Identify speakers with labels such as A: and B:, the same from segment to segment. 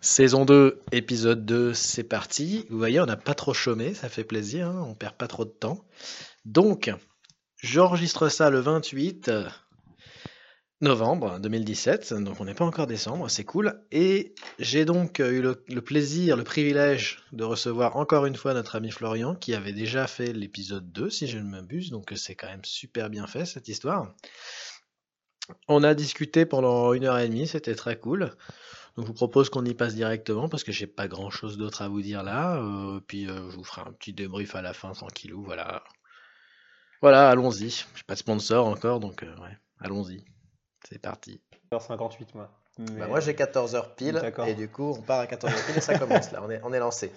A: Saison 2, épisode 2, c'est parti. Vous voyez, on n'a pas trop chômé, ça fait plaisir, hein, on perd pas trop de temps. Donc, j'enregistre ça le 28 novembre 2017, donc on n'est pas encore décembre, c'est cool. Et j'ai donc eu le, le plaisir, le privilège de recevoir encore une fois notre ami Florian, qui avait déjà fait l'épisode 2, si je ne m'abuse, donc c'est quand même super bien fait cette histoire. On a discuté pendant une heure et demie, c'était très cool. Donc je vous propose qu'on y passe directement parce que j'ai pas grand chose d'autre à vous dire là. Euh, puis euh, je vous ferai un petit débrief à la fin tranquillou. Voilà. Voilà, allons-y. J'ai pas de sponsor encore, donc euh, ouais, allons-y. C'est parti.
B: 1h58 moi. Mais- euh,
C: Bah, moi j'ai 14h pile
B: D'accord.
C: et du coup on part à 14h pile et ça commence là, on est, on est lancé.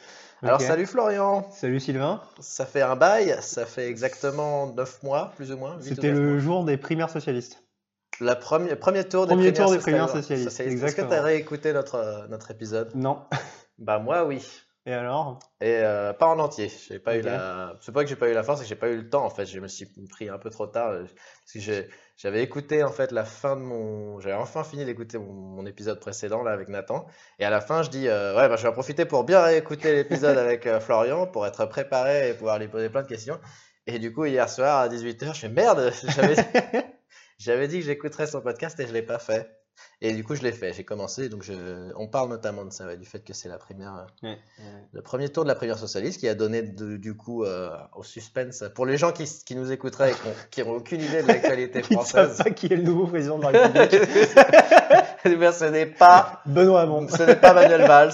C: Alors
B: Ok.
C: salut Florian,
B: Salut Sylvain.
C: ça fait un bail, ça fait exactement 9 mois plus ou moins. huit ou
B: C'était
C: neuf
B: le
C: mois.
B: jour des primaires socialistes.
C: La première, premier tour des
B: Premier
C: primaires
B: tour des primaires socialistes,
C: Est-ce que tu as
B: exactement.
C: réécouté notre, euh, notre épisode
B: Non.
C: Bah moi oui.
B: Et alors
C: Et euh, pas en entier. J'ai pas eu
B: Ok.
C: la. C'est pas que j'ai pas eu la force, c'est que j'ai pas eu le temps en fait. Je me suis pris un peu trop tard euh, parce que j'ai- j'avais écouté en fait la fin de mon. J'avais enfin fini d'écouter mon, mon épisode précédent là avec Nathan. Et à la fin, je dis euh, ouais, bah, je vais en profiter pour bien réécouter l'épisode avec euh, Florian pour être préparé et pouvoir lui poser plein de questions. Et du coup, hier soir à 18h, je fais merde. J'avais j'avais dit que j'écouterais son podcast et je l'ai pas fait. Et du coup, je l'ai fait. J'ai commencé. Donc, je... on parle notamment de ça, ouais, du fait que c'est la première. euh, le premier tour de la primaire socialiste qui a donné de- du coup euh, au suspense pour les gens qui, qui nous écouteraient et qu'on- qui n'ont aucune idée de l'actualité
B: Qui ne savent
C: française.
B: pas qui est le nouveau président de la République.
C: Eh bien, ce n'est pas
B: Benoît Hamon.
C: ce n'est pas Manuel Valls.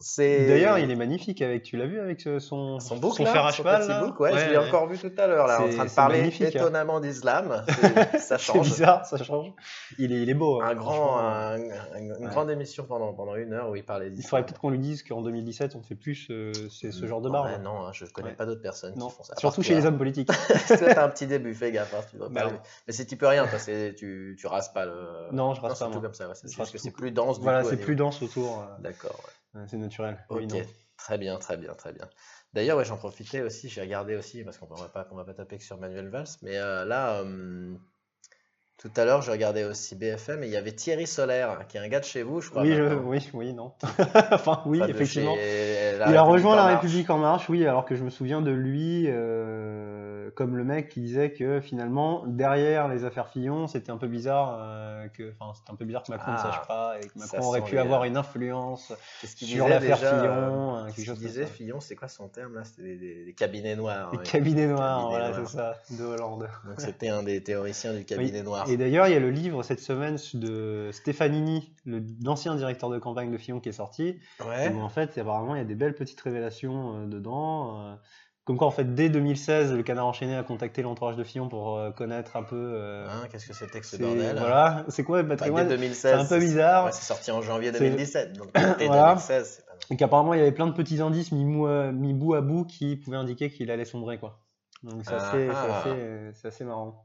C: C'est
B: D'ailleurs, il est magnifique avec. Tu l'as vu avec ce- son,
C: son bouc
B: son
C: là,
B: fer à
C: son
B: cheval.
C: petit
B: là
C: bouc, ouais, je l'ai encore vu tout à l'heure là en
B: C'est-
C: train de
B: c'est
C: parler
B: magnifique, hein.
C: étonnamment d'islam. C'est- Ça
B: C'est
C: change.
B: bizarre, ça change. Il est, il est beau. hein,
C: Un grand, euh,
B: franchement.
C: un- un- une
B: Ouais.
C: grande émission pendant, pendant une heure où il parlait
B: Il
C: d'islam.
B: faudrait peut-être qu'on lui dise qu'en 2017, on ne fait plus ce, c'est ce genre de
C: Ah
B: barbe.
C: ben non, hein, je ne connais
B: Ouais.
C: pas d'autres personnes
B: Non.
C: qui font ça. à part
B: Surtout chez
C: toi.
B: les hommes politiques.
C: Parce que là, t'as un petit début, fais gaffe, hein, tu vas pas
B: Bah
C: le-
B: ouais.
C: Mais si tu peux rien, toi, c'est- tu, tu rases pas le.
B: Non, je rase
C: c'est
B: pas,
C: tout
B: moi.
C: comme ça, ouais, c'est
B: Je
C: juste
B: rase
C: que
B: tout.
C: c'est plus dense. du
B: Voilà,
C: coup, au
B: c'est
C: niveau-
B: plus dense autour. euh,
C: D'accord, ouais.
B: euh, C'est naturel.
C: ok.
B: évidemment.
C: Très bien, très bien, très bien. D'ailleurs, ouais, j'en profitais aussi, j'ai regardé aussi, parce qu'on ne va pas on va pas taper que sur Manuel Valls, mais euh, là, euh, tout à l'heure, je regardais aussi BFM et il y avait Thierry Solaire, qui est un gars de chez vous, je crois.
B: Oui, je-
C: maintenant.
B: oui, oui, non. enfin, oui,
C: Enfin, de
B: effectivement.
C: chez
B: Il a
C: République
B: rejoint
C: En
B: La
C: Marche.
B: République en marche, oui, alors que je me souviens de lui euh, comme le mec qui disait que finalement, derrière les affaires Fillon, c'était un peu bizarre euh, que, enfin, c'était un peu bizarre que Macron ne
C: Ah,
B: sache pas et que
C: ça
B: Macron aurait
C: sent
B: pu
C: les-
B: avoir une influence
C: Qu'est-ce qu'il
B: sur
C: disait
B: l'affaire
C: déjà,
B: Fillon,
C: euh,
B: euh, quelque
C: qu'est-ce qu'il
B: chose comme
C: disait
B: ça.
C: Fillon, c'est quoi son terme là C'était des, des- des cabinets noirs.
B: Le
C: ouais.
B: cabinet noir,
C: cabinet
B: voilà,
C: noir.
B: c'est ça, de Hollande.
C: Donc c'était un des théoriciens du cabinet noir.
B: Et d'ailleurs, il y a le livre cette semaine de Stefanini, le- l'ancien directeur de campagne de Fillon qui est sorti,
C: Ouais.
B: Où, en fait, apparemment, il y a des belles petites révélations euh, dedans. euh, comme quoi, en fait, dès 2016, le canard enchaîné a contacté l'entourage de Fillon pour euh, connaître un peu. euh,
C: Hein, Qu'est-ce que c'était que ce
B: c'est-
C: bordel hein?
B: Voilà, c'est quoi le
C: Bah, dès
B: patrimoine
C: 2016.
B: C'est un peu bizarre.
C: ouais, c'est sorti en janvier
B: C'est-
C: 2017. Donc dès
B: Voilà.
C: 2016. c'est pas-
B: Donc, apparemment, il y avait plein de petits indices mis, mou- euh, mis bout à bout qui pouvaient indiquer qu'il allait sombrer, quoi. Donc, c'est assez,
C: Ah
B: c'est
C: ah.
B: assez, euh, c'est assez marrant.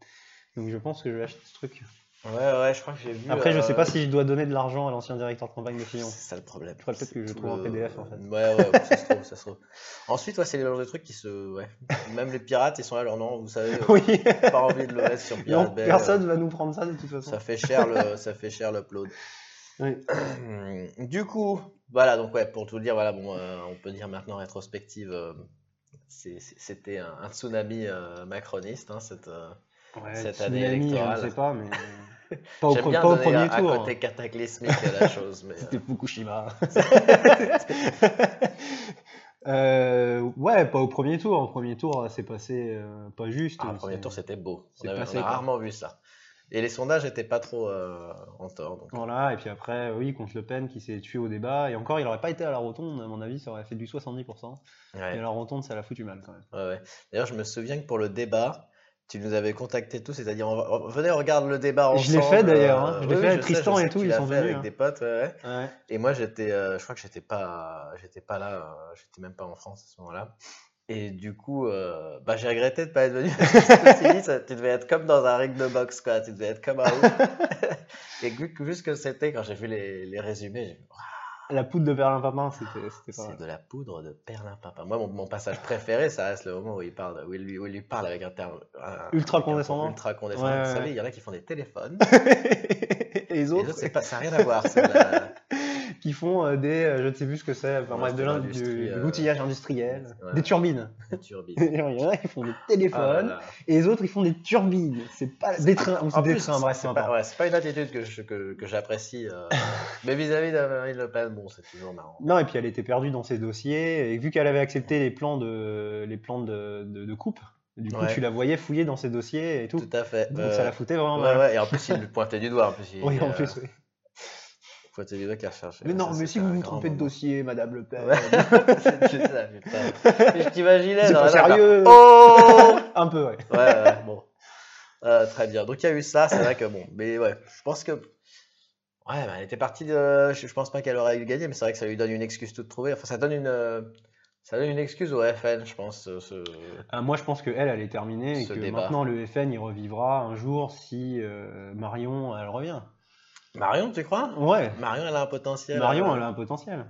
B: Donc, je pense que je vais acheter ce truc.
C: Ouais, ouais, je crois que j'ai vu.
B: Après, je
C: euh,
B: sais pas si je dois donner de l'argent à l'ancien directeur de campagne de
C: C'est
B: Fillon.
C: ça le problème.
B: Je crois peut-être que je
C: C'est
B: trouve
C: tout
B: en PDF, en fait.
C: Ouais, ouais, ça se trouve, ça se trouve. Ensuite, ouais, c'est le genre de trucs qui se. Ouais. Même les pirates, ils sont là, alors non, vous savez, euh,
B: Oui,
C: pas envie de le mettre sur Pirate
B: non,
C: Bay, euh,
B: personne va nous prendre ça de toute façon.
C: Ça fait cher le, ça fait cher l'upload.
B: Oui.
C: Du coup, voilà, donc ouais, pour tout le dire, voilà, bon, euh, on peut dire maintenant rétrospective, euh, c'est- c'est- c'était un, un tsunami euh, macroniste, hein, cette, euh,
B: Ouais,
C: cette
B: tsunami,
C: année électorale.
B: Je ne sais hein, pas, mais. euh, pas au,
C: j'aime
B: pre-
C: bien
B: pas au
C: donner
B: premier
C: à, à
B: tour. hein.
C: côté cataclysmique à la chose, mais
B: C'était
C: euh,
B: Fukushima. Euh, ouais, pas au premier tour. Au premier tour, c'est passé euh, pas juste.
C: ah,
B: mais
C: premier
B: c'est-
C: tour c'était beau, on,
B: c'est
C: avait-
B: passé,
C: on a
B: quoi.
C: rarement vu ça. Et les sondages n'étaient pas trop euh, en tort, donc
B: Voilà, et puis après, euh, oui, contre Le Pen qui s'est tué au débat. Et encore, il n'aurait pas été à la rotonde, à mon avis, ça aurait fait du 70%.
C: ouais.
B: Et à la rotonde, ça l'a foutu mal quand même.
C: Ouais, ouais. D'ailleurs, je me souviens que pour le débat, tu nous avais contactés tous, c'est-à-dire, on va- on- venez, on regarde le débat ensemble.
B: Je l'ai fait, d'ailleurs, hein.
C: euh,
B: Je l'ai
C: oui,
B: fait
C: oui,
B: avec
C: sais,
B: Tristan
C: sais
B: et
C: que
B: tout,
C: tu
B: ils
C: l'as
B: sont
C: fait avec
B: venus, hein.
C: des potes, ouais, ouais.
B: Ouais.
C: Et moi, j'étais, euh, je crois que j'étais pas, j'étais pas là, euh, j'étais même pas en France à ce moment-là. Et du coup, euh, bah, j'ai regretté de pas être venu. Parce que tu dis, ça- tu devais être comme dans un ring de boxe, quoi. Tu devais être comme un ouf. Et vu que- vu ce que c'était, quand j'ai vu les, les résumés, j'ai dit, Waouh,
B: La poudre de Berlin-Papin, c'était c'était pas
C: c'est
B: mal.
C: de la poudre de perlimpinpin. Moi, mon, mon passage préféré, ça reste le moment où il parle, où il lui, où il lui parle avec un terme un-
B: Ultra
C: un-
B: condescendant.
C: Ultra condescendant.
B: Ouais,
C: Vous
B: ouais,
C: savez,
B: ouais.
C: il y en a qui font des téléphones.
B: et les
C: Et les
B: autres,
C: autres, c'est pas, ça n'a rien à voir. c'est de la-
B: qui font euh, des, euh, je ne sais plus ce que c'est, enfin,
C: Ouais,
B: bref, de
C: c'est
B: l'in-
C: l'industrie,
B: du- de
C: euh,
B: l'outillage industriel,
C: ouais.
B: des turbines.
C: Une turbine.
B: Il y en a qui font des téléphones,
C: Ah là là.
B: et les autres ils font des turbines. C'est pas des trains, ou
C: En
B: c'est des
C: plus,
B: trains, bref, c'est
C: pas-
B: sympa.
C: Bah ouais, c'est pas une attitude que je- que- que j'apprécie. euh, mais vis-à-vis de Marine Le Pen, bon, c'est toujours marrant.
B: Non, et puis elle était perdue dans ses dossiers, et vu qu'elle avait accepté les plans de, les plans de, de- de coupe, du coup
C: Ouais.
B: tu la voyais fouiller dans ses dossiers et tout.
C: Tout à fait.
B: Donc
C: Euh,
B: ça la foutait vraiment
C: ouais,
B: mal.
C: ouais, et en plus, il lui pointait du doigt. En plus, il,
B: Oui, en
C: euh,
B: plus, oui.
C: pointait du doigt qu'il recherchait.
B: Mais non,
C: Ça, c'était
B: mais si vous
C: un
B: vous
C: grand
B: trompez de
C: moment.
B: dossier, madame Le Pen,
C: Ouais. C'était ça, putain. Mais Je t'imaginais.
B: C'est
C: dans
B: pas
C: la-
B: sérieux.
C: Oh
B: un peu, ouais.
C: Ouais, ouais, bon. Euh, très bien. Donc il y a eu ça, c'est vrai que bon. Mais ouais, je pense que. Ouais, bah, elle était partie de. Je, je pense pas qu'elle aurait eu gagné, mais c'est vrai que ça lui donne une excuse toute trouvée. Enfin, ça donne une. euh, Ça donne une excuse au FN, je pense. ce- ce-
B: Ah, moi, je pense que elle, elle est terminée et
C: Ce
B: que
C: débat.
B: maintenant le FN, il revivra un jour si euh, Marion, elle revient.
C: Marion, tu crois
B: Ouais,
C: Marion, elle a un potentiel.
B: Marion, elle
C: euh,
B: a un potentiel,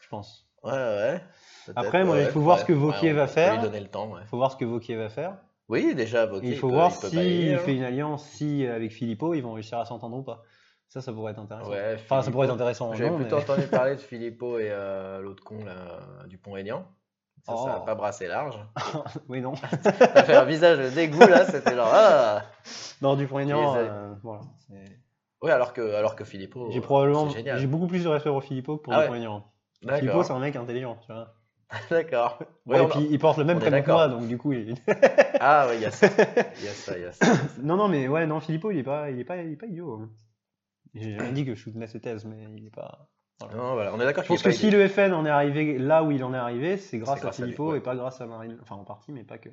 B: je pense.
C: Ouais, ouais. Peut-être,
B: Après, moi,
C: ouais,
B: il faut voir ce que
C: ouais,
B: Wauquiez
C: on
B: va
C: peut
B: faire.
C: lui donner le temps, ouais.
B: Il faut voir ce que Vauquier va faire.
C: Oui, déjà, Wauquiez,
B: Et il faut
C: peut-
B: voir
C: peut
B: s'il
C: pas y aller, hein.
B: fait une alliance, si euh, avec Philippot, ils vont réussir à s'entendre ou pas. Ça, ça pourrait être intéressant.
C: hein. Ouais,
B: enfin, ça pourrait être
C: Philippot.
B: intéressant.
C: J'avais
B: non,
C: plutôt
B: mais-
C: entendu parler de Philippot et euh, l'autre con, là, Dupont-Aignan. Ça, ça a
B: Oh.
C: pas brassé large.
B: oui, non.
C: T'as fait un visage de dégoût là, c'était genre ah.
B: Non, du point
C: Tu les as-
B: euh, voilà. c'est-
C: Oui, alors que alors que Philippot.
B: J'ai
C: euh,
B: probablement,
C: C'est génial.
B: j'ai beaucoup plus de respect pour Philippot que pour
C: Ah ouais.
B: du Poignant. Philippot,
C: D'accord.
B: c'est un mec intelligent, tu vois.
C: D'accord. Oui,
B: Ouais,
C: on
B: et
C: a-
B: puis, il porte le même
C: on est
B: prénom que
C: d'accord.
B: moi, donc du coup, il-
C: Ah oui, il y a ça, il y a ça, il y a ça.
B: Non, non, mais ouais, non, Philippot, il est pas, il est pas, il est pas idiot. hein. J'ai jamais dit que je soutenais ses thèses, mais il est pas.
C: Non, voilà, on est d'accord.
B: Je
C: qu'il
B: pense
C: est
B: que
C: pas
B: si
C: idiot.
B: le FN en est arrivé là où il en est arrivé, c'est grâce,
C: grâce à
B: à
C: lui,
B: Philippot
C: ouais.
B: et pas grâce à Marine. Enfin, en partie, mais pas que.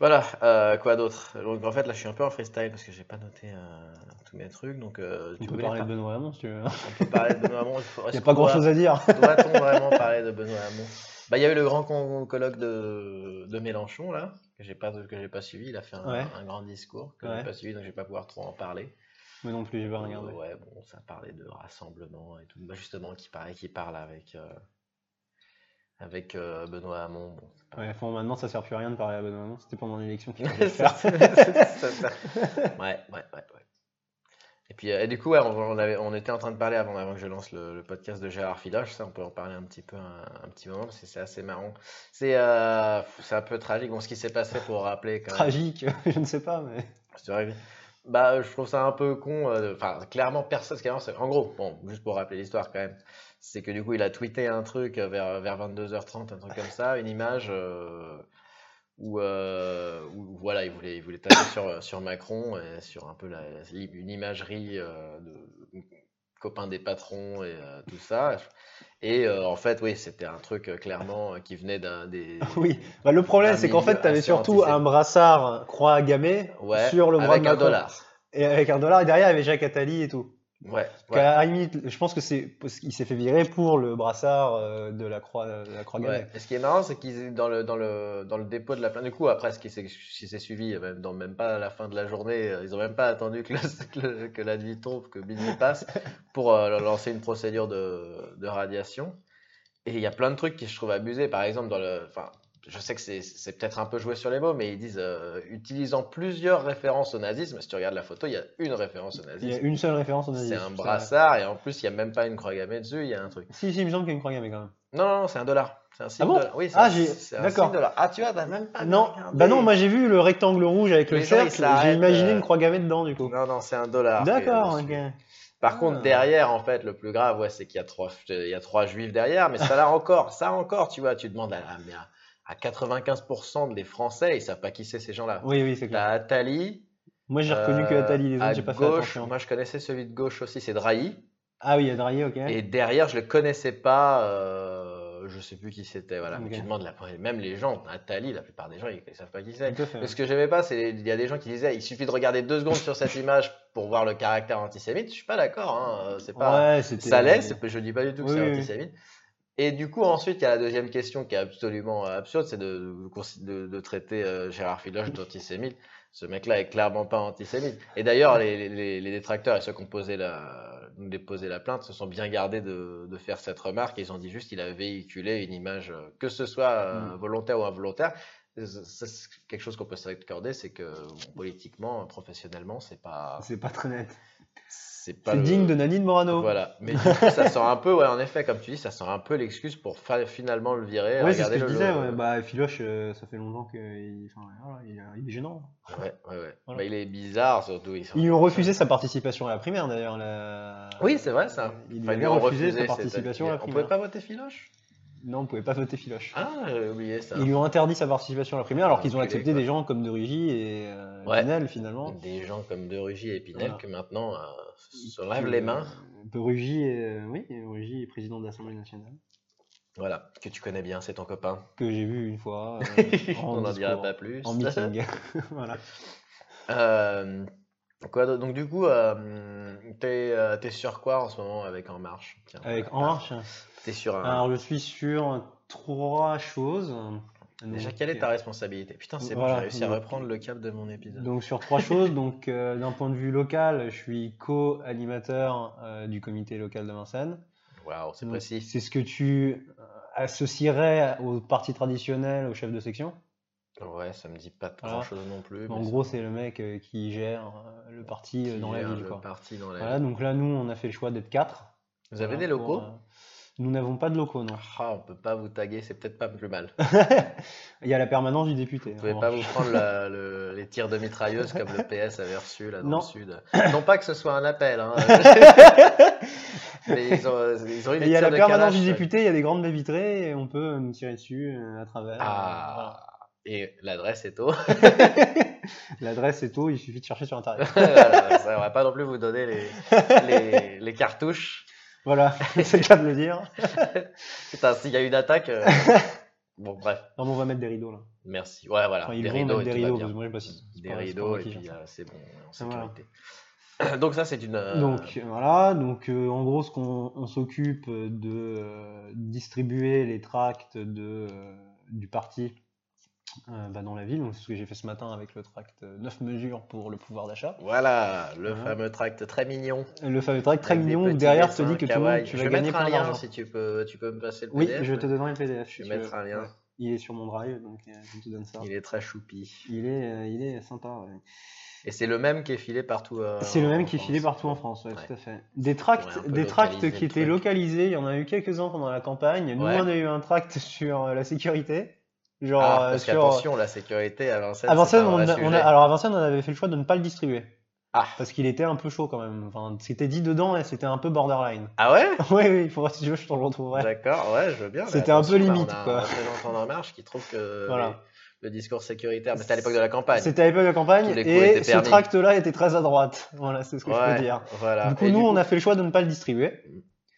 C: Voilà, euh, quoi d'autre Donc en fait là, je suis un peu en freestyle parce que j'ai pas noté euh, tous mes trucs, donc euh,
B: On
C: tu
B: peut
C: voulais
B: parler de
C: pas-
B: Benoît Hamon, si tu veux.
C: on peut parler de Benoît Hamon.
B: Il n'y a pas grand chose à dire.
C: Doit-on vraiment parler de Benoît Hamon Bah, il y a eu le grand con- colloque de, de Mélenchon là, que j'ai pas que j'ai pas suivi. Il a fait un,
B: Ouais.
C: un grand discours que
B: Ouais.
C: j'ai pas suivi, donc je vais pas pouvoir trop en parler.
B: Moi non plus, j'ai pas
C: Euh,
B: regardé.
C: Ouais, bon, ça parlait de rassemblement et tout. Bah, justement, qui paraît qui parle avec, euh, avec euh, Benoît Hamon. Bon, c'est pas-
B: Ouais, enfin, maintenant, ça sert plus à rien de parler à Benoît Hamon. C'était pendant l'élection qu'il fallait
C: Ouais,
B: le faire.
C: ça- ça- ouais, ouais, ouais, ouais. Et puis, euh, et du coup, ouais, on, on avait, on était en train de parler avant, avant que je lance le, le podcast de Gérard Filoche. Ça, on peut en parler un petit peu un, un petit moment parce que c'est assez marrant. C'est euh, c'est un peu tragique. Bon, ce qui s'est passé pour rappeler quand même.
B: Tragique, je ne sais pas, mais.
C: C'est vrai que- Bah, je trouve ça un peu con. euh, de- Enfin, clairement, personne. ce qui est marrant, c'est- En gros, bon, juste pour rappeler l'histoire quand même, c'est que du coup, il a tweeté un truc euh, vers, vers 22h30, un truc comme ça, une image euh, où, euh, où, voilà, il voulait, il voulait taper sur, sur Macron et sur un peu la, la- une imagerie euh, de copain des patrons et euh, tout ça. Et euh, en fait, oui, c'était un truc euh, clairement euh, qui venait d'un des.
B: Oui. Bah, le problème,
C: Un
B: c'est qu'en fait,
C: milieu
B: t'avais
C: assez
B: surtout un
C: antisémite.
B: brassard croix gammée
C: Ouais,
B: sur le bras
C: avec
B: de
C: un
B: Macron.
C: dollar.
B: Et avec un dollar, et derrière, il y avait Jacques Attali et tout.
C: Ouais,
B: Qu'à
C: ouais.
B: la limite, je pense que c'est parce qu'il s'est fait virer pour le brassard euh, de la croix, de la croix gammée.
C: Ouais. Et ce qui est marrant, c'est qu'ils dans le, dans, le, dans le dépôt de la plainte. Du coup, après, ce qui s'est ce qui s'est suivi, euh, même, dans, même pas à la fin de la journée, euh, ils ont même pas attendu que, le- que, le- que la nuit tombe, que minuit passe, pour euh, leur lancer une procédure de, de radiation. Et il y a plein de trucs qui je trouve abusés. Par exemple, dans le. Enfin, je sais que c'est- c'est peut-être un peu joué sur les mots, mais ils disent euh, utilisant plusieurs références au nazisme. Si tu regardes la photo, il y a une référence au
B: Il y a
C: nazisme.
B: une seule référence au nazisme.
C: C'est un
B: ça.
C: brassard, et en plus, il n'y a même pas une croix gammée dessus, il y a un truc.
B: Si, si, il me semble qu'il y a une croix gammée quand même.
C: Non, non, non, c'est un dollar. C'est un signe
B: Ah bon
C: dollar. Oui, c'est
B: Ah,
C: un-
B: j'ai-
C: c'est un
B: d'accord.
C: signe dollar. Ah, tu vois, t'as même pas.
B: non,
C: regardé.
B: bah non, moi j'ai vu le rectangle rouge avec le
C: Les gens, ils
B: cercle, j'ai
C: s'arrêtent,
B: imaginé
C: euh,
B: une croix gammée dedans du coup.
C: Non, non, c'est un dollar. qui est
B: D'accord,
C: dessus.
B: ok.
C: Par contre,
B: Ah.
C: derrière, en fait, le plus grave, ouais, c'est qu'il y a trois, il y a trois juifs derrière, mais ça là encore, ça encore, tu vois, tu demandes à, à- mais à- à 95% des Français, ils savent pas qui c'est ces gens-là.
B: Oui, oui, c'est clair.
C: T'as Attali.
B: Moi j'ai reconnu que
C: euh,
B: Attali, les
C: à
B: autres, j'ai pas fait
C: gauche,
B: attention.
C: Moi, je connaissais celui de gauche aussi, c'est Drahi.
B: Ah oui, il y a Drahier, ok.
C: Et derrière, je le connaissais pas. Euh, je sais plus qui c'était. Voilà. Mais
B: Ok.
C: Tu demandes la, même les gens, Attali, la plupart des gens, ils, ils savent pas qui c'est.
B: Tout à fait. hein.
C: Mais ce que j'aimais pas, c'est il y a des gens qui disaient il suffit de regarder deux secondes sur cette image pour voir le caractère antisémite. Je suis pas d'accord. Hein. euh, C'est pas
B: Ouais, c'était- euh,
C: ça l'est. c'est- Je dis pas du tout que
B: Oui,
C: c'est
B: oui, oui.
C: antisémite. Et du coup, ensuite, il y a la deuxième question qui est absolument euh, absurde, c'est de, de consi- de- de traiter euh, Gérard Filoche d'antisémite. Ce mec-là est clairement pas antisémite. Et d'ailleurs, les, les- les détracteurs et ceux qui ont posé la, ont déposé la plainte se sont bien gardés de, de faire cette remarque. Ils ont dit juste qu'il a véhiculé une image, euh, que ce soit
B: Mm.
C: euh, volontaire ou involontaire. C'est- c'est quelque chose qu'on peut s'accorder, c'est que bon, politiquement, professionnellement, c'est pas.
B: C'est pas très net.
C: c'est pas
B: C'est
C: le-
B: digne de Nadine Morano.
C: Voilà. Mais du coup, ça sent un peu, ouais, en effet, comme tu dis, ça sent un peu l'excuse pour fa- finalement le virer.
B: Ouais, c'est ce
C: regardez
B: que je
C: le-
B: disais.
C: le-
B: ouais. Bah, Filoche, euh, ça fait longtemps qu'il enfin, voilà, il, il est gênant.
C: Ouais, ouais, ouais.
B: Voilà.
C: Bah, il est bizarre surtout. il sent-
B: Ils lui ont refusé sa participation à la primaire d'ailleurs. la-
C: Oui, c'est vrai ça.
B: Ils lui
C: Enfin,
B: avaient
C: ont
B: refusé sa
C: cette-
B: participation hein. à la
C: On pouvait
B: primaire.
C: pas voter Filoche
B: Non, on pouvait pas voter Filoche.
C: Ah, j'ai oublié ça.
B: Ils lui ont interdit sa participation à la primaire alors qu'ils ont
C: Enculé,
B: accepté
C: quoi.
B: des gens comme De Rugy et euh,
C: Ouais.
B: Pinel finalement.
C: Des gens comme De Rugy et Pinel
B: Voilà.
C: qui maintenant euh, se lèvent les mains.
B: De Rugy, est, oui, Rugy est président de l'Assemblée nationale.
C: Voilà, que tu connais bien, c'est ton copain.
B: Que j'ai vu une fois euh,
C: on n'en dira
B: discours,
C: pas plus.
B: en meeting. voilà.
C: Euh, quoi d'autre donc du coup, euh, t'es euh, t'es sur quoi en ce moment avec En Marche Tiens,
B: Avec
C: voilà.
B: En Marche.
C: T'es sur un...
B: Alors je suis sur trois choses. Donc, euh,
C: Déjà, quelle est ta responsabilité Putain, c'est bon,
B: Voilà,
C: j'ai réussi à
B: donc-
C: reprendre le cap de mon épisode.
B: Donc sur trois choses, donc euh, d'un point de vue local, je suis co-animateur euh, du comité local de Vincennes.
C: Waouh, c'est
B: Donc,
C: précis.
B: C'est ce que tu euh, associerais aux partis traditionnels, aux chefs de section.
C: Ouais, ça me dit pas
B: Voilà.
C: grand chose non plus.
B: en
C: mais
B: gros, c'est le mec euh, qui gère euh, le parti euh,
C: qui
B: dans la
C: gère
B: ville.
C: le
B: quoi.
C: parti dans la
B: Voilà,
C: ville.
B: donc là, nous, on a fait le choix d'être quatre.
C: Vous avez
B: Voilà,
C: des
B: pour,
C: locaux
B: euh, Nous n'avons pas de locaux, non.
C: Ah, on peut pas vous taguer, c'est peut-être pas plus mal.
B: Il y a la permanence du député. hein.
C: Vous pouvez
B: en
C: pas vous
B: revanche.
C: prendre la- le- les tirs de mitrailleuse comme le PS avait reçu là dans
B: Non.
C: le sud. Non pas que ce soit un appel, hein. mais ils ont, ils ont eu
B: Et
C: des
B: il y a
C: tirs
B: la
C: de
B: permanence
C: Kalash,
B: du
C: ouais.
B: député, il y a des grandes baies vitrées et on peut euh, me tirer dessus euh, à travers. euh, voilà.
C: Ah, et l'adresse est au.
B: Euh, L'adresse est tôt, il suffit de chercher sur internet.
C: Voilà, ça, on va pas non plus vous donner les, les, les cartouches.
B: voilà, c'est le cas de le dire.
C: Putain, s'il y a une attaque. euh, Bon, bref,
B: Non, mais on va mettre des rideaux là.
C: merci. Ouais, voilà.
B: Enfin, ils
C: Ah, des
B: vont
C: rideaux,
B: mettre
C: et
B: des
C: tout va
B: rideaux,
C: bien.
B: parce que moi, je sais pas si- c'est
C: Des
B: pas- c'est pas
C: rideaux,
B: moi
C: et
B: qui
C: puis
B: gère ça.
C: euh, c'est bon, on est en
B: Voilà.
C: sécurité. Donc, ça, c'est une. euh,
B: Donc voilà, donc euh, en gros, ce qu'on on s'occupe euh, de euh, distribuer les tracts de, euh, du parti euh, bah, dans la ville. Donc, c'est ce que j'ai fait ce matin avec le tract euh, 9 mesures pour le pouvoir d'achat.
C: Voilà, le
B: Voilà.
C: fameux tract très mignon.
B: Le fameux tract très
C: Avec des
B: mignon où
C: petits
B: derrière se
C: dessins
B: dit que tout le
C: kawaii.
B: monde,
C: je
B: tu vas
C: vais
B: gagner
C: mettre un
B: plein
C: lien
B: d'argent.
C: si tu peux, tu peux me passer le
B: Oui,
C: PDF.
B: je vais te donner le PDF.
C: Je
B: si
C: vais
B: tu
C: mettre
B: veux.
C: un lien.
B: Ouais. Il est sur mon drive, donc euh, je te donne ça.
C: Il est très choupi.
B: Il est, euh, il est sympa. ouais.
C: Et c'est le même qui est filé partout. euh,
B: C'est le même
C: en
B: qui est
C: France.
B: filé partout en France, ouais,
C: Ouais.
B: tout à fait. Des tracts,
C: un peu
B: des
C: localiser
B: tracts
C: le
B: qui étaient
C: truc.
B: localisés, il y en a eu quelques-uns pendant la campagne. Nous,
C: Ouais.
B: on a eu un tract sur euh, la sécurité. Genre,
C: Ah,
B: euh,
C: parce
B: sur. euh,
C: qu'attention, la sécurité à Vincennes.
B: À Vincennes,
C: c'est un
B: on
C: vrai
B: a- on a-
C: sujet.
B: alors à Vincennes, on avait fait le choix de ne pas le distribuer.
C: Ah.
B: Parce qu'il était un peu chaud quand même. Enfin, c'était dit dedans et c'était un peu borderline.
C: Ah ouais
B: Oui, oui, il faut voir si tu veux, je t'en retrouverai.
C: D'accord, ouais, je veux bien. mais
B: C'était un peu
C: attention, là,
B: limite,
C: on a
B: quoi.
C: Un représentant d'en marche qui trouve que
B: Voilà.
C: les- le discours sécuritaire, mais c'était à l'époque de la campagne.
B: C'était à l'époque de la campagne
C: Tous les coups
B: et
C: étaient
B: ce
C: permis.
B: tract-là était très à droite. Voilà, c'est ce que je
C: Ouais,
B: peux dire.
C: Voilà.
B: Du coup,
C: Et
B: nous, on a fait le choix de ne pas le distribuer.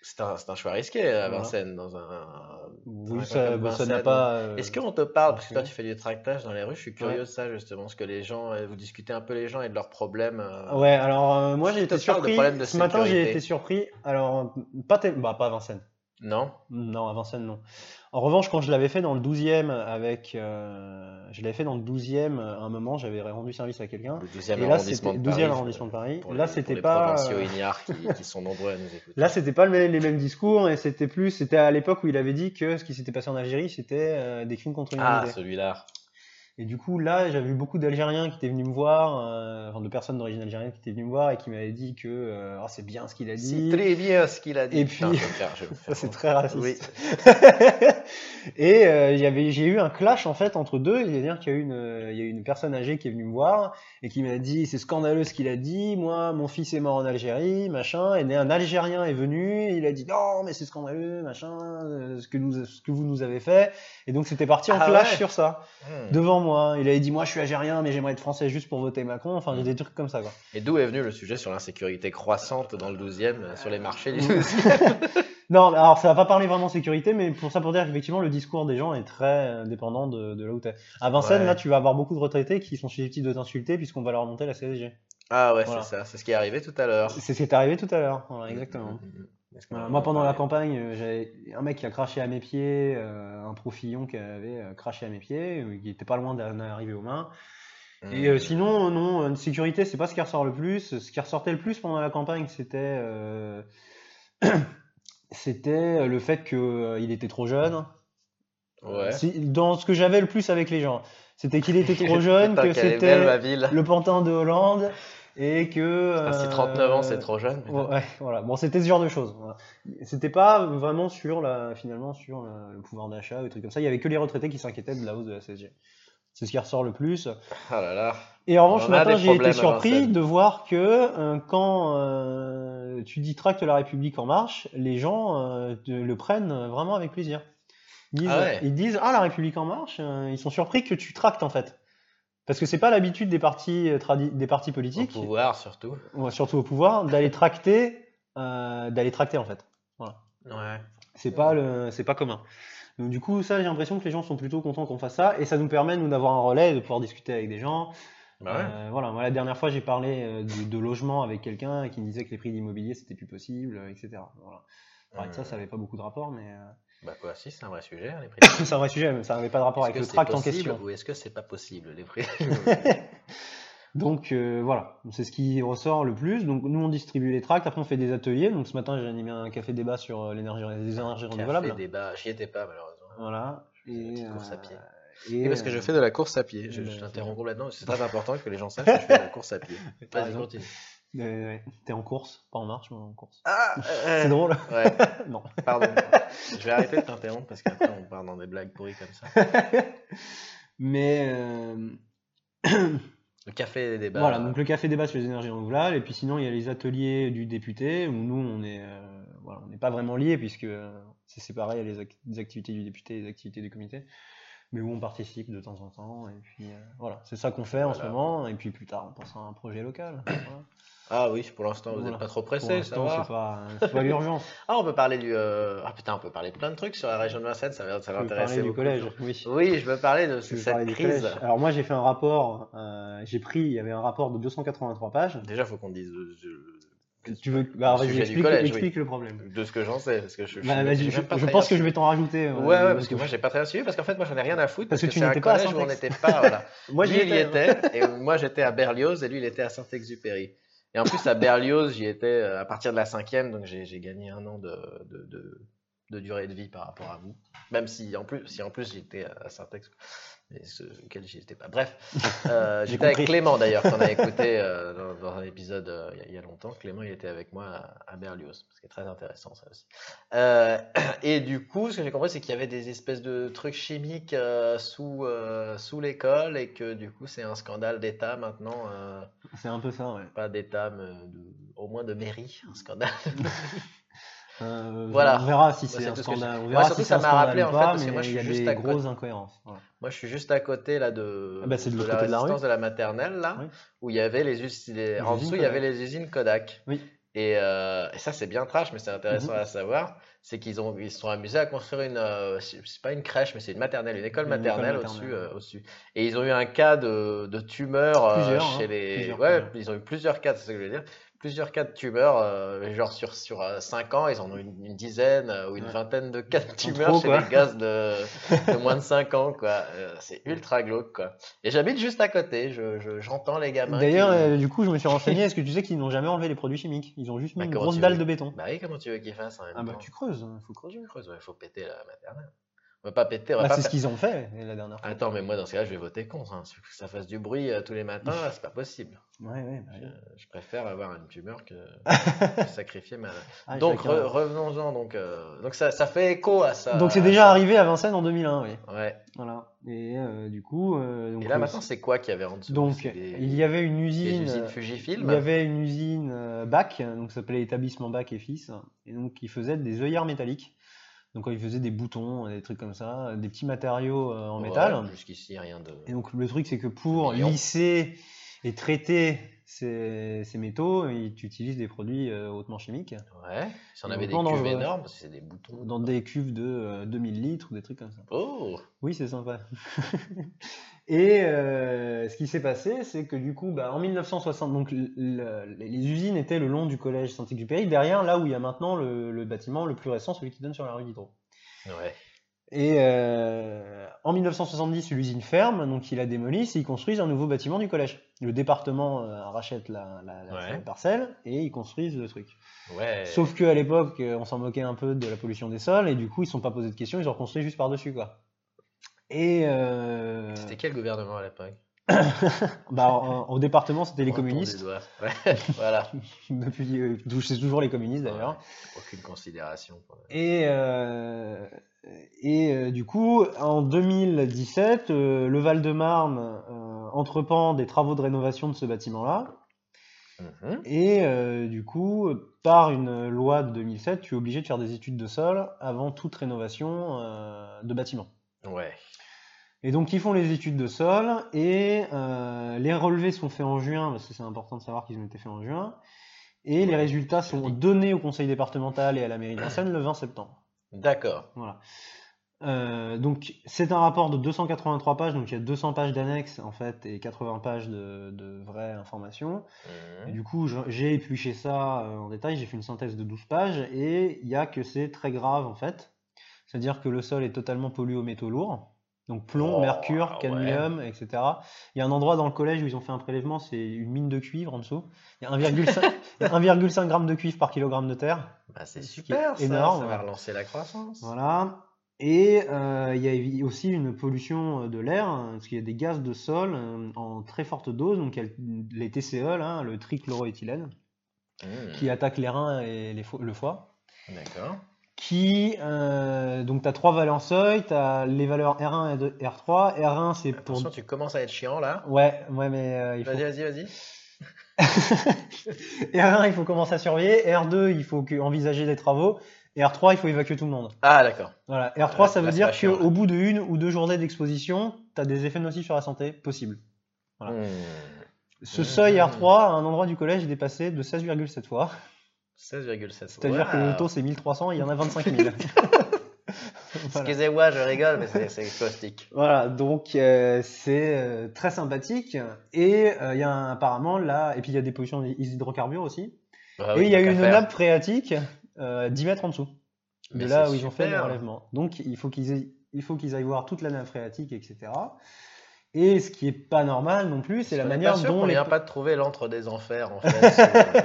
C: C'est un, c'est un choix risqué à
B: Voilà. Euh,
C: Vincennes dans un.
B: Vous,
C: Ouais,
B: ça
C: comme
B: bon, ça
C: Vincennes.
B: n'a pas. euh,
C: Est-ce qu'on te parle, parce que toi
B: oui.
C: tu fais du tractage dans les rues, je suis curieux de ça justement, ce que les gens, euh, vous discutez un peu les gens et de leurs problèmes. euh,
B: Ouais, alors euh, moi j'ai
C: Est-ce que
B: été
C: tu te parles de
B: surpris.
C: problèmes de
B: ce matin j'ai
C: sécurité
B: été surpris. Alors, pas, tel- bah, pas à Vincennes.
C: Non
B: Non, à Vincennes, non. En revanche, quand je l'avais fait dans le 12e avec. euh, je l'avais fait dans le 12e à un moment, j'avais rendu service à quelqu'un.
C: Le
B: Et
C: 12e
B: là, c'était
C: arrondissement de
B: 12e
C: Paris.
B: arrondissement de Paris.
C: Pour
B: Là,
C: les, pour
B: c'était
C: les
B: pas.
C: provinciaux
B: euh,
C: ignares qui, qui sont nombreux à nous écouter.
B: Là, c'était pas le- les mêmes discours et c'était plus. C'était à l'époque où il avait dit que ce qui s'était passé en Algérie, c'était euh, des crimes contre
C: Ah,
B: l'humanité.
C: celui-là.
B: Et du coup, là, j'avais eu beaucoup d'Algériens qui étaient venus me voir, euh, enfin de personnes d'origine algérienne qui étaient venues me voir et qui m'avaient dit que euh, Ah, c'est bien ce qu'il a dit.
C: C'est très bien ce qu'il a dit.
B: Et
C: Putain,
B: puis-
C: je vais me faire- je vais me
B: Ça,
C: faire
B: c'est
C: honte.
B: très raciste.
C: Oui.
B: et euh, il y avait- j'ai eu un clash en fait entre deux. C'est-à-dire qu'il y a eu une, euh, il y a eu une personne âgée qui est venue me voir et qui m'a dit c'est scandaleux ce qu'il a dit. Moi, mon fils est mort en Algérie, machin. Et un Algérien est venu. Et il a dit non mais c'est scandaleux, machin. euh, Ce que nous, ce que vous nous avez fait. Et donc c'était parti en
C: Ah
B: clash
C: ouais.
B: sur ça
C: Hmm.
B: devant moi. Il avait dit moi je suis algérien mais j'aimerais être français juste pour voter Macron. Enfin
C: Mm.
B: j'ai des trucs comme ça quoi.
C: Et d'où est venu le sujet sur l'insécurité croissante dans le 12e, euh, sur les marchés du
B: Mm.
C: 12e
B: Non, alors ça va pas parler vraiment sécurité, mais pour ça, pour dire qu'effectivement, le discours des gens est très euh, dépendant de, de là où t'es. À Vincennes,
C: Ouais.
B: là, tu vas avoir beaucoup de retraités qui sont susceptibles de t'insulter puisqu'on va leur monter la CSG.
C: Ah ouais,
B: Voilà.
C: c'est ça, c'est ce qui est arrivé tout à l'heure.
B: C'est ce qui est arrivé tout à l'heure, voilà, exactement.
C: Mm, mm, mm. Est-ce qu'on
B: Voilà,
C: en
B: moi, pendant la
C: parlait
B: campagne, euh, j'avais un mec qui a craché à mes pieds, euh, un profillon qui avait euh, craché à mes pieds, euh, qui était pas loin d'en arriver aux mains. Et euh,
C: Mm.
B: sinon, euh, non, euh, sécurité, c'est pas ce qui ressort le plus. Ce qui ressortait le plus pendant la campagne, c'était euh, c'était euh, le fait qu'il était trop jeune.
C: Mm, Ouais.
B: Si- dans ce que j'avais le plus avec les gens, c'était qu'il était trop jeune,
C: Putain,
B: que
C: qu'elle est belle,
B: c'était
C: ma ville.
B: le pantin de Hollande, et que. euh,
C: Parce que 39 ans, c'est trop jeune. mais
B: Ouais, ouais, voilà. Bon, c'était ce genre de choses. voilà. C'était pas vraiment sur la, finalement sur la- le pouvoir d'achat ou des trucs comme ça. Il y avait que les retraités qui s'inquiétaient de la hausse de la CSG. C'est ce qui ressort le plus.
C: Ah là là.
B: Et en
C: On
B: revanche, ce
C: en a
B: matin,
C: des
B: j'ai été
C: problèmes à
B: surpris
C: Vincennes.
B: de voir que euh, quand euh, tu dis Tracte la République en marche, les gens euh, te- le prennent euh, vraiment avec plaisir. Ils disent,
C: Ah ouais.
B: ils disent, Ah, la République en marche, euh, ils sont surpris que tu tractes en fait. Parce que c'est pas l'habitude des partis, euh, tradi- des partis
C: Au
B: politiques,
C: pouvoir, surtout.
B: ou surtout au pouvoir, d'aller tracter, euh, d'aller tracter en fait.
C: Ouais.
B: C'est pas le, c'est pas commun. Donc du coup, ça, j'ai l'impression que les gens sont plutôt contents qu'on fasse ça, et ça nous permet nous d'avoir un relais, de pouvoir discuter avec des gens.
C: Bah ouais.
B: Euh, voilà, moi la dernière fois j'ai parlé euh, de, de logement avec quelqu'un qui me disait que les prix d'immobilier c'était plus possible, euh, etc. Voilà. Pareil que Euh, ça,
C: Hum.
B: ça n'avait pas beaucoup de rapport, mais euh,
C: Bah quoi, si, c'est un vrai sujet, hein, les prix.
B: c'est un vrai sujet, mais ça n'avait pas de rapport
C: Est-ce
B: avec
C: que
B: le
C: c'est
B: tract en
C: possible
B: question.
C: Ou est-ce que c'est pas possible, les prix
B: Donc euh, voilà, c'est ce qui ressort le plus. Donc nous on distribue les tracts, après on fait des ateliers. Donc ce matin j'ai animé un café débat sur euh, l'énergie, les énergies renouvelables.
C: Café, débat. J'y étais pas, malheureusement.
B: Voilà. euh,
C: Je faisais une petite course à pied.
B: et,
C: Oui, parce que je
B: euh,
C: fais de la course à pied. Je,
B: euh,
C: je
B: c'est
C: t'interromps
B: bien.
C: complètement. C'est très important que les gens sachent que je fais de la course à pied.
B: t'as
C: Vas-y,
B: raison.
C: continue.
B: Ouais, ouais. T'es en course, pas en marche, mais en course.
C: Ah
B: C'est drôle.
C: Ouais,
B: non.
C: pardon. je vais arrêter de t'interrompre parce qu'après, on part dans des blagues pourries comme ça.
B: Mais euh,
C: Le café des débats.
B: voilà, donc le café débat sur les énergies renouvelables, et puis sinon il y a les ateliers du député, où nous on est, euh, voilà, on n'est pas vraiment liés, puisque euh, c'est séparé les, ac- les activités du député et les activités du comité, mais où on participe de temps en temps, et puis euh, voilà, c'est ça qu'on fait en ce
C: Voilà.
B: moment, et puis plus tard on pense à un projet local. voilà.
C: Ah oui, pour l'instant, vous n'êtes
B: Voilà.
C: pas trop
B: Pour
C: pressé, ça
B: l'instant
C: va.
B: c'est pas, c'est pas l'urgence,
C: Ah, on peut parler du. euh, Ah putain, on peut parler de plein de trucs sur la région de Vincennes, ça va, ça va
B: on peut
C: intéresser
B: parler du
C: beaucoup de
B: collège,
C: gens.
B: oui.
C: Oui, je veux parler de
B: Je vais
C: cette
B: parler du
C: crise.
B: collège. Alors moi j'ai fait un rapport, euh, j'ai pris, il y avait un rapport de 283 pages.
C: Déjà, faut qu'on dise euh, je-
B: Tu veux, bah,
C: Le
B: vas-y,
C: sujet du
B: explique,
C: collège, oui.
B: explique le problème.
C: de ce que j'en sais, parce que je.
B: Bah, vas-y,
C: j'ai
B: je,
C: même pas
B: je
C: très
B: pense que
C: bien
B: je vais t'en
C: suivi.
B: rajouter. euh,
C: Ouais, ouais, parce
B: parce
C: que moi j'ai pas très bien suivi, parce qu'en fait, moi j'en ai rien à foutre,
B: Parce
C: parce
B: que
C: que,
B: tu
C: c'est un
B: n'étais pas à
C: collège où on
B: Saint-Ex.
C: n'était pas. Voilà.
B: moi
C: lui, il y était, et moi j'étais à Berlioz, et lui, il était à Saint-Exupéry. Et en plus, à Berlioz, j'y étais euh, à partir de la cinquième, donc j'ai j'ai gagné un an de, de, de- de durée de vie par rapport à vous. Même si en plus, si en plus j'étais à Saint-Ex, mais ce- auquel j'y étais pas. Bref, euh,
B: J'ai
C: j'étais avec
B: compris.
C: Clément d'ailleurs, qu'on a écouté euh, dans, dans un épisode euh, il y a- il y, a longtemps. Clément, il était avec moi à, à Berlioz, ce qui est très intéressant ça aussi. Euh, et du coup, ce que j'ai compris, c'est qu'il y avait des espèces de trucs chimiques euh, sous, euh, sous l'école et que du coup, c'est un scandale d'État maintenant. euh,
B: C'est un peu ça, ouais.
C: pas d'État, mais de- au moins de mairie, un scandale.
B: Euh,
C: Voilà.
B: On verra si c'est
C: c'est
B: un
C: tout ce que je-
B: scandale. On
C: Moi,
B: verra
C: surtout,
B: si c'est un
C: ça m'a
B: scandale
C: rappelé,
B: ou
C: en
B: pas,
C: fait, parce que
B: mais
C: moi, je
B: il y a
C: suis juste
B: des
C: à
B: grosses incohérences. voilà.
C: Moi, je suis juste à côté là de,
B: Ah bah, c'est de l'autre
C: la
B: côté de la rue.
C: résistance de la maternelle là,
B: Oui.
C: où il y avait les, us- les-
B: Les
C: en
B: usines
C: dessous il y avait les usines Kodak.
B: Oui.
C: Et, euh, et ça c'est bien trash, mais c'est intéressant
B: Mhm.
C: à savoir, c'est qu'ils ont ils se sont amusés à construire une euh, c'est c'est pas une crèche mais c'est une maternelle, une école
B: Une école
C: maternelle
B: maternelle,
C: au-dessus
B: ouais.
C: euh, au-dessus. Et ils ont eu un cas de, de tumeur euh,
B: Plusieurs, hein,
C: chez les
B: plusieurs,
C: ouais
B: plusieurs.
C: ils ont eu plusieurs cas c'est ce que je veux dire plusieurs cas de tumeurs euh, genre sur sur 5 ans ils en ont une, une dizaine euh, ou une
B: Ouais.
C: vingtaine de cas de
B: Ils sont
C: tumeurs
B: trop,
C: chez
B: quoi.
C: les gosses de de moins de 5 ans, quoi. Euh, c'est ultra glauque, quoi. Et j'habite juste à côté, je, je- j'entends les gamins.
B: D'ailleurs,
C: qui-
B: euh, du coup, je me suis renseigné. Est-ce que tu sais qu'ils n'ont jamais enlevé les produits chimiques Ils ont juste mis
C: Bah,
B: une
C: comment
B: grosse
C: tu
B: dalle
C: veux
B: de béton.
C: Bah oui, comment tu veux qu'ils fassent en même
B: Ah bah
C: temps
B: tu creuses, hein, faut creuser.
C: Creuse, creuse, ouais, faut péter la maternelle. On va pas péter, on va
B: Bah,
C: pas
B: c'est ce
C: faire-
B: qu'ils ont fait la dernière fois.
C: Attends, mais moi, dans ce cas-là, je vais voter contre. hein. Que ça fasse du bruit euh, tous les matins, là, c'est pas possible.
B: Ouais, ouais, bah,
C: Je, je préfère avoir une tumeur que sacrifier ma...
B: ah,
C: donc,
B: chacun.
C: re- revenons-en. Donc, euh, donc ça, ça fait écho à ça.
B: Donc c'est
C: à
B: déjà
C: ça.
B: arrivé à Vincennes en 2001, oui.
C: Ouais.
B: Voilà. Et euh, du coup, euh, donc,
C: Et là,
B: euh,
C: maintenant, c'est quoi qu'il y avait en dessous
B: donc
C: C'est des-
B: il y avait une
C: des
B: usine,
C: usines
B: euh,
C: Fujifilm
B: il y avait une usine euh, Bac, donc ça s'appelait établissement Bac et fils, et donc ils faisaient des œillères métalliques. Donc ils faisaient des boutons, des trucs comme ça, des petits matériaux euh, en
C: Ouais,
B: métal.
C: Jusqu'ici, rien de.
B: Et donc le truc c'est que pour
C: Mignon.
B: lisser et traiter ces, ces métaux, ils utilisent des produits euh, hautement chimiques
C: Ouais. Si on
B: Donc,
C: avait des
B: non,
C: cuves
B: non, je-
C: énormes, parce que c'est des boutons.
B: dans des cuves de euh, 2000 litres ou des trucs comme ça.
C: Oh
B: Oui, c'est sympa. Et euh, ce qui s'est passé, c'est que du coup, bah, en 1960, donc l- l- les usines étaient le long du collège Saint-Exupéry, derrière là où il y a maintenant le, le bâtiment le plus récent, celui qui donne sur la rue d'Hydro.
C: Ouais.
B: Et euh, en 1970, l'usine ferme, donc ils la démolissent et ils construisent un nouveau bâtiment du collège. Le département euh, rachète la, la- la
C: Ouais.
B: parcelle et ils construisent le truc.
C: Ouais.
B: Sauf qu'à l'époque, euh, on s'en moquait un peu de la pollution des sols et du coup, ils ne sont pas posés de questions, ils ont reconstruit juste par-dessus quoi. Et euh,
C: C'était quel gouvernement à l'époque
B: bah, en- au département, c'était les
C: On tourne
B: communistes.
C: doigts. Ouais, voilà.
B: Depuis, euh, d'où- c'est toujours les communistes d'ailleurs.
C: Aucune considération. pour le-
B: Et, euh, et euh, du coup, en 2017, euh, le Val-de-Marne euh, entreprend des travaux de rénovation de ce bâtiment-là.
C: Mhm.
B: Et euh, du coup, par une loi de 2007, tu es obligé de faire des études de sol avant toute rénovation euh, de bâtiment.
C: Ouais.
B: Et donc, ils font les études de sol et euh, les relevés sont faits en juin, parce que c'est important de savoir qu'ils ont été faits en juin. Et les
C: Ouais,
B: résultats sont donnés au conseil départemental et à la mairie de Vincennes le 20 septembre.
C: D'accord.
B: Euh, donc c'est un rapport de 283 pages, donc il y a 200 pages d'annexes en fait et 80 pages de, de vraies informations. Et
C: Mhm.
B: du coup je- j'ai épluché ça euh, en détail, j'ai fait une synthèse de 12 pages et il y a que c'est très grave en fait. C'est-à-dire que le sol est totalement pollué aux métaux lourds, donc plomb,
C: Oh,
B: mercure,
C: ouais.
B: cadmium, etc. Il y a un endroit dans le collège où ils ont fait un prélèvement, c'est une mine de cuivre en dessous. Il y a 1,5 il y a 1,5 g de cuivre par kilogramme de terre.
C: Bah, c'est
B: Ce qui est
C: super, ça,
B: énorme,
C: ça va
B: ouais.
C: relancer la croissance.
B: Voilà. Et euh, il y a eu aussi une pollution euh, de l'air, hein, parce qu'il y a des gaz de sol euh, en très forte dose, donc il y a le- les TCE, là, le trichloroéthylène,
C: Mhm.
B: qui attaque les reins et les fo- le foie.
C: D'accord.
B: Qui, euh, donc tu as trois valeurs seuil, tu as les valeurs R1 et de- R3. R1, c'est pour.
C: Attention, tu commences à être chiant là.
B: Ouais, ouais, mais euh, il faut.
C: Vas-y, vas-y, vas-y.
B: R1, il faut commencer à surveiller. R2, il faut que- envisager des travaux. Et R3, il faut évacuer tout le monde.
C: Ah, d'accord.
B: Voilà, R3,
C: Euh,
B: ça veut
C: là, c'est
B: dire
C: pas chiant,
B: qu'au
C: là.
B: bout de une ou deux journées d'exposition, tu as des effets nocifs sur la santé possible. Voilà.
C: Mhm.
B: Ce
C: Mmh.
B: seuil R3 à un endroit du collège est dépassé de 16,7 fois.
C: 16,7.
B: C'est-à-dire que le
C: Waouh.
B: taux c'est 1300 et il y en a 25 000. voilà.
C: Excusez-moi, je rigole, mais c'est- c'est caustique.
B: Voilà, donc euh, c'est euh, très sympathique. Et euh, il y a un- apparemment là, et puis il y a des pollutions des hydrocarbures aussi.
C: Bah Ah
B: et il y a eu une nappe phréatique euh, 10 mètres en dessous. de
C: Mais
B: là
C: c'est
B: où ils ont fait le
C: super.
B: relèvement. Donc il faut qu'ils aient- il faut qu'ils aillent voir toute la nappe phréatique, etc. Et ce qui est pas normal non plus, c'est la manière dont
C: On
B: les.
C: vient pas de trouver l'antre des enfers, en fait, sous, euh,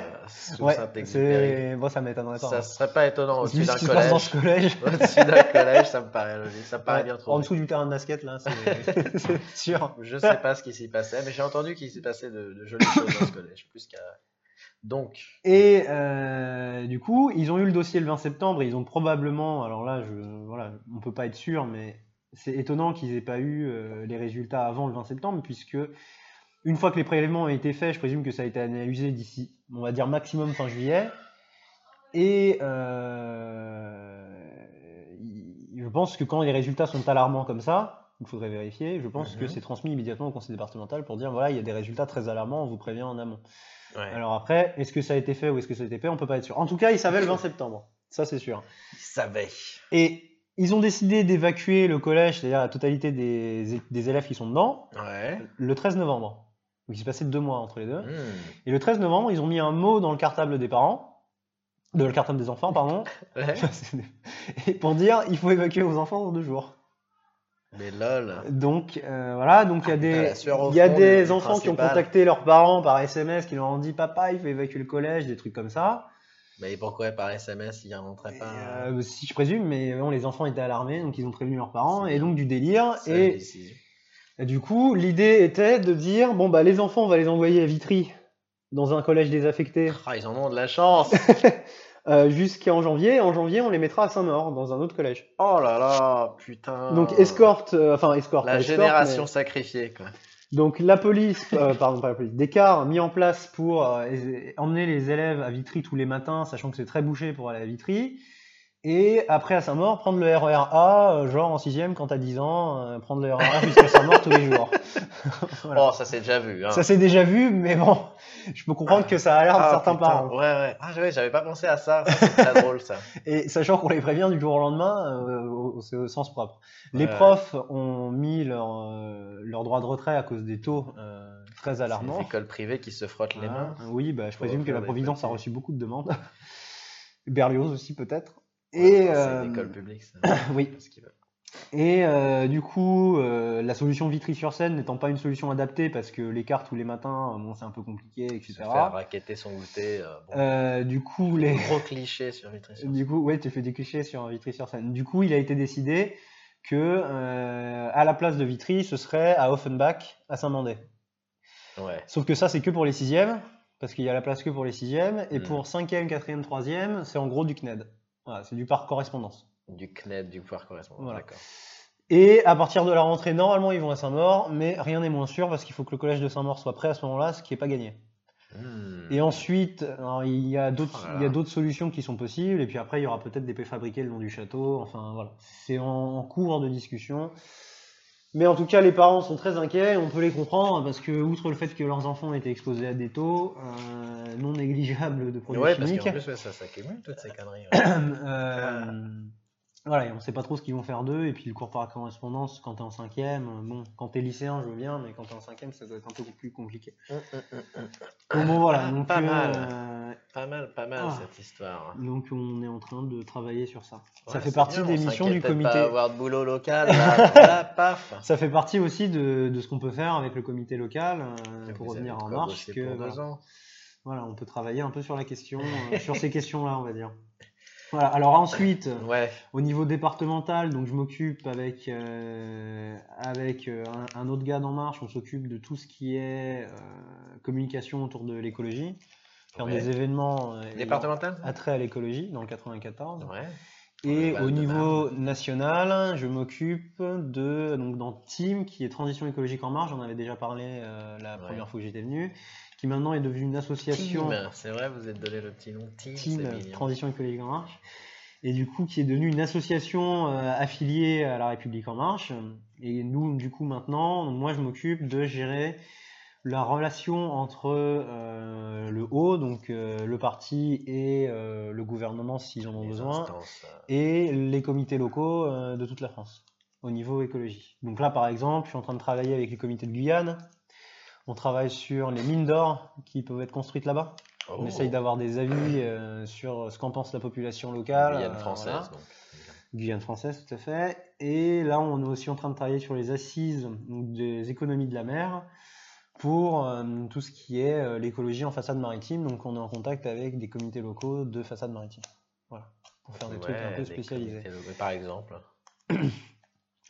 C: sous
B: Ouais,
C: Saint-Exupéry.
B: c'est moi ça m'étonnerait pas.
C: Ça
B: hein.
C: serait pas étonnant au-dessus
B: Vu ce
C: d'un
B: qui se passe dans
C: collège.
B: ce collège.
C: Au-dessus d'un collège, ça me paraît logique, ça me paraît
B: Ouais,
C: bien
B: en
C: trouvé.
B: dessous du terrain de basket là, c'est c'est sûr.
C: Je sais pas ce qui s'y passait, mais j'ai entendu qu'il s'y passait de, de jolies choses dans ce collège, plus qu'à. Donc,
B: Et euh, du coup, ils ont eu le dossier le 20 septembre. et Ils ont probablement, alors là, je, voilà, on peut pas être sûr, mais c'est étonnant qu'ils aient pas eu euh, les résultats avant le 20 septembre, puisque une fois que les prélèvements ont été faits, je présume que ça a été analysé d'ici, on va dire maximum fin juillet. Et euh, il- je pense que quand les résultats sont alarmants comme ça, il faudrait vérifier. Je pense que
C: Mhm.
B: c'est transmis immédiatement au conseil départemental pour dire voilà, il y a des résultats très alarmants, on vous prévient en amont.
C: ouais.
B: Alors après, est-ce que ça a été fait ou est-ce que ça a été fait On peut pas être sûr. En tout cas, ils savaient le 20 septembre. Ça, c'est sûr.
C: il savait.
B: Et ils ont décidé d'évacuer le collège, c'est-à-dire la totalité des, des élèves qui sont dedans,
C: Ouais.
B: le 13 novembre. Donc il s'est passé deux mois entre les deux.
C: Hmm.
B: Et le 13 novembre, ils ont mis un mot dans le cartable des parents, de le cartable des enfants, pardon,
C: Ouais.
B: et pour dire il faut évacuer vos enfants dans deux jours.
C: Mais lol.
B: Donc euh, voilà, donc il y a
C: Ah, Putain,
B: des,
C: la sueur au
B: il y a
C: front
B: des
C: du
B: enfants qui ont
C: principal.
B: contacté leurs parents par SMS, qui leur ont dit papa, il faut évacuer le collège, des trucs comme ça.
C: Mais pourquoi par SMS, il inventerait pas
B: Euh, si je présume, mais bon, les enfants étaient alarmés, donc ils ont prévenu leurs parents,
C: C'est
B: et
C: bien.
B: donc du délire.
C: cette
B: Et
C: décision
B: du coup, l'idée était de dire bon, bah, les enfants, on va les envoyer à Vitry, dans un collège désaffecté,
C: Ah, ils en ont de la chance.
B: euh, jusqu'en janvier. En janvier, on les mettra à Saint-Maur, dans un autre collège.
C: Oh là là, putain.
B: Donc, escorte, euh, enfin, escorte.
C: Ah. La
B: pas escorte,
C: génération
B: mais-
C: sacrifiée, quoi.
B: Donc, la police, euh, pardon, pas la police, des cars mis en place pour euh, é- emmener les élèves à Vitry tous les matins, sachant que c'est très bouché pour aller à Vitry. Et après à Saint-Maur, prendre le RER A, euh, genre en 6ème quand t'as 10 ans, euh, prendre le RER A jusqu'à Saint-Maur tous les jours. Voilà.
C: Oh, ça c'est déjà vu. Hein.
B: Ça c'est déjà vu, mais bon, je peux comprendre que ça alarme
C: Ah,
B: certains
C: putain,
B: parents.
C: Ouais, ouais. Ah, ouais, j'avais pas pensé à ça. Ça, c'est très drôle, ça.
B: Et sachant qu'on les prévient du jour au lendemain, euh, au- c'est au sens propre. Les
C: Ouais, ouais.
B: profs ont mis leur, euh, leur droit de retrait à cause des taux euh, très
C: Alarmant.
B: alarmants.
C: Les écoles privées qui se frottent les mains.
B: Ah, Oui, bah, je
C: Pour
B: présume que
C: faire
B: la
C: des
B: Providence a
C: papiers.
B: reçu beaucoup de demandes. Berlioz aussi peut-être.
C: Ouais,
B: Et,
C: enfin,
B: euh,
C: C'est une école publique, ça.
B: oui.
C: Ce qu'ils veulent.
B: et euh, du coup, euh, la solution Vitry-sur-Seine n'étant pas une solution adaptée parce que l'écart tous les matins, euh, bon, c'est un peu compliqué,
C: Se
B: etc.
C: faire raqueter son goûter. euh, bon.
B: Euh, du coup, les...
C: Gros cliché sur Vitry. sur-
B: du coup, ouais, tu fais des clichés sur Vitry-sur-Seine. Du coup, il a été décidé que euh, à la place de Vitry, ce serait à Offenbach, à Saint-Mandé.
C: Ouais.
B: Sauf que ça, c'est que pour les sixièmes, parce qu'il y a la place que pour les sixièmes. Et
C: Hmm.
B: pour cinquième, quatrième, troisième, c'est en gros du CNED. Voilà, c'est du par correspondance.
C: Du CNED, du pouvoir correspondant.
B: Voilà.
C: D'accord.
B: Et à partir de la rentrée, normalement, ils vont à Saint-Maur, mais rien n'est moins sûr parce qu'il faut que le collège de Saint-Maur soit prêt à ce moment-là, ce qui n'est pas gagné.
C: Hmm.
B: Et ensuite, alors, il y a d'autres,
C: Oh là là.
B: il y a d'autres solutions qui sont possibles. Et puis après, il y aura peut-être des préfabriqués le long du château. Enfin, voilà. C'est en, en cours de discussion. Mais en tout cas, les parents sont très inquiets. On peut les comprendre parce que, outre le fait que leurs enfants ont été exposés à des taux euh, non négligeables de produits
C: Ouais, parce
B: chimiques,
C: qu'en plus, ouais, ça s'accumule toutes ces conneries. ouais.
B: euh, voilà, et on sait pas trop ce qu'ils vont faire d'eux. Et puis le cours par correspondance, quand t'es en cinquième, euh, bon, quand t'es lycéen, je veux bien, mais quand t'es en cinquième, ça doit être un peu plus compliqué.
C: Hum, hum, hum, hum.
B: Donc bon, voilà.
C: Ah,
B: donc,
C: pas mal.
B: euh,
C: Pas mal, pas mal
B: Ah.
C: cette histoire. hein.
B: Donc on est en train de travailler sur ça. ça
C: Ouais,
B: fait
C: c'est
B: partie
C: bien,
B: des
C: on
B: missions
C: s'inquiète
B: du
C: peut-être
B: comité.
C: Pas avoir de boulot local, là, voilà, paf.
B: Ça fait partie aussi de, de ce qu'on peut faire avec le comité local euh, pour
C: Vous avez
B: revenir
C: de
B: en
C: quoi
B: marche.
C: bosser
B: Que,
C: bah, pour
B: voilà,
C: deux ans.
B: Voilà, on peut travailler un peu sur la question, euh, sur ces questions-là, on va dire. Voilà. Alors ensuite,
C: Ouais.
B: au niveau départemental, donc je m'occupe avec euh, avec euh, un, un autre gars d'En Marche. On s'occupe de tout ce qui est euh, communication autour de l'écologie, faire
C: ouais.
B: des événements euh,
C: Départemental
B: attraits à l'écologie dans le 94.
C: Ouais.
B: Et
C: Bah,
B: au
C: de
B: niveau national, je m'occupe de donc dans Team qui est Transition écologique en marche. J'en avais déjà parlé euh, la
C: Ouais.
B: première fois que j'étais venu, qui maintenant est devenue une association
C: Team. C'est vrai, vous êtes donné le petit nom Team.
B: Team,
C: c'est
B: euh,
C: mignon.
B: Transition écologique en marche, et du coup qui est devenue une association euh, affiliée à la République en marche. Et nous, du coup maintenant, moi je m'occupe de gérer la relation entre euh, le haut, donc euh, le parti et euh, le gouvernement s'ils en ont
C: Les
B: besoin,
C: instances, euh,
B: et les comités locaux euh, de toute la France au niveau écologie. Donc là, par exemple, je suis en train de travailler avec les comités de Guyane. On travaille sur les mines d'or qui peuvent être construites là-bas. On
C: oh,
B: essaye d'avoir des avis euh, sur ce qu'en pense la population locale.
C: Guyane
B: euh,
C: française,
B: voilà.
C: donc.
B: Guyane française, tout à fait. Et là, on est aussi en train de travailler sur les assises donc des économies de la mer pour euh, tout ce qui est euh, l'écologie en façade maritime. Donc, on est en contact avec des comités locaux de façade maritime. Voilà. Pour faire des trucs un
C: Ouais,
B: peu
C: des
B: spécialisés.
C: comités locaux, Par exemple.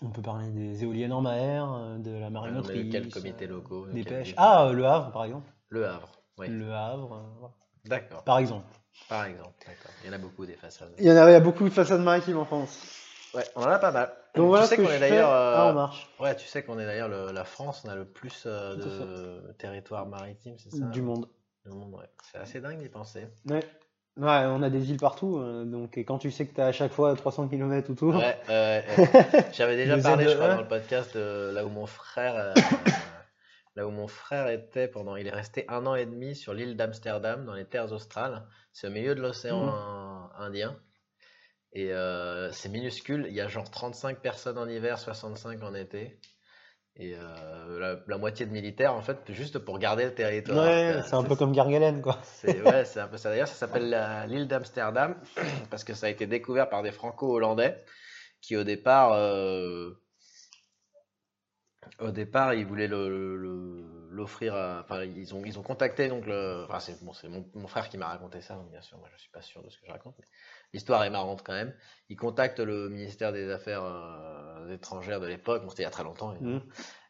B: On peut parler des éoliennes en mer, euh, de la marée
C: Ouais, Ah non, mais
B: motrice,
C: quels comités
B: euh,
C: locaux de
B: des
C: quel
B: pêches.
C: but
B: Ah, euh, le Havre, par exemple.
C: Le Havre. Oui.
B: Le Havre, euh, voilà.
C: D'accord.
B: par exemple.
C: Par exemple. D'accord. Il y en a beaucoup des façades.
B: Il y en a, il y a beaucoup de façades maritimes en France.
C: Ouais, on en a pas mal.
B: Donc voilà
C: tu sais
B: ce que
C: qu'on
B: je
C: est
B: fais.
C: d'ailleurs.
B: Ah,
C: euh,
B: on marche.
C: Ouais, tu sais qu'on est d'ailleurs le- la France, on a le plus euh,
B: Tout à
C: de territoire maritime, c'est ça
B: Du monde.
C: du monde, ouais. C'est assez dingue d'y penser.
B: Ouais. Ouais, on a des îles partout. euh, donc, et quand tu sais que t'as à chaque fois 300 km autour.
C: Ouais, euh, euh, j'avais déjà
B: Le
C: parlé, je
B: ZEE.
C: crois, dans le podcast, de là où mon frère, euh, là où mon frère était pendant, il est resté un an et demi sur l'île d'Amsterdam, dans les terres australes. C'est au milieu de
B: Hmm.
C: l'océan Indien. Et euh, c'est minuscule. Il y a genre 35 personnes en hiver, 65 en été. Et euh, la, la moitié de militaires, en fait, juste pour garder le territoire. Euh,
B: Ouais, c'est un peu comme Gargalène, quoi.
C: C'est ouais, c'est un peu ça. D'ailleurs, ça s'appelle la- l'île d'Amsterdam parce que ça a été découvert par des Franco-Hollandais qui, au départ, euh, au départ, ils voulaient le- le- le- l'offrir. à- Enfin, ils ont ils ont contacté donc le. Enfin, c'est bon, c'est mon, mon frère qui m'a raconté ça. Donc, bien sûr, moi, je suis pas sûr de ce que je raconte. mais L'histoire est marrante quand même. Ils contactent le ministère des Affaires euh, étrangères de l'époque. Bon, c'était il y a très longtemps. évidemment.
B: Mm.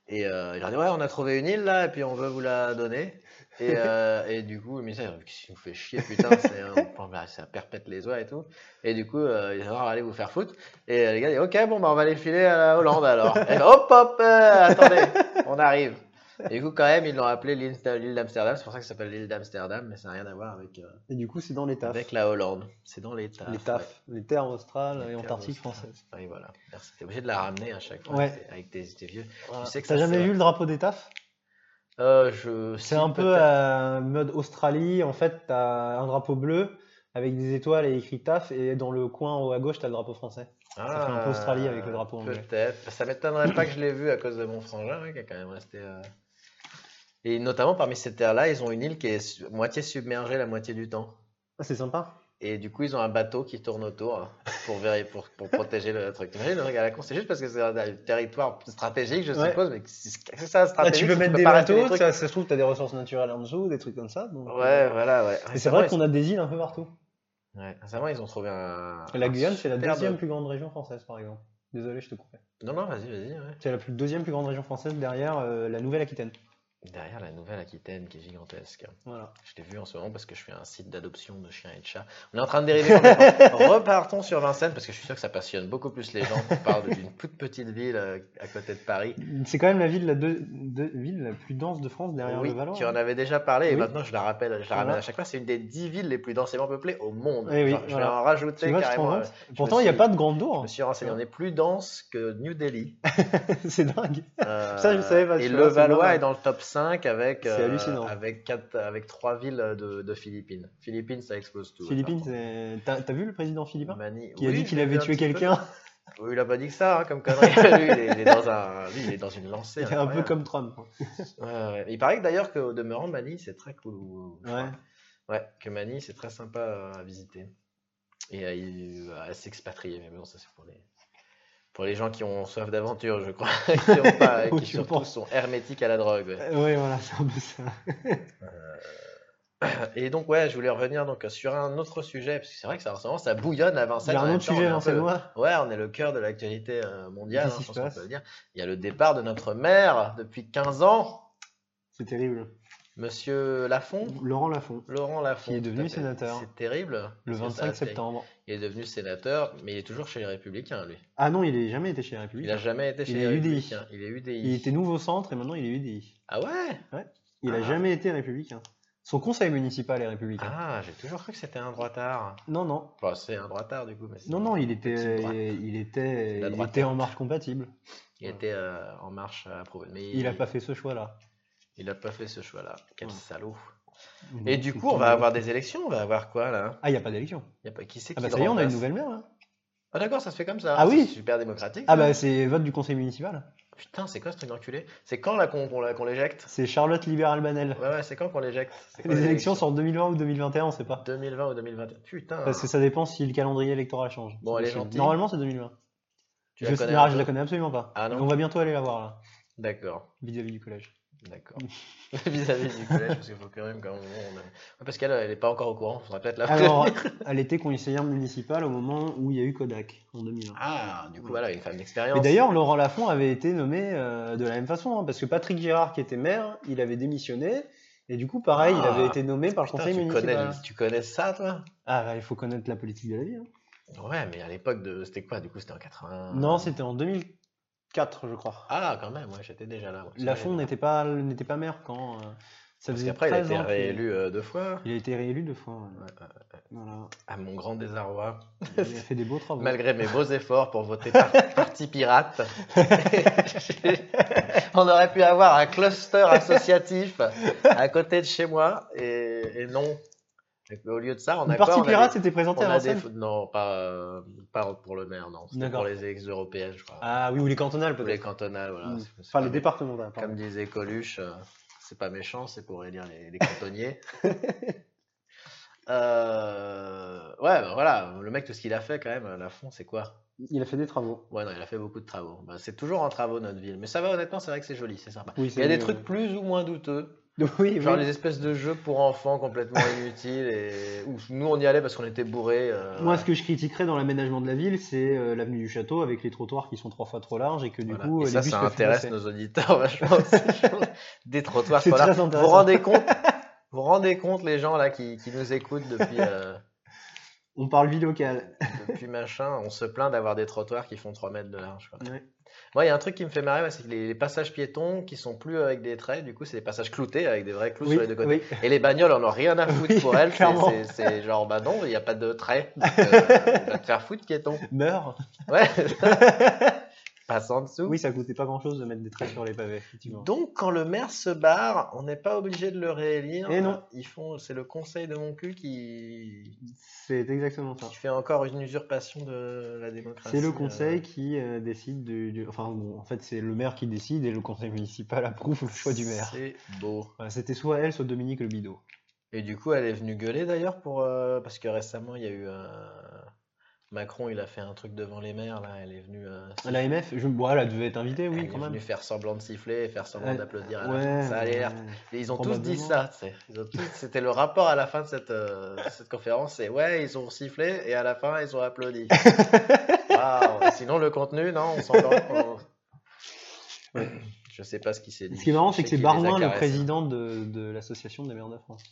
C: Et euh, il leur dit ouais on a trouvé une île là et puis on veut vous la donner. Et, euh, et du coup le ministère dit qu'est-ce qui vous fait chier putain c'est on prend- bah, ça perpète les oies et tout. Et du coup euh, ils disent Ah, allez vous faire foutre. Et euh, les gars disent ok bon bah on va les filer à la Hollande alors. Et ben, hop hop euh, attendez on arrive. Et du coup quand même ils l'ont appelé l'île l'île d'Amsterdam c'est pour ça que ça s'appelle l'île d'Amsterdam mais ça n'a rien à voir avec euh,
B: Et du coup, c'est dans les tafs.
C: avec la Hollande c'est dans les
B: les
C: tafs.
B: tafs, les terres australes
C: Les
B: et
C: terres
B: antarctiques
C: australes.
B: françaises.
C: Ouais. Oui, voilà. Merci. T'es obligé de la ramener à chaque fois
B: Ouais.
C: avec tes, tes vieux.
B: Voilà.
C: sais que
B: T'as
C: ça,
B: jamais
C: c'est-
B: vu le drapeau des tafs
C: Euh, je. si,
B: C'est un peu
C: peut-être.
B: euh, mode Australie. En fait, t'as un drapeau bleu avec des étoiles et écrit taf, et dans le coin en haut à gauche, t'as le drapeau français. Ça fait un peu Australie avec le drapeau anglais.
C: Ah, Peut-être. Ça m'étonnerait pas que je l'ai vu à cause de mon frangin, ouais, qui a quand même resté. euh, Et notamment parmi ces terres-là, ils ont une île qui est su- moitié submergée la moitié du temps.
B: Ah, c'est sympa.
C: Et du coup, ils ont un bateau qui tourne autour hein, pour, vérifier, pour, pour protéger le truc. T'imagines le truc à la con, c'est juste parce que c'est un, un territoire stratégique, je
B: Ouais.
C: suppose, mais c'est c'est ça,
B: Ah,
C: stratégique.
B: tu peux mettre des
C: pas rester
B: bateaux,
C: trucs.
B: ça, ça se trouve, t'as des ressources naturelles en dessous, des trucs comme ça. donc, euh,
C: Ouais, voilà, ouais.
B: Mais c'est vrai qu'on a des îles un peu partout.
C: Ouais, récemment, ils ont trouvé un.
B: La
C: un
B: Guyane, c'est la
C: superbe-
B: deuxième plus grande région française, par exemple. Désolé, je te coupais.
C: Non, non, vas-y, vas-y. ouais.
B: C'est la plus, deuxième plus grande région française derrière euh, la Nouvelle-Aquitaine.
C: derrière la Nouvelle-Aquitaine qui est gigantesque.
B: Voilà.
C: Je l'ai vu en ce moment parce que je fais un site d'adoption de chiens et de chats. On est en train de dériver. complètement. Repartons sur Vincennes parce que je suis sûr que ça passionne beaucoup plus les gens qu'on parle d'une toute petite ville euh, à côté de Paris.
B: C'est quand même la ville la, deux- deux- ville la plus dense de France derrière
C: Oui,
B: le Valois.
C: tu en
B: hein.
C: avais déjà parlé et
B: Oui.
C: maintenant je la rappelle, je la
B: Voilà.
C: ramène à chaque fois. C'est une des dix villes les plus densément peuplées au monde.
B: Eh oui,
C: Genre, je
B: voilà.
C: vais en rajouter
B: Tu vois, tu te rends
C: carrément. euh,
B: compte Pourtant, il
C: me
B: n'y a
C: suis-
B: pas de hein. grande
C: Je
B: tour.
C: me suis renseigné, on est plus dense que New Delhi.
B: c'est dingue.
C: Euh,
B: Ça, je le savais pas,
C: Et
B: tu
C: le
B: vois, c'est marrant.
C: Valois est dans le top 5 avec, euh,
B: C'est hallucinant.
C: avec, quatre, avec trois villes de, de Philippines. Philippines, ça explose tout.
B: Philippines,
C: apparemment.
B: c'est- t'as t'as vu le président philippin
C: Mani-
B: qui a
C: Bah, oui,
B: dit
C: je
B: qu'il
C: l'ai
B: avait
C: vu un
B: tué
C: petit peu.
B: quelqu'un
C: Oui, il a pas dit que ça, hein, comme connerie. lui, il est, il est dans un, lui, il est dans une lancée.
B: C'est un peu
C: incroyable.
B: comme Trump.
C: Ouais, ouais. Il paraît que d'ailleurs qu'au demeurant, Mani, c'est très cool. ou- je
B: Ouais.
C: crois. Ouais, que Mani, c'est très sympa euh, à visiter. Et à, y- à s'expatrier. Mais bon, ça, c'est pour les, pour les gens qui ont soif d'aventure, je crois. qui ont pas-
B: Ou
C: qui
B: tu
C: surtout
B: penses.
C: sont hermétiques à la drogue. ouais.
B: Euh, Ouais, voilà, c'est un peu ça.
C: Et donc, ouais, je voulais revenir donc, sur un autre sujet, parce que c'est vrai que ça, en ce moment, ça bouillonne à
B: Il y
C: Vincennes.
B: a
C: en euh,
B: un
C: même
B: autre
C: temps,
B: sujet hein,
C: on est un peu le-
B: vincenois.
C: Ouais, on est le cœur de l'actualité euh, mondiale,
B: Qu'est-ce
C: hein,
B: qui
C: je
B: se
C: pense qu'on
B: passe
C: peut le dire. Il y a le départ de notre maire depuis 15 ans,
B: C'est terrible.
C: Monsieur Lafont,
B: Laurent Lafont,
C: Laurent Lafont.
B: Qui est
C: tout à
B: devenu
C: fait.
B: sénateur.
C: C'est terrible.
B: le
C: parce que ça
B: 25
C: a été-
B: septembre.
C: Il est devenu sénateur, mais il est toujours chez les Républicains, lui.
B: Ah non, il n'a jamais été chez la République.
C: Il n'a jamais été chez
B: Il
C: les
B: est UDI.
C: Républicains. Il est UDI.
B: Il était nouveau centre et maintenant il est UDI.
C: Ah ouais
B: Il n'a
C: Ah.
B: jamais été républicain. Son conseil municipal est républicain.
C: Ah, j'ai toujours cru que c'était un droitard.
B: Non, non.
C: Enfin, c'est un droitard, du coup. Mais Ah. c'est-
B: Non, non, il
C: Petite droite.
B: était, il était,
C: La
B: il
C: droite.
B: était en marche compatible.
C: Il était euh, en marche à approuver. Mais
B: Il n'a pas fait ce choix-là.
C: Il n'a pas fait ce choix-là. Quel
B: Ouais.
C: salaud. Et du coup, on va avoir des élections. On va avoir quoi là
B: Ah, il n'y a pas d'élection.
C: Il y a pas... Qui c'est
B: Ah
C: qui
B: bah
C: le
B: ça y est, on a une
C: remplace
B: nouvelle maire là.
C: Ah d'accord, ça se fait comme ça.
B: Ah
C: C'est
B: oui
C: Super démocratique.
B: Ah
C: ça.
B: bah c'est vote du conseil municipal.
C: Putain, c'est quoi ce truc d'enculé C'est quand là qu'on qu'on la- qu'on l'éjecte
B: C'est Charlotte Libéral-Banel.
C: Ouais, ouais, c'est quand qu'on l'éjecte C'est quand
B: Les élections sont en 2020 ou 2021, on sait pas.
C: 2020 ou 2021. Putain.
B: Parce que ça dépend si le calendrier électoral change.
C: Ah. Bon, elle est
B: Parce que
C: gentille.
B: Normalement, c'est 2020.
C: Tu
B: je,
C: la
B: sais-
C: connais
B: non,
C: un
B: je
C: peu
B: la connais absolument pas.
C: Ah non
B: on va bientôt aller la voir là,
C: D'accord,
B: vis-à-vis du collège.
C: d'accord. Vis-à-vis du collège, parce qu'il faut quand même quand même- on a- Ouais, Parce qu'elle, elle n'est pas encore au courant. Faudrait peut-être la
B: Alors, elle était conseillère municipale au moment où il y a eu Kodak en 2001.
C: Ah, du coup,
B: Ouais.
C: voilà, une femme
B: Mais
C: d'expérience.
B: d'ailleurs, Laurent Lafont avait été nommé euh, de la même façon, hein, parce que Patrick Girard, qui était maire, il avait démissionné, et du coup, pareil, il
C: Ah,
B: avait été nommé par le
C: Putain,
B: conseil
C: tu,
B: municipal.
C: connais, tu connais ça, toi
B: Ah, bah, il faut connaître la politique de la vie. hein.
C: Ouais, mais à l'époque, de... c'était quoi Du coup, c'était en 80.
B: Non, c'était en 2004, je crois.
C: Ah, quand même, ouais, j'étais déjà là. ouais.
B: Lafont n'était pas, n'était pas maire quand. euh, ça
C: Parce
B: faisait
C: qu'après, il a
B: 13
C: été
B: ans qu'il-
C: réélu euh, deux fois.
B: Il a été réélu deux fois. ouais.
C: Ouais, ouais.
B: Voilà.
C: À mon grand désarroi,
B: Il a fait des beaux travaux.
C: malgré mes beaux efforts pour voter par parti pirate, on aurait pu avoir un cluster associatif à côté de chez moi et, et non. Et au lieu de ça, on
B: Le
C: a
B: Parti
C: quoi On a
B: Pirate
C: des-
B: s'était présenté
C: on
B: à
C: a des-
B: Vincennes
C: Non, pas, euh, pas pour le maire, non. C'était
B: D'accord.
C: pour les ex-européennes, je crois.
B: Ah oui, ou les cantonales
C: Ou les
B: peut-être.
C: cantonales, voilà.
B: Mm.
C: C'est- c'est
B: Enfin,
C: pas
B: les
C: mé-
B: départementales. pardon.
C: Comme disait Coluche, euh, c'est pas méchant, c'est pour élire les, les cantonniers. Euh, ouais, bah voilà, le mec, tout ce qu'il a fait quand même, à la fond, c'est quoi
B: Il a fait des travaux.
C: Ouais, non, il a fait beaucoup de travaux. Bah, c'est toujours en travaux notre ville, mais ça va honnêtement, c'est vrai que c'est joli, c'est sympa.
B: Oui,
C: Il y a des trucs plus ou moins douteux,
B: Oui, oui.
C: genre les espèces de jeux pour enfants complètement inutiles et où nous on y allait parce qu'on était bourrés. euh,
B: Moi, ce que je critiquerais dans l'aménagement de la ville, c'est euh, l'avenue du château avec les trottoirs qui sont trois fois trop larges et que du
C: Voilà.
B: coup,
C: et
B: euh,
C: ça,
B: les bus
C: ça
B: peuvent plus
C: intéresse
B: passer.
C: nos auditeurs vachement. ces choses. Des trottoirs
B: C'est
C: voilà.
B: très
C: Vous
B: intéressant.
C: vous rendez compte Vous vous rendez compte les gens là qui, qui nous écoutent depuis euh,
B: On parle vie locale.
C: depuis machin, on se plaint d'avoir des trottoirs qui font 3 mètres de large. quoi.
B: Ouais.
C: Moi, il y a un truc qui me fait marrer, c'est que les, les passages piétons qui sont plus avec des traits, du coup, c'est des passages cloutés avec des vrais clous
B: Oui,
C: sur les deux côtés.
B: oui.
C: Et les bagnoles en ont rien à foutre
B: Oui,
C: pour elles. c'est-
B: clairement.
C: c'est- C'est genre, bah non, il n'y a pas de traits. donc, euh, va te faire foutre piéton.
B: Meurt.
C: Ouais. Passe en dessous.
B: Oui, ça coûtait pas grand chose de mettre des traits sur les pavés, effectivement.
C: Donc, quand le maire se barre, on n'est pas obligé de le réélire.
B: Eh non.
C: Ils font, c'est le conseil de mon cul qui,
B: C'est exactement ça.
C: qui fait encore une usurpation de la démocratie.
B: C'est le conseil qui euh, décide du, du- Enfin, bon, en fait, c'est le maire qui décide et le conseil municipal approuve le
C: euh,
B: choix du maire.
C: C'est beau.
B: Voilà, C'était soit elle, soit Dominique Le Bidot.
C: Et du coup, elle est venue gueuler d'ailleurs pour, euh, parce que récemment, il y a eu un- Macron, il a fait un truc devant les maires là. Elle est venue. euh, siffler.
B: L'AMF, je... bon, elle devait être invitée, oui,
C: Elle
B: quand
C: est venue
B: même.
C: faire semblant de siffler et faire semblant
B: Elle-
C: d'applaudir. à la
B: Ouais,
C: fin. Ça a l'air
B: ouais.
C: Et ils ont tous dit
B: Probablement.
C: ça, tu sais. Ils ont tous- C'était le rapport à la fin de cette, euh, cette conférence, c'est ouais, ils ont sifflé et à la fin, ils ont applaudi. Waouh. Sinon, le contenu, non, on s'en rend compte. Je sais pas ce qui s'est dit.
B: Ce qui est marrant, c'est que
C: Je sais
B: c'est
C: qu'il les a
B: Barouin, le
C: caressés.
B: président de, de l'association de la merde de France.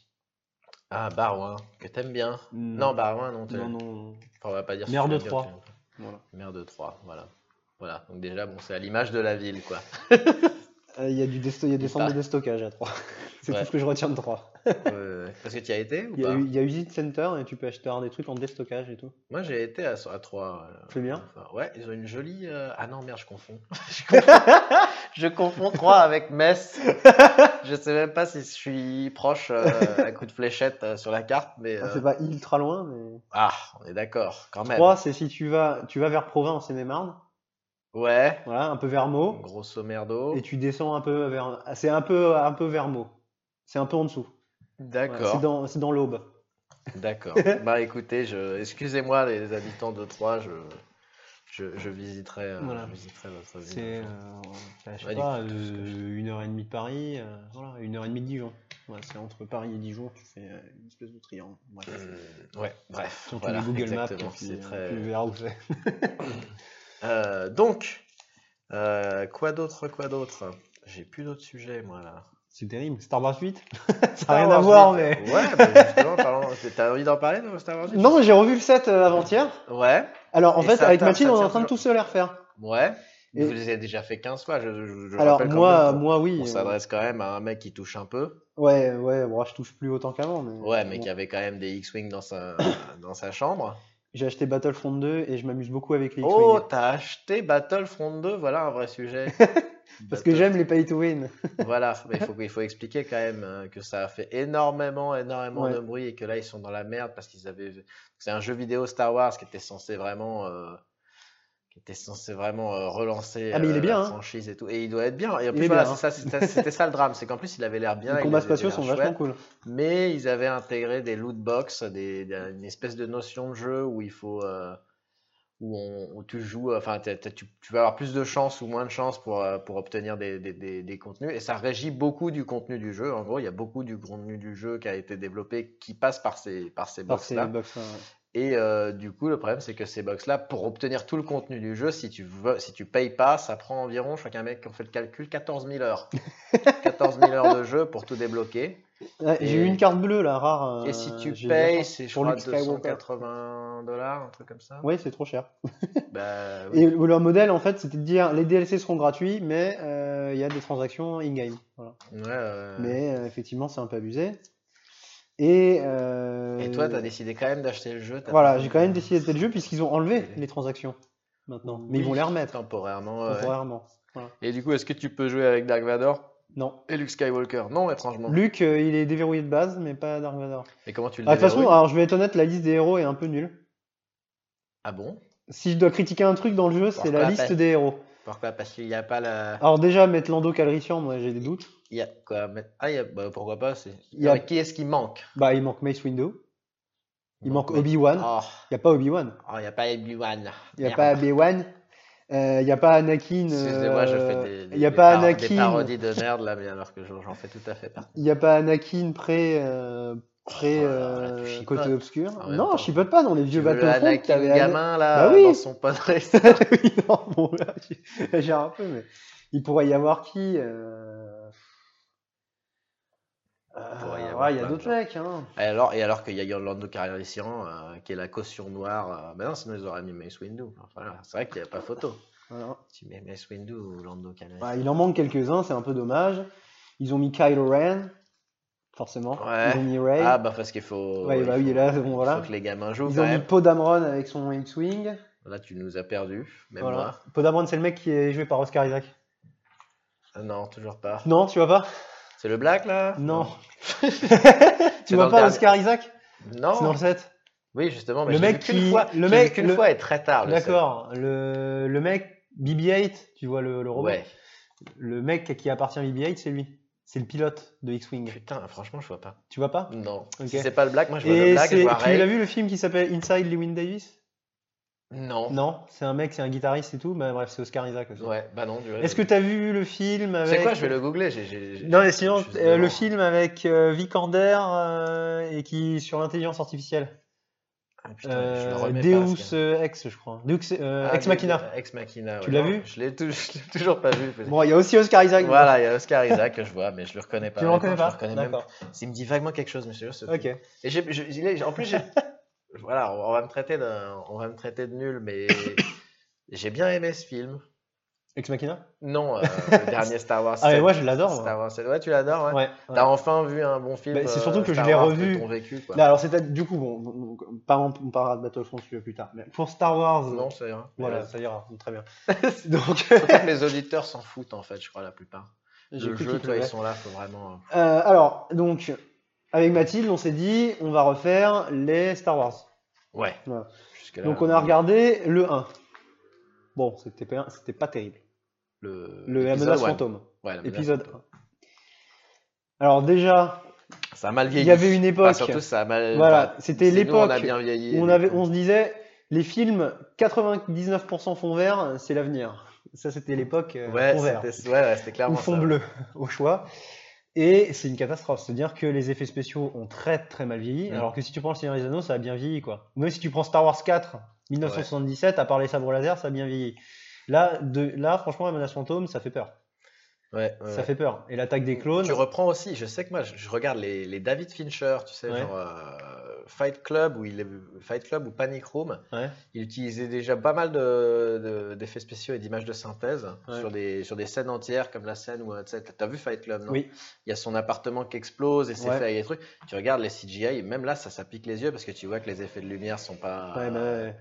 C: Ah, Barouin, que t'aimes bien. Non, Barouin, non, t'es-
B: non, non.
C: Enfin, on va pas dire ce
B: Maire
C: que
B: de
C: tu veux
B: Troyes.
C: dire, tu-
B: Voilà.
C: Maire de Troyes, voilà. Voilà, donc déjà, bon, c'est à l'image de la ville, quoi.
B: Euh, Il y a, du desto- il y a des
C: Et
B: centres
C: pas.
B: de déstockage à 3. c'est
C: Ouais.
B: tout ce que je retiens de 3.
C: Euh, parce que tu y as été ou
B: Il y,
C: pas
B: a, eu- il y a Usine Center et tu peux acheter des trucs en déstockage et tout.
C: Moi, j'ai été à, à Troyes. euh,
B: C'est bien.
C: Enfin, Ouais, ils ont une jolie. euh, Ah non, merde, je confonds. je confonds, je confonds Troyes avec Metz. je sais même pas si je suis proche euh, à coup de fléchette euh, sur la carte, mais.
B: Ah,
C: euh,
B: c'est pas ultra loin, mais.
C: Ah, on est d'accord, quand même.
B: 3, c'est si tu vas, tu vas vers Provins en Seine-et-Marne,
C: Ouais.
B: voilà, un peu vers Meaux,
C: Grosso merdo.
B: Oh. et tu descends un peu vers. ah, C'est un peu, un peu vers Meaux. C'est un peu en dessous. Voilà,
C: D'accord.
B: c'est dans, c'est dans l'aube.
C: D'accord. bah écoutez, je... excusez-moi les habitants de Troyes, je, je... je visiterai, euh,
B: Voilà.
C: je visiterai votre ville.
B: C'est, euh, je sais
C: Ouais, du
B: pas,
C: coup, tout ce que je-
B: euh, une heure et demie de Paris, euh, voilà, une heure et demie de Dijon. Ouais, c'est entre Paris et Dijon, tu fais euh, une espèce de triangle. Ouais.
C: Euh, ouais, bref.
B: Surtout
C: voilà,
B: les Google Maps, et
C: exactement,
B: puis,
C: c'est
B: euh,
C: très-
B: tu verras où c'est.
C: Euh, donc, euh, quoi d'autre, quoi d'autre J'ai plus d'autres sujets, moi, là.
B: C'est terrible. Star Wars 8 Ça
C: Star
B: n'a rien à
C: Wars
B: voir,
C: huit.
B: mais.
C: Ouais, bah justement, parlons... t'as envie d'en parler de Star Wars huit
B: Non, j'ai revu le 7 euh, avant-hier.
C: Ouais,
B: Alors, en
C: Et
B: fait,
C: ça
B: avec
C: tient-
B: Mathilde,
C: ça
B: on est en
C: tient
B: train de tout
C: toujours.
B: se les refaire.
C: ouais.
B: Et-
C: Vous les avez déjà fait 15 fois, je, je, je
B: Alors,
C: rappelle quand
B: moi,
C: même qu'on-
B: moi, oui.
C: On
B: euh,
C: s'adresse quand même à un mec qui touche un peu.
B: Ouais, ouais, bon, je touche plus autant qu'avant. Mais...
C: Ouais, mais
B: bon.
C: qui avait quand même des X-Wing dans sa, dans sa chambre.
B: J'ai acheté Battlefront 2 et je m'amuse beaucoup avec les
C: Oh,
B: X-Wing.
C: t'as acheté Battlefront 2, voilà un vrai sujet.
B: Parce que
C: Battle-
B: j'aime les pay to win.
C: Voilà, mais il faut, il faut expliquer quand même euh, que ça a fait énormément, énormément
B: Ouais.
C: de bruit et que là ils sont dans la merde parce qu'ils avaient. C'est un jeu vidéo Star Wars qui était censé vraiment. euh, qui était censé vraiment euh, relancer
B: Ah, mais il est
C: euh,
B: bien,
C: la
B: hein.
C: franchise et tout. Et il doit être bien. Et en
B: Il
C: plus,
B: est
C: voilà,
B: bien, hein.
C: c'est ça, c'était c'était ça le drame. C'est qu'en plus, il avait l'air bien.
B: les
C: il
B: combats
C: avait
B: spatiaux
C: l'air
B: sont
C: chouette,
B: vachement cool.
C: Mais ils avaient intégré des loot box, des, des- une espèce de notion de jeu où il faut. euh, où, on, où tu joues, euh, enfin, t'as- t'as- tu, tu vas avoir plus de chance ou moins de chance pour, euh, pour obtenir des, des, des, des contenus. Et ça régit beaucoup du contenu du jeu. En gros, il y a beaucoup du contenu du jeu qui a été développé qui passe par ces, par ces
B: Par ces
C: box-là.
B: box, hein, ouais.
C: Et euh, du coup, le problème, c'est que ces box-là, pour obtenir tout le contenu du jeu, si tu veux, si tu payes pas, ça prend environ, je crois qu'un mec qui fait le calcul, 14 000 heures. 14 000 heures de jeu pour tout débloquer.
B: Ouais, J'ai eu
C: Et-
B: une carte bleue là, rare. euh,
C: Et si tu payes,
B: payes
C: c'est je
B: pour
C: crois
B: Luke Skywalker.
C: 280 dollars, un truc comme ça.
B: Ouais, c'est trop cher.
C: Bah, oui.
B: Et le- leur modèle, en fait, c'était de dire les DLC seront gratuits, mais euh, il y a des transactions in-game. Voilà.
C: Ouais, euh,
B: Mais euh, effectivement, c'est un peu abusé. Et, euh,
C: Et toi, t'as décidé quand même d'acheter le jeu. t'as
B: Voilà,
C: pas-
B: j'ai quand même décidé d'être le jeu puisqu'ils ont enlevé les transactions maintenant. Mais ils
C: Oui,
B: vont les remettre
C: temporairement. ouais.
B: temporairement.
C: Et du coup, est-ce que tu peux jouer avec Dark Vador
B: Non.
C: et Luke Skywalker Non, étrangement.
B: Luke, euh, il est déverrouillé de base, mais pas Dark Vador.
C: Et comment tu le
B: Ah, de toute façon,
C: déverrouilles
B: alors je vais être honnête, la liste des héros est un peu nulle.
C: Ah bon
B: Si je dois critiquer un truc dans le jeu, c'est
C: Pourquoi
B: la
C: pas
B: liste des héros.
C: Pourquoi Parce qu'il n'y a pas la.
B: Alors déjà, mettre Lando Calrissian, moi j'ai des doutes.
C: Il y a quoi mais- Ah, il y a... bah, pourquoi pas c'est...
B: Il y a-
C: Alors, Qui est-ce qui manque
B: Bah, il manque Mace Windu, il manque
C: Obi.
B: Obi-Wan. Il
C: Oh,
B: n'y a pas Obi-Wan.
C: oh, il n'y a pas Obi-Wan.
B: Il n'y
C: Merde.
B: a pas B1, il n'y a pas Anakin.
C: Excusez-moi, je fais
B: euh,
C: des, des-
B: y a
C: des
B: pas
C: paro- des
B: Anakin.
C: parodies de merde là, mais alors que j'en j'en fais tout à fait partie.
B: Il n'y a pas Anakin pré, euh, pré
C: Oh là là,
B: euh,
C: tu chipotes.
B: côté obscur.
C: En même
B: Non,
C: temps.
B: je chipote pas dans les vieux
C: Tu veux le
B: Battlefront.
C: Anakin
B: t'avais Ana-
C: gamin là,
B: Bah oui.
C: dans son padré.
B: oui, non, bon, là, j'ai- j'ai un peu, mais il pourrait y avoir qui euh, euh,
C: pourrait y
B: ouais,
C: avoir
B: il y a
C: plein de
B: d'autres
C: gens.
B: mecs. Hein.
C: Et alors, et alors qu'il y a Yolando Carrissian, euh, qui est la caution noire, euh, ben non, sinon ils auraient mis Mace Windu. Enfin, voilà, c'est vrai qu'il n'y a pas photo.
B: Voilà.
C: Tu mets Mace Windu ou Lando Calrissian.
B: Ouais, il en manque quelques-uns, c'est un peu dommage. Ils ont mis Kylo Ren, forcément.
C: Ouais.
B: Ils ont mis Rey.
C: Ah bah parce qu'il faut.
B: Ouais, bah
C: il
B: oui,
C: faut-
B: et là, bon,
C: il
B: voilà.
C: faut que les gamins jouent
B: Ils
C: quand
B: ont mis
C: même.
B: Poe Dameron avec son X-Wing.
C: Là, tu nous as perdus, même
B: Voilà.
C: moi.
B: Poe Dameron, c'est le mec qui est joué par Oscar Isaac.
C: Ah non, toujours pas.
B: Non, tu vois pas
C: C'est le black là
B: Non.
C: C'est
B: tu
C: dans
B: vois
C: le
B: pas
C: dernier.
B: Oscar Isaac
C: Non.
B: C'est dans le 7.
C: Oui, justement, mais
B: Le
C: je l'ai
B: mec
C: vu qu'une
B: qui-
C: fois.
B: le
C: Je l'ai vu
B: mec-
C: qu'une
B: le-
C: fois est très tard. le
B: D'accord. Le, le mec BB-8, tu vois le,
C: seul.
B: le robot
C: Ouais.
B: Le mec qui appartient à BB-8, c'est lui. C'est le pilote de X-Wing.
C: Putain, franchement, je vois pas.
B: Tu vois pas
C: Non.
B: Ok.
C: Si c'est pas le black, moi je vois le
B: Et
C: black,
B: c'est-
C: je vois
B: tu l'as
C: Ray.
B: vu le film qui s'appelle Inside Lewin Davis
C: Non.
B: Non, c'est un mec, c'est un guitariste et tout. Mais bref, c'est Oscar Isaac aussi.
C: Ouais, bah non, du vrai,
B: Est-ce
C: je-
B: que t'as vu le film avec
C: C'est quoi, je vais le googler. j'ai- j'ai- j'ai-
B: Non, mais sinon,
C: je suis
B: euh, le
C: devant.
B: film avec euh, Vikander euh, et qui sur l'intelligence artificielle.
C: Ah, putain, je le remets pas, ce
B: Deus
C: gars.
B: euh, Ex, je crois. Deus, euh,
C: Ah,
B: Ex
C: Deus-
B: Machina.
C: Ex Machina,
B: Tu
C: ouais.
B: l'as vu
C: Je l'ai tou- je l'ai toujours pas vu.
B: Bon, il y a aussi Oscar Isaac.
C: Voilà, il y a Oscar Isaac que je vois, mais je le reconnais pas.
B: Tu le reconnais
C: Honnêtement,
B: pas
C: je le reconnais même
B: D'accord.
C: pas. Il me dit vaguement quelque chose, mais je te jure, ce
B: Ok.
C: Et j'ai- je- il est- en plus, j'ai- voilà, on on va me traiter d'un- on va me traiter de nul, mais j'ai bien aimé ce film.
B: Ex Machina
C: Non, euh, le dernier Star Wars.
B: Ah, mais
C: sept.
B: moi, je l'adore. moi.
C: Star Wars sept. ouais, tu l'adores. Ouais.
B: Ouais, ouais.
C: T'as enfin vu un bon film.
B: Bah, c'est surtout
C: euh,
B: que je
C: Star
B: l'ai
C: Wars de
B: revu.
C: ton vécu, quoi.
B: Là, alors, c'est du coup, bon, bon, bon, par- on parlera de Battlefront si tu veux plus tard. Mais pour Star Wars, euh,
C: Non, c'est rien.
B: voilà,
C: Mais,
B: ça ira, très bien. Donc,
C: euh, surtout que les auditeurs s'en foutent en fait, je crois la plupart.
B: j'ai
C: Le
B: plus
C: jeu,
B: qui
C: toi, ils
B: pleurait.
C: sont là, faut vraiment. euh,
B: Euh, alors, donc, avec Mathilde, on s'est dit, on va refaire les Star Wars.
C: Ouais.
B: Ouais.
C: Jusque-là,
B: Donc, on a regardé le 1. Bon, c'était pas, c'était pas terrible.
C: le,
B: Le, la
C: l'épisode
B: menace
C: one.
B: fantôme,
C: Ouais, la menace
B: épisode
C: fantôme.
B: 1. Alors, déjà,
C: Ça a mal
B: il
C: vieilli.
B: y avait une
C: Enfin,
B: époque
C: surtout, ça a mal.
B: Voilà,
C: enfin,
B: c'était
C: Euh, bah, c'est nous, On a
B: l'époque
C: bien vieilli.
B: où on,
C: du
B: avait,
C: coup.
B: on se disait, les films, 99% fond vert, c'est l'avenir. Ça, c'était l'époque euh,
C: Ouais,
B: fond vert.
C: c'était ouais, ouais, c'était
B: ou
C: clairement
B: fond
C: ça.
B: bleu au choix. Et c'est une catastrophe. C'est-à-dire que les effets spéciaux ont très très mal vieilli.
C: Mm.
B: Alors que si tu prends le Seigneur des Anneaux, ça a bien vieilli quoi. Même si tu prends Star Wars 4, 1977, à part les sabres laser, ça a bien vieilli. Là, de, là franchement, la menace fantôme, ça fait peur.
C: Ouais, ouais,
B: Ça
C: ouais.
B: fait peur. Et l'attaque des clones.
C: Tu reprends aussi, je sais que moi, je, je regarde les, les David Fincher, tu sais,
B: Ouais.
C: genre euh, Fight Club ou il est- Fight Club ou Panic Room.
B: Ouais.
C: Il utilisait déjà pas mal de- de- d'effets spéciaux et d'images de synthèse
B: Ouais.
C: sur des sur des scènes entières, comme la scène où euh, tu sais, t'as t'as vu Fight Club, non
B: Oui.
C: Il y a son appartement qui explose et c'est
B: Ouais.
C: fait avec des trucs. Tu regardes les CGI, et même là, ça, ça pique les yeux parce que tu vois que les effets de lumière sont pas,
B: Ouais, bah, ouais.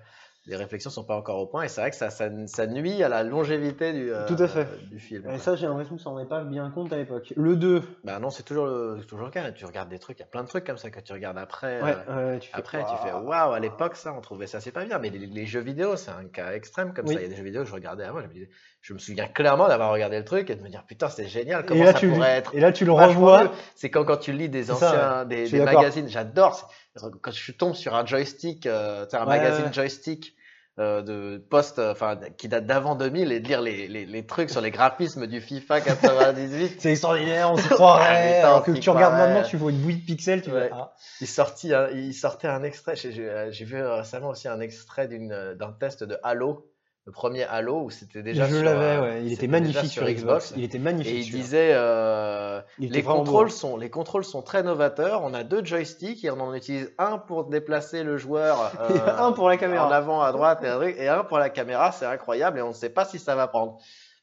C: les réflexions sont pas encore au point. Et c'est vrai que ça, ça, ça nuit à la longévité du euh,
B: Tout à fait.
C: du film.
B: Et
C: quoi.
B: ça, j'ai l'impression que ça n'en est pas bien compte à l'époque. Le 2,
C: Bah non, c'est toujours le, toujours le cas. Tu regardes des trucs, il y a plein de trucs comme ça que tu regardes après.
B: ouais,
C: euh,
B: ouais, tu fais,
C: après, tu fais
B: Waouh.
C: waouh, à l'époque, ça, on trouvait ça, c'est pas bien. Mais les, les jeux vidéo, c'est un cas extrême comme
B: Oui.
C: ça. Il y a des jeux vidéo que je regardais avant. Je me, disais- je me souviens clairement d'avoir regardé le truc et de me dire putain, c'est génial. Comment
B: Et là,
C: ça
B: tu,
C: pourrait être
B: et là, tu le
C: vachement
B: revois.
C: mieux C'est quand, quand tu lis des
B: C'est ça,
C: anciens des,
B: Je suis
C: des
B: d'accord.
C: magazines, j'adore. c'est- Quand je tombe sur un joystick, euh, tu sais, un
B: Ouais,
C: magazine
B: ouais.
C: joystick euh, de post, euh, enfin qui date d'avant 2000 et de lire les, les, les trucs sur les graphismes du FIFA 98.
B: C'est extraordinaire, on s'y croirait.
C: Ah, putain,
B: alors
C: on
B: que
C: s'y
B: tu regardes
C: croirait.
B: maintenant, tu vois une bouille de pixels, tu
C: Ouais.
B: vois. Ah.
C: Il, sortit un- il sortait un extrait, j'ai- j'ai euh, j'ai vu récemment aussi un extrait d'une, euh, d'un test de Halo, le premier Halo, où c'était déjà
B: je
C: sur,
B: l'avais,
C: euh,
B: ouais. Il
C: c'était
B: était
C: déjà
B: magnifique sur Xbox. Il était magnifique.
C: Et il
B: celui-là.
C: disait, euh,
B: Il était
C: les,
B: vraiment beau.
C: contrôles sont, les contrôles sont très novateurs, on a deux joysticks et on en utilise un pour déplacer le joueur
B: Il y a
C: euh,
B: un pour la
C: en
B: caméra.
C: avant à droite et un, truc, et un pour la caméra, c'est incroyable et on ne sait pas si ça va prendre.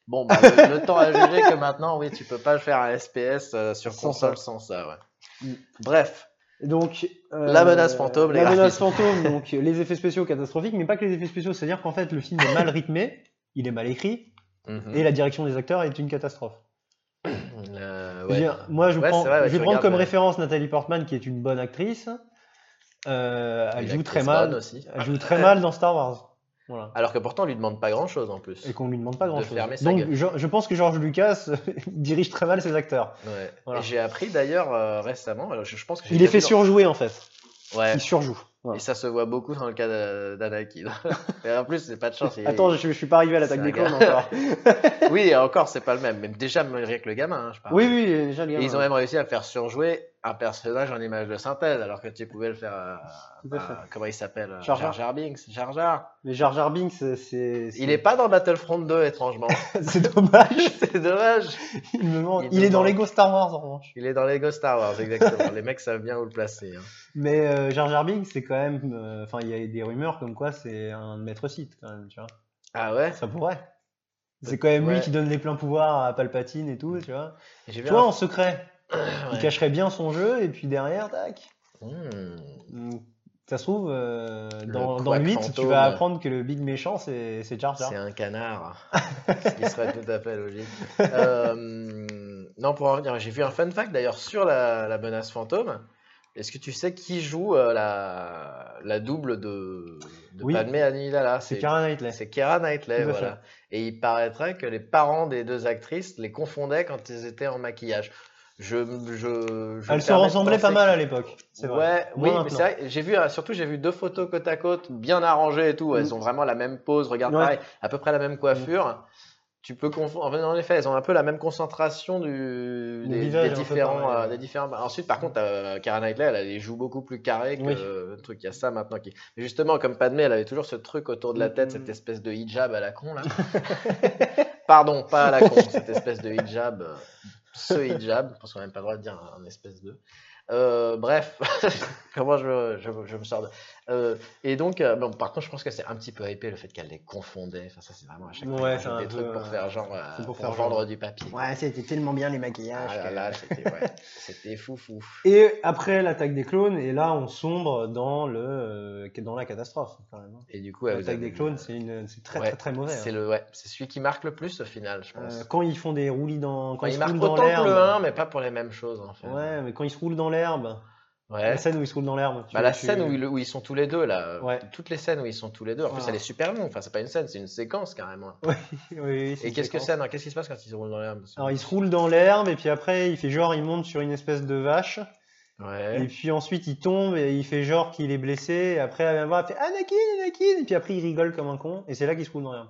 C: Bon, bah, le, le temps a jugé que maintenant, oui, tu peux pas faire un SPS euh, sur
B: Sans Mm.
C: console sans ça. ouais. Bref,
B: Donc, euh,
C: La menace fantôme, les
B: La menace fantôme, donc euh, les effets spéciaux catastrophiques, mais pas que les effets spéciaux. C'est-à-dire qu'en fait, le film est mal rythmé, il est mal écrit,
C: Mhm.
B: et la direction des acteurs est une catastrophe.
C: Euh,
B: Je veux
C: ouais.
B: dire, moi, je
C: Ouais,
B: prends,
C: c'est vrai, ouais,
B: je
C: tu
B: vais prendre
C: regardes,
B: comme
C: euh,
B: référence Nathalie Portman, qui est une bonne actrice. Euh, elle
C: une
B: joue
C: actrice
B: très
C: bonne
B: mal.
C: aussi.
B: Elle joue très mal dans Star Wars. Voilà.
C: Alors que pourtant, on lui demande pas grand chose en plus.
B: et qu'on lui demande pas
C: De
B: grand chose.
C: fermer sa
B: Donc
C: gueule.
B: je, je pense que George Lucas euh, dirige très mal ses acteurs.
C: Ouais.
B: Voilà.
C: Et j'ai appris d'ailleurs euh, récemment, alors, je, je pense que j'ai
B: Il les
C: déjà
B: fait
C: vu dans-
B: surjouer en fait.
C: Ouais.
B: Il surjoue. Voilà.
C: Et ça se voit beaucoup dans le cas d'A- d'Anakin. et en plus, c'est pas de chance. il-
B: Attends, je, je suis pas arrivé à l'attaque
C: C'est
B: des
C: un
B: clones
C: gars.
B: encore.
C: Oui, et encore, c'est pas le même. Mais déjà, rien que le gamin, hein, je parle.
B: oui, oui, déjà
C: Et
B: le gamin.
C: ils ont même réussi à faire surjouer un personnage en image de synthèse, alors que tu pouvais le faire. euh,
B: Tout à fait.
C: euh, comment il s'appelle euh,
B: Jar Jar.
C: Jar Binks. Jar Jar.
B: Mais Jar Jar Binks, c'est- c'est
C: Il est pas dans Battlefront 2, étrangement.
B: c'est dommage.
C: c'est dommage.
B: Il me manque.
C: Il
B: Il,
C: me
B: est dans
C: manque.
B: Lego Star Wars en revanche.
C: Il est dans Lego Star Wars, exactement. Les mecs savent bien où le placer. hein.
B: Mais euh, Jar Jar Binks, c'est quand même. euh, Enfin, il y a des rumeurs comme quoi c'est un maître site quand même. Tu vois.
C: Ah ouais
B: Ça pourrait. C'est quand même lui
C: Ouais.
B: qui donne les pleins pouvoirs à Palpatine et tout. Tu vois.
C: J'ai
B: Tu
C: vu
B: vois,
C: un-
B: en secret, il
C: Ouais.
B: cacherait bien son jeu et puis derrière, tac.
C: Hmm.
B: Mm. Ça se trouve, euh, dans,
C: Le
B: dans
C: quack
B: 8, tu
C: fantôme.
B: vas apprendre que le big méchant, c'est c'est Jar Jar.
C: C'est un canard. Ce qui serait tout à fait logique. Euh, non, pour en revenir, j'ai vu un fun fact d'ailleurs sur la, la menace fantôme. Est-ce que tu sais qui joue euh, la, la double de, de
B: Oui.
C: Padmé Amidala
B: C'est Karen Knightley.
C: C'est Keira Knightley,
B: Tout à
C: voilà. Et il paraîtrait que les parents des deux actrices les confondaient quand ils étaient en maquillage. Je, je, je me
B: Elles se
C: permets de
B: ressemblaient pas
C: penser
B: mal
C: que-
B: à l'époque. C'est vrai.
C: Ouais, oui,
B: Moins
C: mais c'est
B: maintenant.
C: vrai, j'ai vu, euh, surtout j'ai vu deux photos côte à côte, bien arrangées et tout, elles
B: Mm.
C: ont vraiment la même pose, regarde
B: Ouais. Mm.
C: pareil, à peu près la même coiffure. tu peux confondre. En fait, en effet, elles ont un peu la même concentration du,
B: Le
C: des, des
B: visage est un peu
C: différents,
B: pareil,
C: euh,
B: ouais.
C: des différents. Ensuite, par contre, euh, Keira Knightley, elle a les joues beaucoup plus carrées que
B: Oui.
C: le truc. Il y a ça maintenant qui. Mais justement, comme Padmé, elle avait toujours ce truc autour de la tête,
B: Mhm.
C: cette espèce de hijab à la con là. Pardon, pas à la con, cette espèce de hijab, euh, ce hijab, parce qu'on n'a même pas le droit de dire un, un espèce de. Euh, bref, comment je, je, je me sors de. Euh, et donc, euh, bon, par contre, je pense que c'est un petit peu hypé le fait qu'elle les confondait. Enfin, ça, c'est vraiment à chaque fois
B: Ouais,
C: qu'elle
B: c'est
C: rajoute
B: un
C: des trucs
B: peu,
C: pour
B: euh,
C: faire genre, euh,
B: c'est
C: pour
B: pour faire
C: vendre
B: genre.
C: du papier.
B: Ouais, c'était tellement bien les
C: Ah
B: maquillages.
C: là
B: que-
C: là, c'était ouais, c'était fou fou.
B: Et après l'attaque des clones, et là on sombre dans le euh, dans la catastrophe quand même. hein.
C: Et du coup, elle vous
B: L'attaque
C: avait-
B: des clones, c'est une c'est très
C: Ouais,
B: très très mauvais.
C: c'est
B: hein.
C: le ouais, c'est celui qui marque le plus au final, je pense.
B: Euh, quand ils font des roulis dans
C: Enfin,
B: quand
C: il
B: se
C: marque
B: roulent dans
C: autant que le 1,
B: l'herbe.
C: mais pas pour les mêmes choses en fait.
B: Ouais, mais quand ils se roulent dans l'herbe,
C: Ouais.
B: la scène où ils se roulent dans l'herbe. tu-
C: Bah, la
B: tu-
C: scène où, ils- où ils sont tous les deux, là. euh,
B: Ouais. Ah.
C: Toutes les scènes où ils sont tous les deux. En plus,
B: Voilà.
C: elle est super longue. Enfin, c'est pas une scène, c'est une séquence carrément.
B: Oui, oui, c'est
C: Et
B: une
C: qu'est-ce que
B: séquence.
C: c'est non, Qu'est-ce qui se passe quand ils se roulent dans l'herbe
B: Alors il se roule dans l'herbe et puis après il fait genre il monte sur une espèce de vache et
C: Ouais.
B: puis ensuite il tombe et il fait genre qu'il est blessé et après elle vient voir elle fait Anakin Anakin et puis après il rigole comme un con et c'est là qu'il se roule dans l'herbe.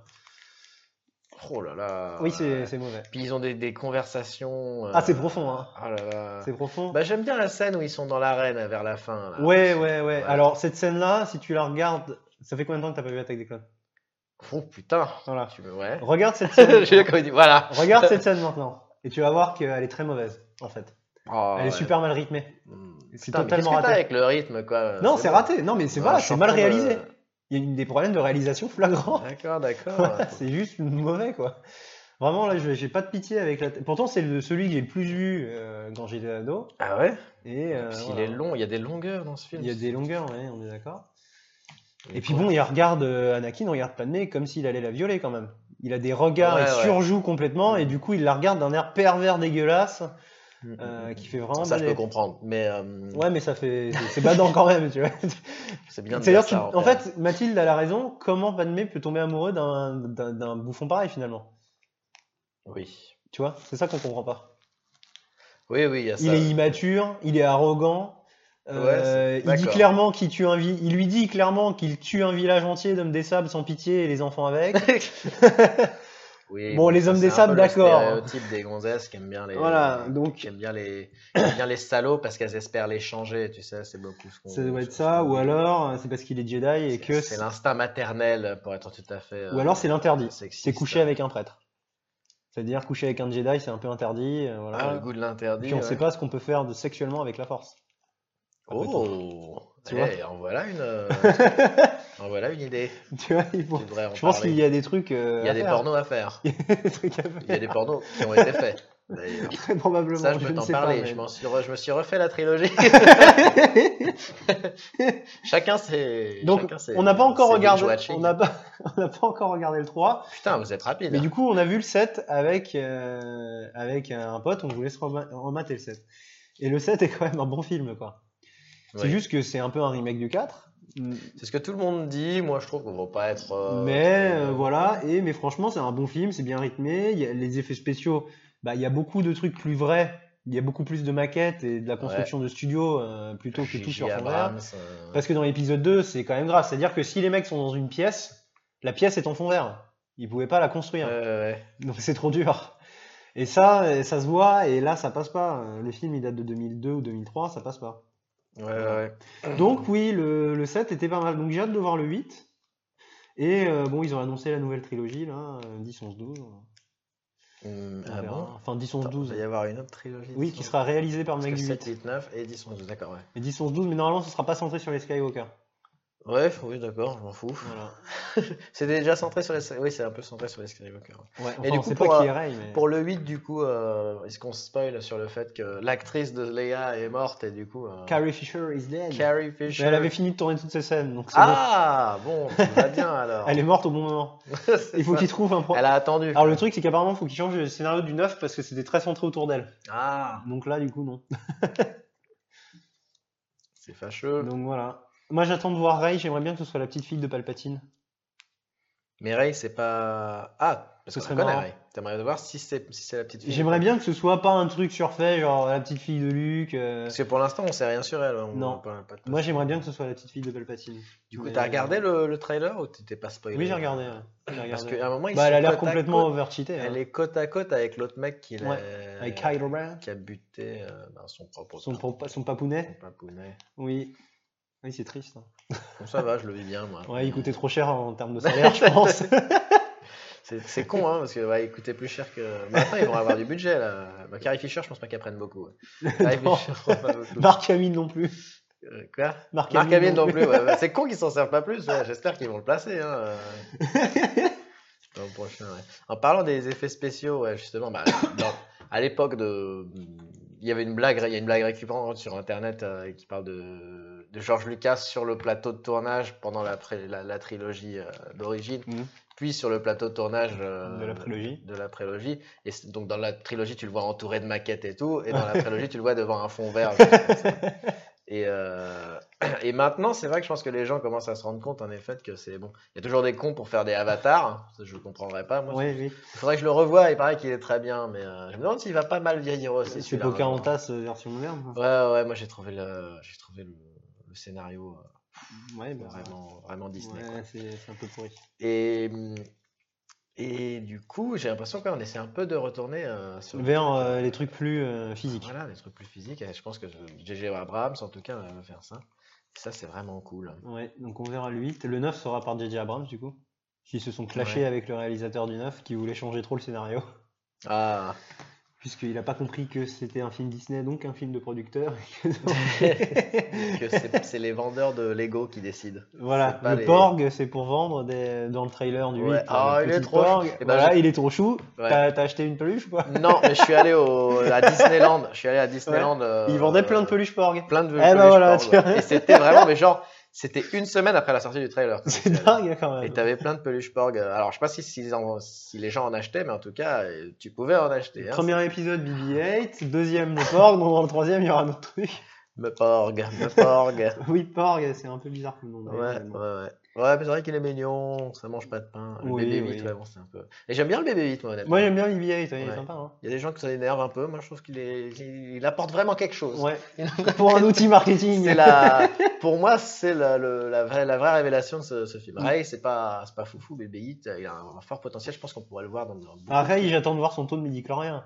C: Oh là là.
B: Oui c'est c'est mauvais.
C: Puis ils ont des, des conversations.
B: Ah
C: euh,
B: c'est profond hein.
C: Oh là là.
B: C'est profond.
C: Bah, j'aime bien la scène où ils sont dans l'arène euh, vers la fin. là.
B: ouais, ouais, ouais,
C: ouais.
B: Alors, cette scène-là, si tu la regardes, ça fait combien de temps que t'as pas vu Attaque des clones
C: Oh putain.
B: Voilà.
C: Tu me- Ouais.
B: Regarde cette scène.
C: Je- quand il dit- voilà.
B: regarde cette scène maintenant. Et tu vas voir qu'elle est très mauvaise, en fait.
C: Oh,
B: Elle est
C: ouais.
B: super mal rythmée.
C: Mm. Putain,
B: C'est
C: mais
B: totalement
C: qu'est-ce que t'as
B: raté.
C: avec le rythme, quoi.
B: non, c'est
C: bon.
B: raté. Non, mais c'est
C: Ouais,
B: voilà,
C: je suis
B: c'est
C: en
B: mal
C: train de-
B: réalisé. Il y a une- des problèmes de réalisation flagrants.
C: D'accord, d'accord.
B: Voilà, c'est juste mauvais, quoi. Vraiment, là, je- j'ai pas de pitié avec la. Pourtant, c'est le- celui que j'ai le plus vu euh, quand j'étais ado.
C: Ah ouais
B: Et, euh,
C: Parce qu'il
B: voilà.
C: est long, il y a des longueurs dans ce film.
B: Il y a des longueurs, ouais, on est d'accord.
C: Il est
B: Et puis
C: court.
B: bon, il regarde euh, Anakin, regarde Padmé comme s'il allait la violer quand même. Il a des regards,
C: Ouais,
B: il
C: ouais.
B: surjoue complètement et du coup il la regarde d'un air pervers dégueulasse
C: Mm,
B: euh,
C: mm,
B: qui fait vraiment.
C: Ça, je
B: bader.
C: peux comprendre, mais euh,
B: Ouais, mais ça fait, c'est- c'est badant quand même, tu vois.
C: c'est bien de dire
B: C'est-à-dire, tu-
C: ça,
B: en fait, Mathilde a la raison. Comment Padmé peut tomber amoureux d'un- d'un d'un bouffon pareil finalement
C: Oui,
B: Tu vois, c'est ça qu'on comprend pas.
C: oui, oui, il y a ça.
B: Il est immature, il est arrogant. euh,
C: Ouais, c'est-
B: il dit
C: d'accord.
B: clairement qu'il tue un vi- il lui dit clairement qu'il tue un village entier d'hommes des sables sans pitié et les enfants avec.
C: Oui,
B: Bon, les
C: ça,
B: hommes
C: c'est
B: des
C: un
B: sables,
C: peu le
B: d'accord.
C: Stéréotype des gonzesses qui aiment bien les.
B: Voilà, donc
C: Qui aiment bien les, qui aiment bien les salauds parce qu'elles espèrent les changer, tu sais, c'est beaucoup ce qu'on.
B: Ça doit
C: ce
B: être ça,
C: qu'on-
B: ou alors euh, c'est parce qu'il est Jedi et
C: c'est-
B: que.
C: C'est
B: c'est-
C: l'instinct maternel, pour être tout à fait. euh,
B: Ou alors c'est l'interdit.
C: sexiste.
B: C'est coucher avec un prêtre. C'est-à-dire coucher avec un Jedi, c'est un peu interdit. euh,
C: Ah, le
B: voilà.
C: goût de
B: Et
C: l'interdit.
B: Puis on
C: ouais.
B: sait pas ce qu'on peut faire de sexuellement avec la force. Après tout.
C: Oh
B: Tu
C: Eh, en voilà une. euh, en voilà une idée.
B: Tu vois, il faut-
C: Tu devrais en
B: Je pense
C: parler.
B: qu'il y a des trucs. euh,
C: Il y a
B: à
C: des
B: faire.
C: pornos à faire.
B: Des trucs à faire.
C: Il y a des pornos qui ont été faits. d'ailleurs.
B: Très probablement.
C: Ça, je peux
B: ne
C: t'en
B: sais pas,
C: parler.
B: mais-
C: je, m'en suis re- je me suis refait la trilogie. chacun ses.
B: Donc,
C: chacun ses-
B: on n'a pas encore
C: ses
B: regardé.
C: binge-watching.
B: On n'a pas. On n'a pas encore regardé le 3,
C: Putain, vous êtes rapide. hein.
B: mais du coup on a vu le 7 avec, euh, avec un pote, on vous laisse rema- remater le 7. Et le 7 est quand même un bon film quoi. C'est juste que c'est un peu un remake du 4.
C: ce que tout le monde dit. Moi, je trouve qu'on va pas être. euh,
B: mais
C: trop-
B: euh, voilà, et, mais franchement, c'est un bon film, c'est bien rythmé. Il y a les effets spéciaux, bah, il y a beaucoup de trucs plus vrais. Il y a beaucoup plus de maquettes et de la construction de studio euh, plutôt que tout
C: J.J.
B: sur fond vert.
C: Abrams, euh,
B: Parce que dans l'épisode 2, c'est quand même grave. C'est-à-dire que si les mecs sont dans une pièce, la pièce est en fond vert. Ils pouvaient pas la construire.
C: ouais, ouais.
B: Donc c'est trop dur. Et ça, euh, ça se voit, et là, ça passe pas. Euh, Le film, il date de 2002 ou 2003, ça passe pas.
C: Ouais, ouais, ouais.
B: Donc oui, le, le 7 était pas mal. Donc j'ai hâte de voir le 8. Et euh, bon, ils ont annoncé la nouvelle trilogie, là, euh, 10, 11, 12.
C: Hum,
B: On
C: ah
B: verra.
C: bon
B: enfin, 10, 11,
C: Attends, Il
B: 12.
C: va y avoir une autre trilogie.
B: Oui, qui sera réalisé par le
C: Parce
B: mec
C: que
B: du
C: 7,
B: 8.
C: 8, 9 et 10, 11, d'accord, ouais.
B: Et 10, 11, 12, mais normalement, ce sera pas centré sur les Skywalker.
C: Ouais, oui, d'accord, je m'en fous.
B: Voilà.
C: C'est déjà centré sur les. Oui, c'est un peu centré sur les Skywalker.
B: Ouais, enfin,
C: Et du
B: on
C: coup,
B: sait
C: pour,
B: pas qui est Rey, mais...
C: Pour le 8, du coup, euh, est-ce qu'on spoil sur le fait que l'actrice de Leia est morte et du coup. euh,
B: Carrie Fisher is dead.
C: Carrie
B: Mais
C: Fisher.
B: elle avait fini de tourner toutes ses scènes, donc c'est
C: Ah bon, ça va bien alors.
B: bon. Elle est morte au bon moment.
C: C'est
B: Il faut
C: ça.
B: qu'ils trouvent un pro...
C: Elle a attendu.
B: Alors le truc, c'est qu'apparemment, il faut qu'ils changent le scénario du 9 parce que c'était très centré autour d'elle.
C: Ah,
B: Donc là, du coup, non.
C: c'est fâcheux.
B: Donc voilà. Moi, j'attends de voir Rey. J'aimerais bien que ce soit la petite fille de Palpatine.
C: Mais Ray, c'est pas. Ah, parce
B: Ce
C: qu'on
B: serait
C: la connaît
B: marrant.
C: Ray. T'aimerais voir si c'est si c'est la petite fille.
B: J'aimerais bien que ce soit pas un truc surfait, genre la petite fille de Luc. euh,
C: Parce que pour l'instant, on sait rien sur elle. on-
B: Non.
C: on peut- pas de-
B: Moi, j'aimerais bien que ce soit la petite fille de Palpatine.
C: Du coup,
B: Mais-
C: t'as regardé le, le trailer ou t'étais pas spoilé
B: Oui, j'ai regardé. ouais. J'ai
C: euh, Parce euh,
B: regardé.
C: qu'à un moment, ils
B: Bah, elle a
C: sont
B: l'air
C: côte à
B: complètement
C: côte.
B: overcheatée. hein.
C: Elle est euh, côte à côte avec l'autre mec qui, l'a-
B: Ouais, Avec Kylo Ren,
C: qui a buté euh, ben, son propre
B: son,
C: père,
B: pro- son papounet.
C: son papounet.
B: Oui. Oui, c'est triste. hein.
C: Bon, ça va, je le vis bien, moi.
B: Ouais, il coûtait trop cher en termes de salaire, je pense.
C: C'est c'est con, hein, parce que ouais, il coûtait plus cher que. Mais après, ils vont avoir du budget, là. Bah, Carrie Fisher, je pense pas qu'elle prenne beaucoup. ouais. Carrie
B: Non.
C: Fisher, on prend pas beaucoup.
B: Marc Hamill non plus.
C: Euh, Quoi
B: Marc
C: Marc Hamill non
B: plus.
C: plus. ouais, ouais. C'est con qu'ils s'en servent pas plus. ouais, J'espère qu'ils vont le placer. Hein. euh, l'an prochain, ouais. En parlant des effets spéciaux, ouais, justement, bah, dans- à l'époque de, il y avait une blague, il y a une blague récurrente sur Internet euh, qui parle de, de George Lucas sur le plateau de tournage pendant la, pré- la, la trilogie euh, d'origine,
B: Mhm.
C: puis sur le plateau de tournage euh,
B: De la prélogie.
C: de la prélogie. Et c'est- donc dans la trilogie, tu le vois entouré de maquettes et tout, et dans la prélogie, tu le vois devant un fond vert. juste comme ça. Et, euh, et maintenant, c'est vrai que je pense que les gens commencent à se rendre compte en effet que c'est bon. Il y a toujours des cons pour faire des avatars. Hein. Ça, Je ne comprendrais pas. Moi,
B: Oui,
C: Il faudrait que je le revoie. Il paraît qu'il est très bien, mais euh, je me demande s'il va pas mal vieillir aussi.
B: oui. C'est
C: celui-là, maintenant.
B: Pocahontas euh, version moderne.
C: Ouais, ouais. Moi, j'ai trouvé le, j'ai trouvé le, le scénario euh,
B: Ouais, bah,
C: vraiment, vraiment Disney. quoi.
B: ouais, c'est c'est un peu pourri.
C: Et et du coup, j'ai l'impression qu'on essaie un peu de retourner euh, sur
B: Vers euh, les trucs plus euh, physiques.
C: Voilà, des trucs plus physiques. Et je pense que JJ Abrams, en tout cas, va faire ça. Ça, c'est vraiment cool.
B: Ouais, donc on verra le 8. Le 9 sera par J.J. Abrams, du coup. Qui se sont clashés avec le réalisateur du 9 qui voulait changer trop le scénario.
C: Ah.
B: Puisqu'il n'a pas compris que c'était un film Disney, donc un film de producteur. et que-
C: que c'est c'est les vendeurs de Lego qui décident.
B: voilà,
C: C'est pas
B: le
C: les-
B: Porg, c'est pour vendre des... dans le trailer du 8.
C: Ouais. Ah,
B: le
C: il est
B: petit
C: trop chou.
B: Porg.
C: Eh ben,
B: Voilà,
C: j'ai-
B: il est trop chou.
C: Ouais.
B: T'as t'as acheté une peluche ou pas
C: Non, mais je suis allé au, à Disneyland. Je suis allé à Disneyland. euh,
B: Il vendait plein de peluches Porg.
C: Plein de
B: ben
C: peluches
B: voilà,
C: Porg,
B: tiens.
C: ouais. Et c'était vraiment, mais genre, c'était une semaine après la sortie du trailer. que
B: C'est
C: j'étais allé.
B: dingue hein, quand
C: Et
B: même.
C: t'avais plein de peluches Porg. Alors, je sais pas si, s'ils en- si les gens en achetaient, mais en tout cas, euh, tu pouvais en acheter. hein.
B: Premier épisode BB-8, deuxième le Porg, bon, dans le troisième il y aura un autre truc.
C: Me Porg, me Porg.
B: Oui, Porg, c'est un peu bizarre comme nom.
C: Ouais,
B: d'ailleurs,
C: ouais,
B: finalement.
C: ouais. Ouais, mais c'est vrai qu'il est mignon, ça mange pas de pain. Le
B: Oui,
C: bébé
B: oui.
C: 8, ouais, bon, c'est un peu. Et j'aime bien le bébé 8, moi, honnêtement.
B: Moi j'aime bien BB-8, ouais, il est
C: Ouais.
B: sympa. hein.
C: Il y a des gens que ça énerve un peu, moi je trouve qu'il est... il il apporte vraiment quelque chose.
B: Ouais. Pour un outil marketing.
C: C'est la, pour moi, c'est la, le- la, vraie, la vraie révélation de ce, ce film.
B: Mm.
C: Ray, c'est pas, c'est pas foufou, bébé Hit, il a un, un fort potentiel. Je pense qu'on pourra le voir dans. dans beaucoup de
B: Pareil,
C: trucs.
B: j'attends de voir son taux de midi-chlorien.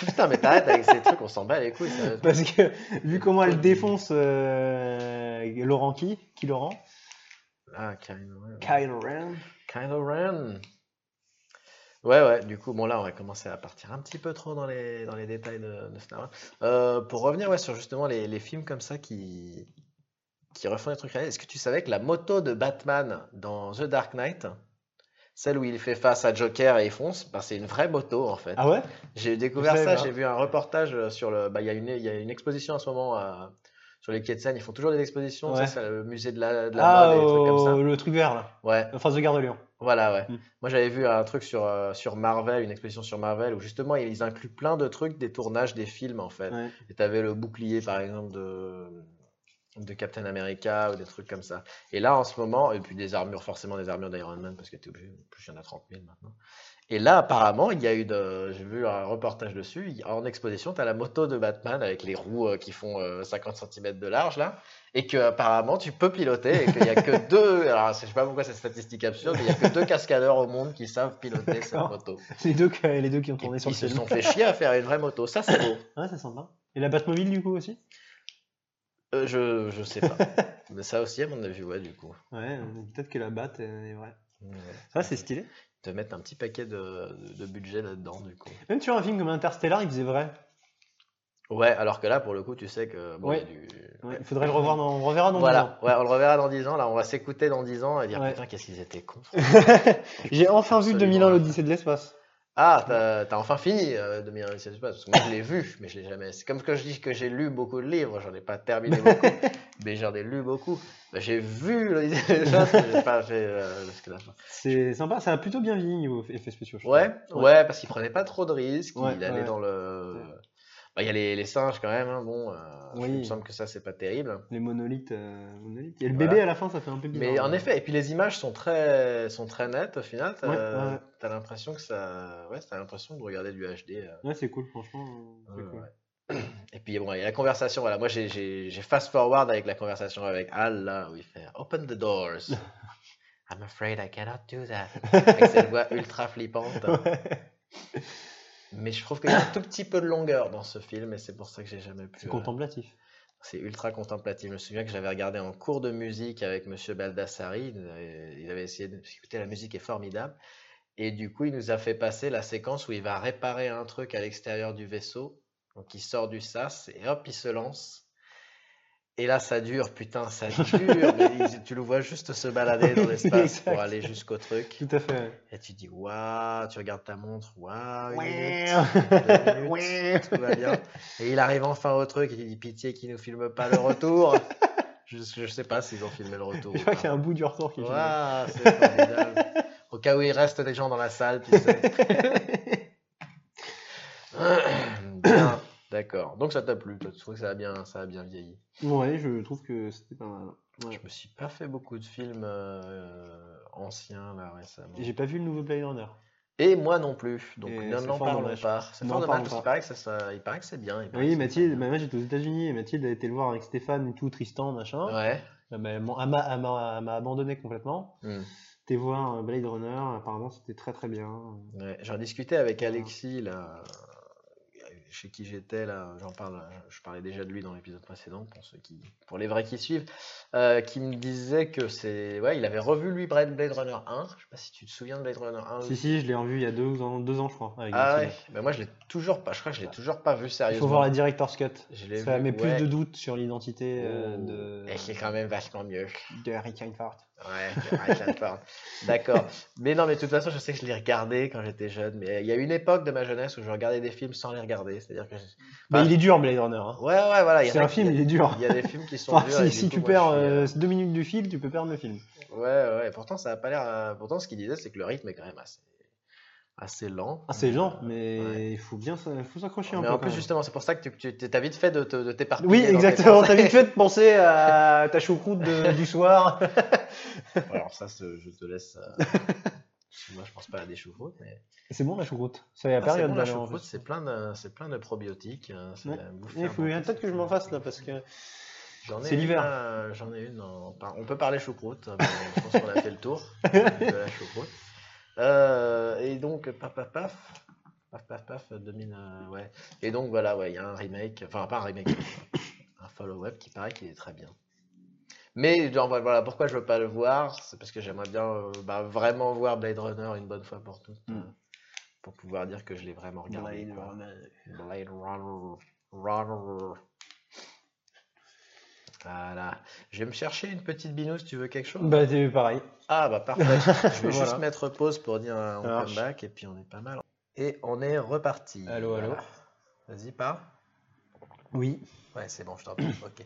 C: Putain, mais t'arrêtes avec ces trucs, on s'en bat les couilles. sérieusement.
B: Parce que, vu comment elle défonce euh, Laurent qui Qui Laurent
C: Ah, Kylo Ren.
B: Kylo Ren.
C: Kylo Ren. Ouais, ouais, du coup, bon, là, on va commencer à partir un petit peu trop dans les, dans les détails de, de Star Wars. Euh, pour revenir ouais, sur justement les, les films comme ça qui, qui refont des trucs réels, est-ce que tu savais que la moto de Batman dans The Dark Knight, celle où il fait face à Joker et il fonce, bah, c'est une vraie moto en fait.
B: Ah hein. ouais
C: J'ai découvert
B: savais
C: ça,
B: pas.
C: j'ai vu un reportage sur le. bah, Il y, a une- il y a une exposition en ce moment à- sur les quais de Seine, ils font toujours des expositions, ça,
B: Ouais.
C: c'est le musée de la, de la
B: Ah,
C: mode et des trucs comme
B: oh, le truc vert là.
C: ça. Ouais.
B: Enfin, The Gare de Lyon.
C: Voilà, ouais.
B: Mm.
C: Moi, j'avais vu un truc sur, euh, sur Marvel, une exposition sur Marvel, où justement, ils incluent plein de trucs des tournages des films, en fait.
B: Ouais.
C: Et t'avais le bouclier, par exemple, de, de Captain America, ou des trucs comme ça. Et là, en ce moment, et puis des armures, forcément des armures d'Iron Man, parce que t'es obligé, en plus, il y en a 30 000 maintenant. Et là, apparemment, il y a eu, de- j'ai vu un reportage dessus, il- en exposition, t'as la moto de Batman avec les roues euh, qui font euh, 50 cm de large, là et que apparemment tu peux piloter et qu'il n'y a que deux. Alors je sais pas pourquoi cette statistique absurde, mais il n'y a que deux cascadeurs au monde qui savent piloter cette
B: D'accord.
C: moto.
B: Les deux, que- les deux qui ont
C: Ils,
B: tourné sur
C: ils
B: le
C: se
B: film.
C: sont fait chier à faire une vraie moto, ça c'est beau.
B: Ouais, c'est sympa. Et la Batmobile du coup aussi
C: Euh, je je sais pas, mais ça aussi à mon avis ouais du coup.
B: Ouais, euh, peut-être que la Bat euh, est vraie.
C: Ouais.
B: Ça, c'est stylé.
C: De mettre un petit paquet de, de budget là-dedans du coup.
B: Même sur un film comme Interstellar, il faisait vrai.
C: Ouais, alors que là pour le coup tu sais que bon, il y
B: Ouais.
C: a du-
B: Ouais,
C: ouais.
B: Il faudrait le revoir dans. On reverra dans
C: Voilà, ouais, on le reverra dans 10 ans. Là, on va s'écouter dans 10 ans et dire
B: Ouais.
C: putain, qu'est-ce qu'ils étaient cons.
B: 10 ans. J'ai enfin vu
C: Absolument.
B: 2001 l'Odyssée de l'espace.
C: Ah, t'as t'as enfin fini euh, 2001 Odyssée de l'espace, parce que moi je l'ai vu, mais je l'ai jamais. C'est comme ce que je dis que j'ai lu beaucoup de livres, j'en ai pas terminé beaucoup, mais j'en ai lu beaucoup. Bah, j'ai vu l'Odyssée de l'espace, mais j'ai pas fait euh, jusqu'à la fin.
B: C'est sympa, ça a plutôt bien vieilli niveau effets spéciaux. je trouve.
C: Ouais, ouais, parce qu'il prenait pas trop de risques,
B: Ouais,
C: il allait
B: ouais.
C: dans le. Bah, Il Il y a les, les singes quand même, hein, bon, euh,
B: Oui.
C: il me semble que ça c'est pas terrible.
B: Les monolithes. euh, monolithes. Il y a le
C: Voilà.
B: bébé à la fin, ça fait un peu bizarre.
C: Mais en effet, et puis les images sont très, sont très nettes au final. T'as
B: Ouais, ouais, ouais.
C: t'as l'impression que ça, ouais, t'as l'impression de regarder du HD. euh,
B: Ouais, c'est cool, franchement. euh, c'est
C: euh,
B: cool.
C: ouais. Et puis bon, et la conversation, voilà, moi j'ai- j'ai j'ai fast forward avec la conversation avec Al là où il fait Open the doors. I'm afraid I cannot do that. Avec cette voix ultra flippante. Mais je trouve qu'il y a un tout petit peu de longueur dans ce film et c'est pour ça que j'ai jamais pu.
B: C'est
C: euh,
B: contemplatif.
C: c'est ultra contemplatif. Je me souviens que j'avais regardé en cours de musique avec Monsieur Baldassari. Il nous avait- il avait essayé de. Écoutez, la musique est formidable. Et du coup, il nous a fait passer la séquence où il va réparer un truc à l'extérieur du vaisseau. Donc, il sort du sas et hop, il se lance. Et là, ça dure, putain, ça dure. mais il- tu le vois juste se balader dans
B: Oui,
C: l'espace pour
B: exact.
C: aller jusqu'au truc.
B: Tout à fait. ouais.
C: Et tu dis, waouh, tu regardes ta montre, waouh, une
B: Ouais.
C: minute, deux minutes,
B: Ouais.
C: tout va bien. Et il arrive enfin au truc, il dit pitié qu'il ne filme pas le retour. je, je sais pas s'ils ont filmé le retour.
B: Je
C: ou
B: crois
C: pas.
B: qu'il y a un bout du retour qui est filmé.
C: Waouh, c'est formidable. Au cas où il reste des gens dans la salle, tu sais. bien, d'accord. Donc ça t'a plu, toi, tu trouves que ça a bien, ça a bien vieilli.
B: Ouais, je trouve que c'était pas mal. Ouais.
C: Je me suis pas fait beaucoup de films euh, anciens là récemment.
B: J'ai pas vu le nouveau Blade Runner.
C: Et moi non plus. Donc
B: Et
C: non,
B: c'est
C: n'en
B: fort
C: parlons
B: dommage.
C: pas. C'est
B: N'en
C: fort dommage parce qu'il
B: parlons pas.
C: paraît que ça, ça- il paraît que c'est bien. il paraît que
B: Oui,
C: Ah, c'est
B: Mathilde,
C: bien.
B: ma mère, j'étais aux États-Unis et Mathilde a été le voir avec Stéphane et tout, Tristan, machin.
C: Ouais.
B: Bah, bah, elle m'a- elle m'a- elle m'a elle m'a abandonné complètement.
C: Hmm.
B: T'es voir euh, Blade Runner, apparemment c'était très très bien.
C: Ouais, J'en discutais avec
B: Ouais.
C: Alexis, là, euh, chez qui j'étais, là, j'en parle, je je parlais déjà de lui dans l'épisode précédent, pour ceux qui, pour les vrais qui suivent, euh, qui me disait que c'est, ouais, il avait revu lui Blade Blade Runner 1, je sais pas si tu te souviens de Blade Runner 1.
B: Si, si, je l'ai revu il y a deux ans, deux ans je crois. Avec
C: ah
B: Mathilde.
C: ouais, bah moi je l'ai toujours pas, je crois que je l'ai toujours pas vu
B: Il
C: sérieusement.
B: faut voir la Director's Cut.
C: Je l'ai
B: Ça
C: vu,
B: met plus
C: ouais.
B: de doutes sur l'identité euh,
C: Oh.
B: de,
C: Et c'est quand même vachement mieux.
B: de Rick Reinhardt.
C: Ouais, c'est vrai, ça te parle. D'accord. Mais non, mais de toute façon, je sais que je les regardais quand j'étais jeune. Mais il y a une époque de ma jeunesse où je regardais des films sans les regarder. C'est-à-dire que. je-
B: Mais
C: Bah,
B: il est dur Blade Runner. hein.
C: Ouais, ouais, voilà. il y en
B: C'est
C: a
B: un
C: qui-
B: film, il est dur.
C: Il y a des films qui sont
B: Enfin,
C: durs. et
B: si
C: du
B: si
C: coup,
B: tu
C: moi,
B: perds
C: je suis,
B: euh, deux minutes du film, tu peux perdre le film.
C: euh, Ouais, ouais. Pourtant, ça a pas l'air. euh, Pourtant, ce qu'il disait, c'est que le rythme est quand même assez, assez lent.
B: Ah, c'est lent,
C: Euh,
B: mais
C: ouais. Ah,
B: il faut bien s- faut s'accrocher un
C: Mais
B: peu.
C: en
B: quand
C: plus,
B: même.
C: justement, c'est pour ça que tu, tu as vite fait de, te- de t'éparpiller.
B: Oui,
C: dans tes
B: exactement. T'as
C: pensées.
B: vite fait de penser à ta choucroute de- du soir.
C: Alors, ça, c'est- je te laisse. euh, Moi, je pense pas à des choucroutes, mais.
B: C'est bon la choucroute. C'est la
C: Ah, c'est
B: période
C: bon, la
B: d'aller en
C: choucroute,
B: fait.
C: c'est plein de, c'est plein de probiotiques. hein, c'est
B: Ouais.
C: la bouffée
B: Il faut bien
C: augmentée,
B: peut-être que je m'en fasse là parce que.
C: J'en ai
B: c'est
C: une,
B: l'hiver.
C: euh, J'en ai une. en- par- On peut parler choucroute. hein, mais je pense qu'on a fait le tour de la choucroute. Euh, et donc, paf, paf, paf. Paf, paf, paf, 2000. euh, ouais. Et donc, voilà, ouais, il y a un remake. Enfin, pas un remake. un follow-up qui paraît qu'il est très bien. Mais genre, voilà, pourquoi je veux pas le voir C'est parce que j'aimerais bien euh, bah, vraiment voir Blade Runner une bonne fois pour toutes.
B: Mm.
C: euh, Pour pouvoir dire que je l'ai vraiment regardé. quoi. Blade Runner. Runner. Voilà. Je vais me chercher une petite binouse, tu veux quelque chose
B: Bah c'est pareil.
C: Ah bah parfait. Je vais
B: Voilà.
C: juste mettre pause pour dire euh, on
B: Ça marche.
C: come back et puis on est pas mal. Et on est reparti.
B: Allô, allô.
C: Voilà. Vas-y, pars.
B: Oui.
C: Ouais, c'est bon, je t'en prie. Ok.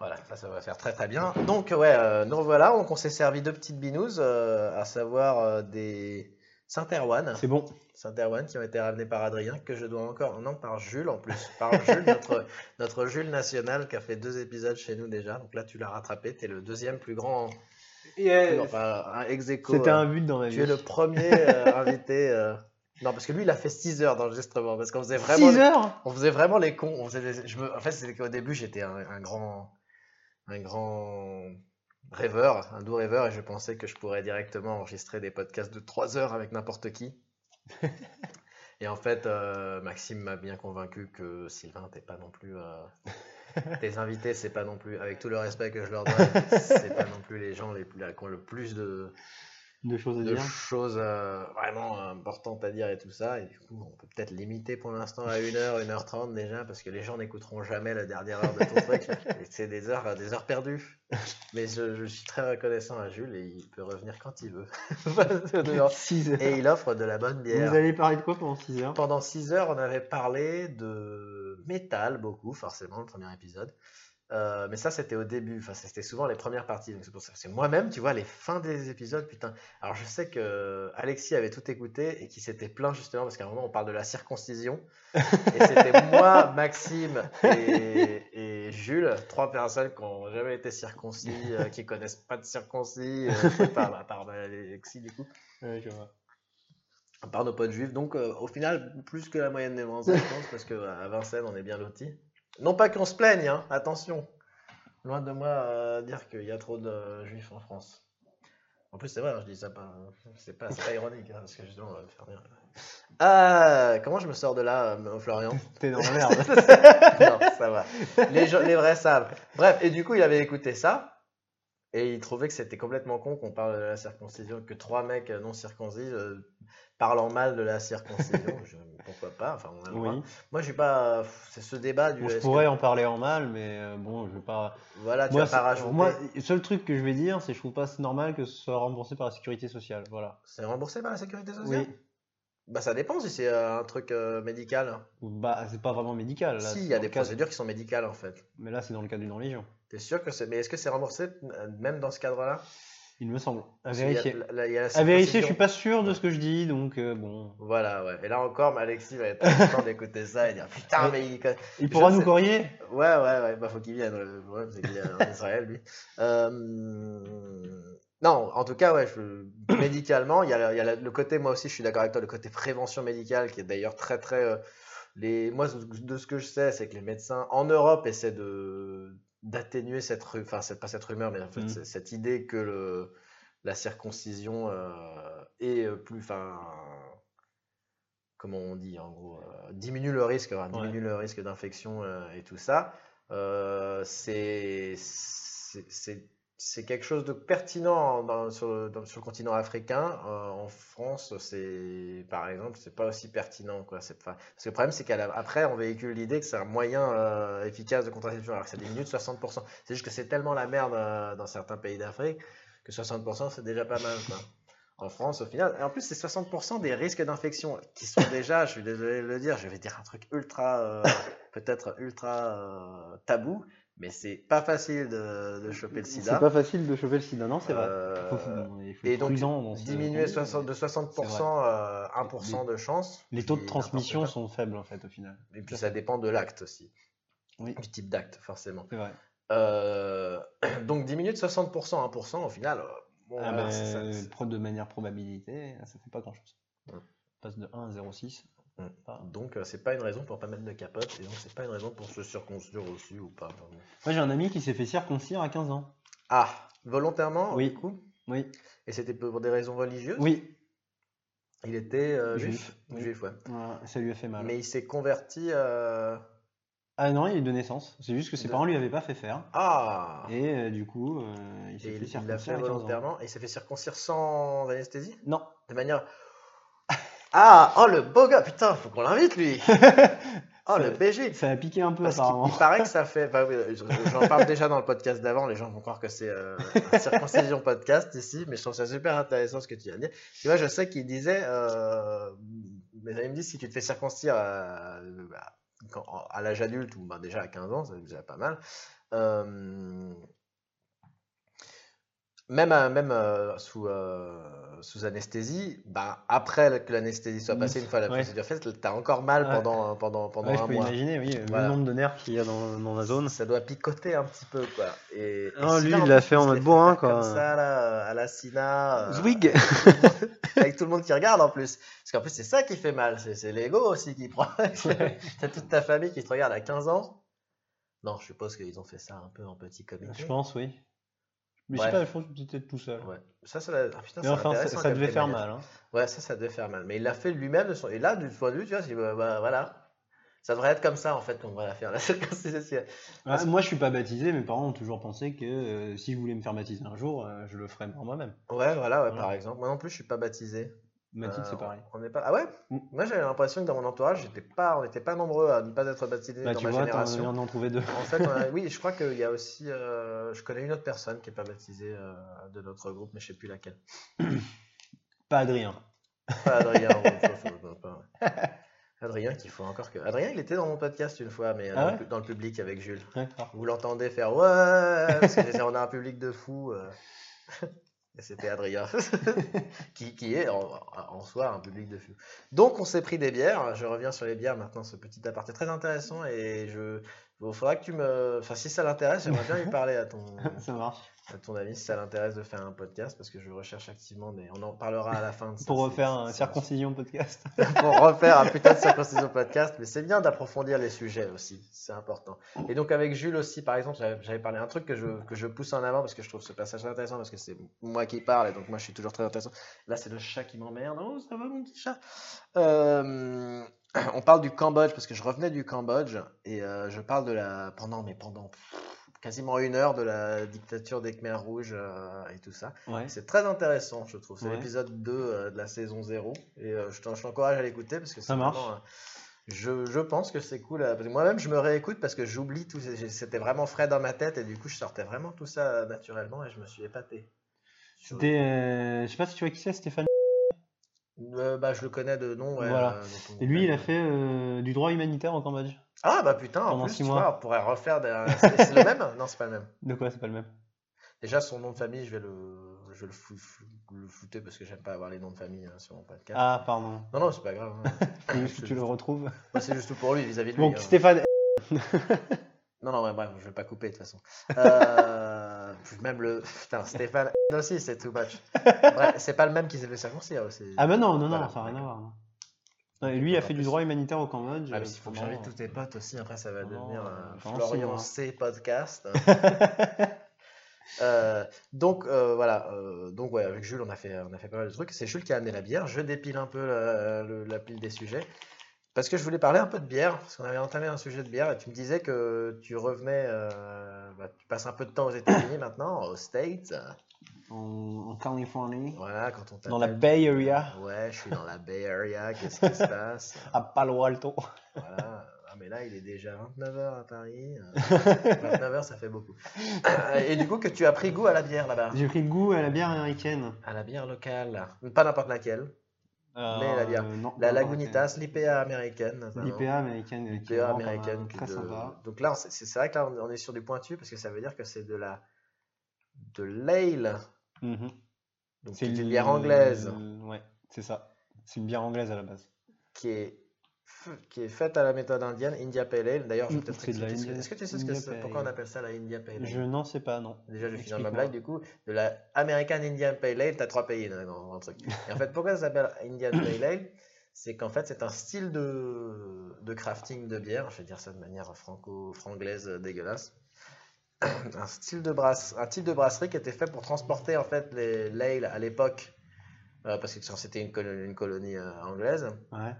C: Voilà, ça, ça va faire très très bien. Donc, ouais, euh, donc voilà, donc on s'est servi deux petites binouses, euh, à savoir euh, des Saint-Erwan.
B: C'est bon.
C: Saint-Erwan qui ont été ramenés par Adrien, que je dois encore. Non, par Jules en plus. Par Jules, notre, notre Jules national qui a fait deux épisodes chez nous déjà. Donc là, tu l'as rattrapé. T'es le deuxième plus grand. plus- Enfin, un ex aequo,
B: C'était
C: euh,
B: un but dans ma vie.
C: Tu es le premier euh, invité. euh, Non, parce que lui, il a fait 6 heures d'enregistrement. Parce qu'on faisait vraiment.
B: 6 heures
C: On faisait vraiment les cons. On faisait des- je me... En fait, c'est qu'au début, j'étais un, un grand, un grand rêveur, un doux rêveur, et je pensais que je pourrais directement enregistrer des podcasts de 3 heures avec n'importe qui. et en fait, euh, Maxime m'a bien convaincu que Sylvain, t'es pas non plus. euh, Tes invités, c'est pas non plus, avec tout le respect que je leur donne, c'est pas non plus les gens les plus, qui ont le plus de,
B: Deux choses à
C: de
B: dire.
C: choses euh, vraiment importantes à dire et tout ça. Et du coup, on peut peut-être limiter pour l'instant à 1h, 1h30 déjà, parce que les gens n'écouteront jamais la dernière heure de ton truc. Et C'est des heures, des heures perdues. Mais je, je suis très reconnaissant à Jules et il peut revenir quand il veut.
B: Six heures.
C: et il offre de la bonne bière.
B: Vous allez parler de quoi pendant 6 heures
C: Pendant 6 heures, on avait parlé de métal beaucoup, forcément, le premier épisode. Euh, mais ça, c'était au début. Enfin, c'était souvent les premières parties. Donc c'est pour ça. C'est moi-même, tu vois, les fins des épisodes, putain. Alors je sais que Alexis avait tout écouté et qu'il s'était plaint justement parce qu'à un moment on parle de la circoncision et c'était moi, Maxime et, et Jules, trois personnes qui n'ont jamais été circoncis, euh, qui connaissent pas de circoncis, euh, par, à part Alexis du coup,
B: Ouais, je vois.
C: à part nos potes juifs. Donc euh, au final, plus que la moyenne des Français, je pense, parce qu'à Vincennes on est bien lotis. Non pas qu'on se plaigne, hein, attention. Loin de moi euh, dire qu'il y a trop de euh, juifs en France. En plus, c'est vrai, hein, je dis ça pas. C'est pas, c'est pas ironique, hein, parce que justement, on va me faire rire. Ah, comment je me sors de là, euh, Florian
B: T'es dans la merde.
C: non, ça va. Les, gens- les vrais savent. Bref, et du coup, il avait écouté ça. Et il trouvait que c'était complètement con qu'on parle de la circoncision, que trois mecs non circoncis euh, parlent en mal de la circoncision. Je- pourquoi pas enfin, on a le droit.
B: oui.
C: Moi, je suis pas. pff, C'est ce débat du.
B: Bon, je
C: est-ce que-
B: pourrais en parler en mal, mais euh, bon, je vais pas.
C: Voilà, Ah, tu
B: Moi,
C: vas pas
B: c'est-
C: rajouter.
B: moi, le seul truc que je vais dire, c'est que je trouve pas normal que ce soit remboursé par la sécurité sociale. Voilà.
C: C'est remboursé par la sécurité sociale
B: Oui.
C: Bah, ça dépend si c'est euh, un truc euh, médical.
B: Bah, c'est pas vraiment médical. Là,
C: si, il
B: c'est
C: y a
B: dans
C: des
B: le cadre-
C: procédures qui sont médicales en fait.
B: Mais là, c'est dans le cadre d'une religion.
C: T'es sûr que c'est. Mais est-ce que c'est remboursé euh, même dans ce cadre-là
B: Il me semble. À
C: Parce qu'il y a
B: vérifier.
C: la- la- il y a la
B: À vérifier,
C: circoncision.
B: je suis pas sûr de ce que je dis, donc euh, bon.
C: Voilà, ouais. Et là encore, mais Alexis va être content d'écouter ça et dire putain, mais il. Ouais,
B: Il pourra
C: Je
B: nous
C: sais.
B: corriger
C: ouais, ouais, bah faut qu'il vienne. Le problème, c'est qu'il est en Israël, lui. Euh, Non, en tout cas, ouais, je- médicalement, il y a, la- il y a la- le côté, moi aussi, je suis d'accord avec toi, le côté prévention médicale qui est d'ailleurs très, très. euh, Les... Moi, de- de ce que je sais, c'est que les médecins en Europe essaient de d'atténuer cette ru- enfin c'est pas cette rumeur mais en fait
B: Mhm.
C: c'est- cette idée que le la circoncision euh, est euh, plus enfin comment on dit en gros euh, diminue le risque hein,
B: Ouais.
C: diminue le risque d'infection euh, et tout ça Euh, c'est c'est- c'est c'est quelque chose de pertinent dans- sur, le, dans- sur le continent africain. Euh, en France, c'est par exemple, c'est pas aussi pertinent quoi. C'est pas- Parce que le problème, c'est qu'après, on véhicule l'idée que c'est un moyen euh, efficace de contraception, alors que ça diminue de 60%. C'est juste que c'est tellement la merde euh, dans certains pays d'Afrique que 60%, c'est déjà pas mal. quoi. En France, au final, et en plus, c'est 60% des risques d'infection qui sont déjà, je suis désolé de le dire, je vais dire un truc ultra, euh, peut-être ultra euh, tabou, mais c'est pas facile de, de choper le sida.
B: C'est pas facile de choper le sida, non, c'est vrai.
C: Euh,
B: Faut- faut- il faut
C: et
B: être
C: donc,
B: prudent dans ce-
C: diminuer 60 de 60%, euh, 1% de chance.
B: Les taux
C: qui
B: de
C: est
B: transmission
C: n'importe
B: sont faibles, en fait, au final.
C: quoi. Et puis ça dépend de l'acte aussi,
B: Oui,
C: du type d'acte, forcément.
B: c'est vrai.
C: Euh, donc diminuer de 60% à 1%, au final, euh, bon,
B: Ah,
C: voilà,
B: mais,
C: c'est ça, c'est-
B: pro- de manière probabilité, ça fait pas grand-chose.
C: Ouais.
B: On passe de 1 à 0,6.
C: Ouais.
B: Pas-
C: donc euh, c'est pas une raison pour pas mettre de capote, et donc c'est pas une raison pour se circoncire aussi ou pas. pardon.
B: Moi, j'ai un ami qui s'est fait circoncire à 15 ans.
C: Ah, volontairement,
B: Oui.
C: du coup
B: Oui,
C: Et c'était pour des raisons religieuses
B: oui.
C: Il était euh,
B: Juif,
C: juif.
B: oui.
C: Juif, ouais.
B: Voilà, ça lui a fait mal.
C: Mais il s'est converti. euh,
B: Ah non, il est de naissance. C'est juste que ses
C: De-
B: parents lui avaient pas fait faire.
C: Ah
B: Et euh, du coup, euh, il
C: Et
B: s'est
C: il-
B: fait
C: il l'a fait
B: circoncire à 15 ans.
C: volontairement et il s'est fait circoncire sans anesthésie
B: Non.
C: De manière. Ah Oh le beau gars Putain, faut qu'on l'invite lui Oh le BG
B: Ça a piqué un peu,
C: Parce qu'il-
B: apparemment.
C: il paraît que ça fait. enfin, oui, je- J'en parle déjà dans le podcast d'avant, les gens vont croire que c'est euh, un circoncision podcast ici, mais je trouve ça super intéressant ce que tu viens de dire. Tu vois, je sais qu'il disait. Euh... Mes amis me disent si tu te fais circoncire à, bah, quand- à l'âge adulte ou bah, déjà à 15 ans, c'est déjà pas mal. Euh, Même, à- même euh, sous, euh, sous anesthésie, bah, après que l'anesthésie soit passée, une fois la
B: Mmh. Ouais.
C: procédure faite, t'as encore mal
B: Ouais.
C: pendant, pendant, pendant
B: Ouais, je
C: un
B: peux
C: mois.
B: imaginer, oui, euh,
C: Voilà.
B: le nombre de nerfs qu'il y a dans, dans la zone.
C: Ça doit picoter un petit peu, quoi. Et, et
B: Ah, lui,
C: celui-là,
B: il l'a
C: en plus,
B: fait en
C: se
B: mode
C: les fait
B: bourrin,
C: faire
B: quoi.
C: Comme ça, là, à la Sina. euh,
B: Zwig.
C: Avec tout le monde qui regarde, en plus. Parce qu'en plus, c'est ça qui fait mal. C'est c'est l'ego aussi qui prend. T'as toute ta famille qui te regarde à 15 ans. Non, je suppose qu'ils ont fait ça un peu en petit comité.
B: Je pense, oui. Mais
C: Bref.
B: je sais pas, je pense que j'étais tout seul.
C: Ouais. Ça, ça, ah, putain,
B: Mais
C: c'est
B: enfin, ça,
C: intéressant
B: ça
C: comme
B: devait faire
C: témoignage.
B: mal. Hein.
C: Ouais, ça, ça devait faire mal. Mais il l'a fait lui-même de son. Et là, du point de vue, tu vois, c'est bah, bah, voilà. Ça devrait être comme ça, en fait, qu'on devrait la faire. La circoncision. Parce-
B: Ah, moi, je suis pas baptisé, mes parents ont toujours pensé que euh, si je voulais me faire baptiser un jour, euh, je le ferais par moi-même.
C: Ouais, voilà, ouais,
B: Ouais.
C: par exemple. Moi non plus, je suis pas baptisé.
B: Mathilde,
C: Euh,
B: c'est pareil.
C: On n'est pas... Ah ouais
B: Mm.
C: Moi j'avais l'impression que dans mon entourage, j'étais pas... on n'était pas nombreux à ne pas être baptisés
B: Bah,
C: dans
B: tu
C: ma
B: vois, t'en
C: génération.
B: viens d'en trouver deux.
C: En fait, on a- oui, je crois qu'il y a aussi. euh, Je connais une autre personne qui n'est pas baptisée euh, de notre groupe, mais je sais plus laquelle.
B: Pas Adrien.
C: Pas euh, bah, Adrien. ou autre chose, je me rappelle pas. Adrien qu'il faut encore que. Adrien, il était dans mon podcast une fois, mais euh,
B: Ah
C: dans,
B: ouais
C: le, pu- dans le public avec Jules.
B: D'accord.
C: Vous l'entendez faire ouais, parce que je- on a un public de fous. euh. Et c'était Adrien, qui, qui est en, en soi un public de fous. Donc on s'est pris des bières. Je reviens sur les bières maintenant. Ce petit aparté très intéressant et je. Bon, faudra que tu me. Enfin, si ça l'intéresse, j'aimerais bien lui parler à ton,
B: Ça marche.
C: à ton ami, si ça l'intéresse de faire un podcast, parce que je recherche activement, mais on en parlera à la fin de ça.
B: Pour
C: c'est-
B: refaire
C: c'est-
B: un
C: c'est-
B: circoncision podcast.
C: pour refaire un putain de circoncision podcast, mais c'est bien d'approfondir les sujets aussi, c'est important. Et donc avec Jules aussi, par exemple, j'avais j'avais parlé un truc que je, que je pousse en avant parce que je trouve ce passage très intéressant parce que c'est moi qui parle et donc moi je suis toujours très intéressant. Là c'est le chat qui m'emmerde. Oh ça va mon petit chat. Euh, on parle du Cambodge parce que je revenais du Cambodge et euh, je parle de la pendant mais pendant pff, quasiment une heure de la dictature des Khmers rouges euh, et tout ça.
B: Ouais.
C: C'est très intéressant, je trouve. C'est
B: Ouais.
C: l'épisode 2 euh, de la saison 0. Et euh, je t'en- je t'encourage à l'écouter parce que c'est
B: Ça marche.
C: vraiment, euh, je, je pense que c'est cool. euh, parce que Moi-même, je me réécoute parce que j'oublie tout. j'ai- C'était vraiment frais dans ma tête et du coup, je sortais vraiment tout ça euh, naturellement et je me suis épaté. Sur-
B: C'était, euh, je sais pas si tu vois qui c'est, Stéphane.
C: Euh, bah, je le connais de nom. ouais,
B: Voilà.
C: euh, donc on-
B: Et lui, il a fait euh, du droit humanitaire au Cambodge.
C: Ah bah putain, en
B: pendant
C: plus,
B: six
C: tu
B: mois.
C: vois, on pourrait refaire. des- euh, C'est c'est le même Non, c'est pas le même.
B: De quoi C'est pas le même.
C: Déjà, son nom de famille, je vais le, je vais le, fou- fou- le flouter parce que j'aime pas avoir les noms de famille euh, sur mon podcast.
B: Ah, pardon.
C: Non, non, c'est pas grave. hein.
B: Faut juste que tu le retrouves.
C: Bah, c'est juste pour lui vis-à-vis de lui.
B: Donc,
C: hein.
B: Stéphane.
C: Non, non, ouais, bref, je vais pas couper de toute façon. Euh, même le. Putain, Stéphane aussi, c'est too much. Bref, c'est pas le même qui s'est fait circoncire aussi.
B: Ah, bah non, non, non,
C: Voilà,
B: ça n'a rien à
C: d'accord.
B: voir. non. Non, et lui, il a fait du droit humanitaire au Cambodge.
C: Ah, mais
B: euh,
C: s'il faut que
B: pendant-
C: j'invite tous tes potes aussi, après ça va
B: pendant,
C: devenir
B: euh,
C: euh,
B: pendant
C: Florian
B: six
C: C podcast. Euh, donc euh, voilà, euh, donc ouais, avec Jules on a fait, on a fait pas mal de trucs. C'est Jules qui a amené la bière. Je dépile un peu la, le- la pile des sujets parce que je voulais parler un peu de bière parce qu'on avait entamé un sujet de bière et tu me disais que tu revenais, euh, bah, tu passes un peu de temps aux États-Unis maintenant, aux States.
B: En, en Californie.
C: Voilà, quand on
B: Dans la
C: t'appelle,
B: Bay
C: tu-
B: Area.
C: Ouais, je suis dans la Bay Area. Qu'est-ce qui se passe
B: À Palo Alto.
C: Voilà. Ah, mais là, il est déjà 29h à Paris. Euh, 29h, ça fait beaucoup. Euh, Et du coup, que tu as pris goût à la bière là-bas.
B: J'ai pris goût à la bière américaine.
C: À la bière locale. Pas n'importe laquelle.
B: Euh,
C: Mais la bière.
B: non,
C: La
B: non,
C: Lagunitas, l'IPA américaine.
B: non,
C: notamment.
B: L'IPA américaine. euh, qui est
C: IPA
B: vraiment
C: américaine.
B: pas-
C: qui
B: Très
C: de-
B: sympa.
C: Donc là, on- c'est c'est vrai que là, on on est sur du pointu parce que ça veut dire que c'est de la. de l'ale.
B: Mhm.
C: Donc c'est
B: C'est
C: une
B: le-
C: bière anglaise
B: Ouais, c'est ça. C'est une bière anglaise à la base.
C: qui est. f- qui est faite à la méthode indienne, India Pale Ale. D'ailleurs, je vais
B: Mm,
C: peut-être
B: c'est de la
C: expliquer ce que-
B: India-
C: Est-ce que tu sais ce que
B: India
C: c'est
B: Pale
C: Pourquoi on
B: Ale.
C: appelle ça la India Pale Ale
B: Je n'en sais pas, non.
C: Déjà, je vais finir ma
B: Explique-moi.
C: blague du coup. De la American Indian Pale Ale, t'as trois pays dans dans un truc. Et en fait, pourquoi ça s'appelle Indian Pale Ale C'est qu'en fait, c'est un style de, de crafting de bière. Je vais dire ça de manière franco-franglaise euh, dégueulasse. Un style de brasse, un type de brasserie qui était fait pour transporter en fait les l'ale à l'époque, euh, parce que c'était une colonie, une colonie euh, anglaise.
B: Ouais.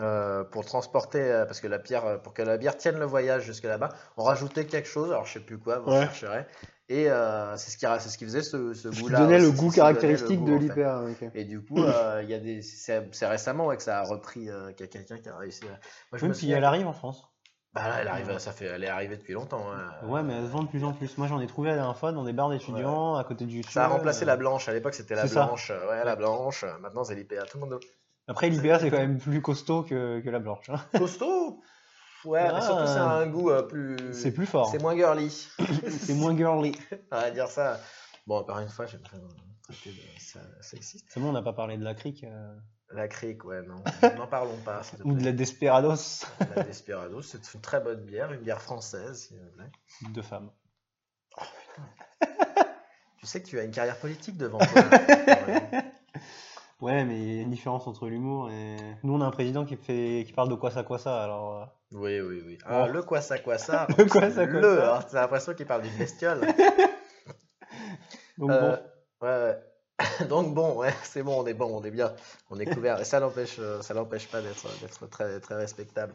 C: Euh, pour transporter, euh, parce que la pierre, euh, pour que la bière tienne le voyage jusque là-bas, on rajoutait quelque chose, alors je sais plus quoi, vous
B: Ouais.
C: chercherez. Et euh, c'est ce qui, ra- c'est ce qui faisait ce, ce
B: Je
C: goût-là.
B: donnais
C: ouais,
B: le
C: c'est-
B: goût
C: c'est ce qui donnait le
B: caractéristique
C: goût,
B: de
C: en fait.
B: l'IPA. ok.
C: Et du coup, euh, il y a des, c'est c'est récemment ouais, que ça a repris, euh, qu'il y a quelqu'un qui a réussi. à- Moi, je
B: Oui,
C: me
B: puis
C: souviens-
B: elle arrive en France.
C: Bah là, elle arrive, ça fait, elle est arrivée depuis longtemps. hein.
B: Ouais, mais elle se vend de plus en plus. Moi, j'en ai trouvé la dernière fois dans des bars d'étudiants, à côté du.
C: Ça a remplacé la blanche. À l'époque, c'était la
B: euh, c'est ça.
C: blanche. euh, Ouais, la blanche. euh, Maintenant, c'est l'IPA. Tout le monde.
B: Après, l'IPA, c'est quand même plus costaud que, que la blanche. hein.
C: Costaud. Ouais, mais
B: Ah.
C: surtout, ça a un goût euh, plus.
B: C'est plus fort.
C: C'est moins girly.
B: C'est moins girly.
C: On va dire ça. Bon, encore une fois, j'aime pas traiter de ça sexiste.
B: C'est bon, on n'a pas parlé de la crique. euh,
C: La crique, ouais, non. N'en parlons pas, s'il te
B: ou de la
C: plaît.
B: Desperados
C: La Desperados, c'est une très bonne bière, une bière française, s'il vous plaît.
B: de femmes.
C: Tu sais que tu as une carrière politique devant toi. Ouais.
B: Ouais, mais il y a une différence entre l'humour et. Nous, on a un président qui, fait... qui parle de quoi ça, quoi ça. Alors. euh,
C: oui, oui, oui. Ah,
B: Oh.
C: le quoi ça, quoi ça.
B: Le quoi ça, quoi
C: Le,
B: ça.
C: hein, t'as l'impression qu'il parle d'une bestiole.
B: Donc,
C: Euh,
B: bon.
C: ouais, ouais. Donc bon, ouais, c'est bon, on est bon, on est bien, on est couvert. Et ça l'empêche, euh, ça l'empêche pas d'être, d'être très, très respectable.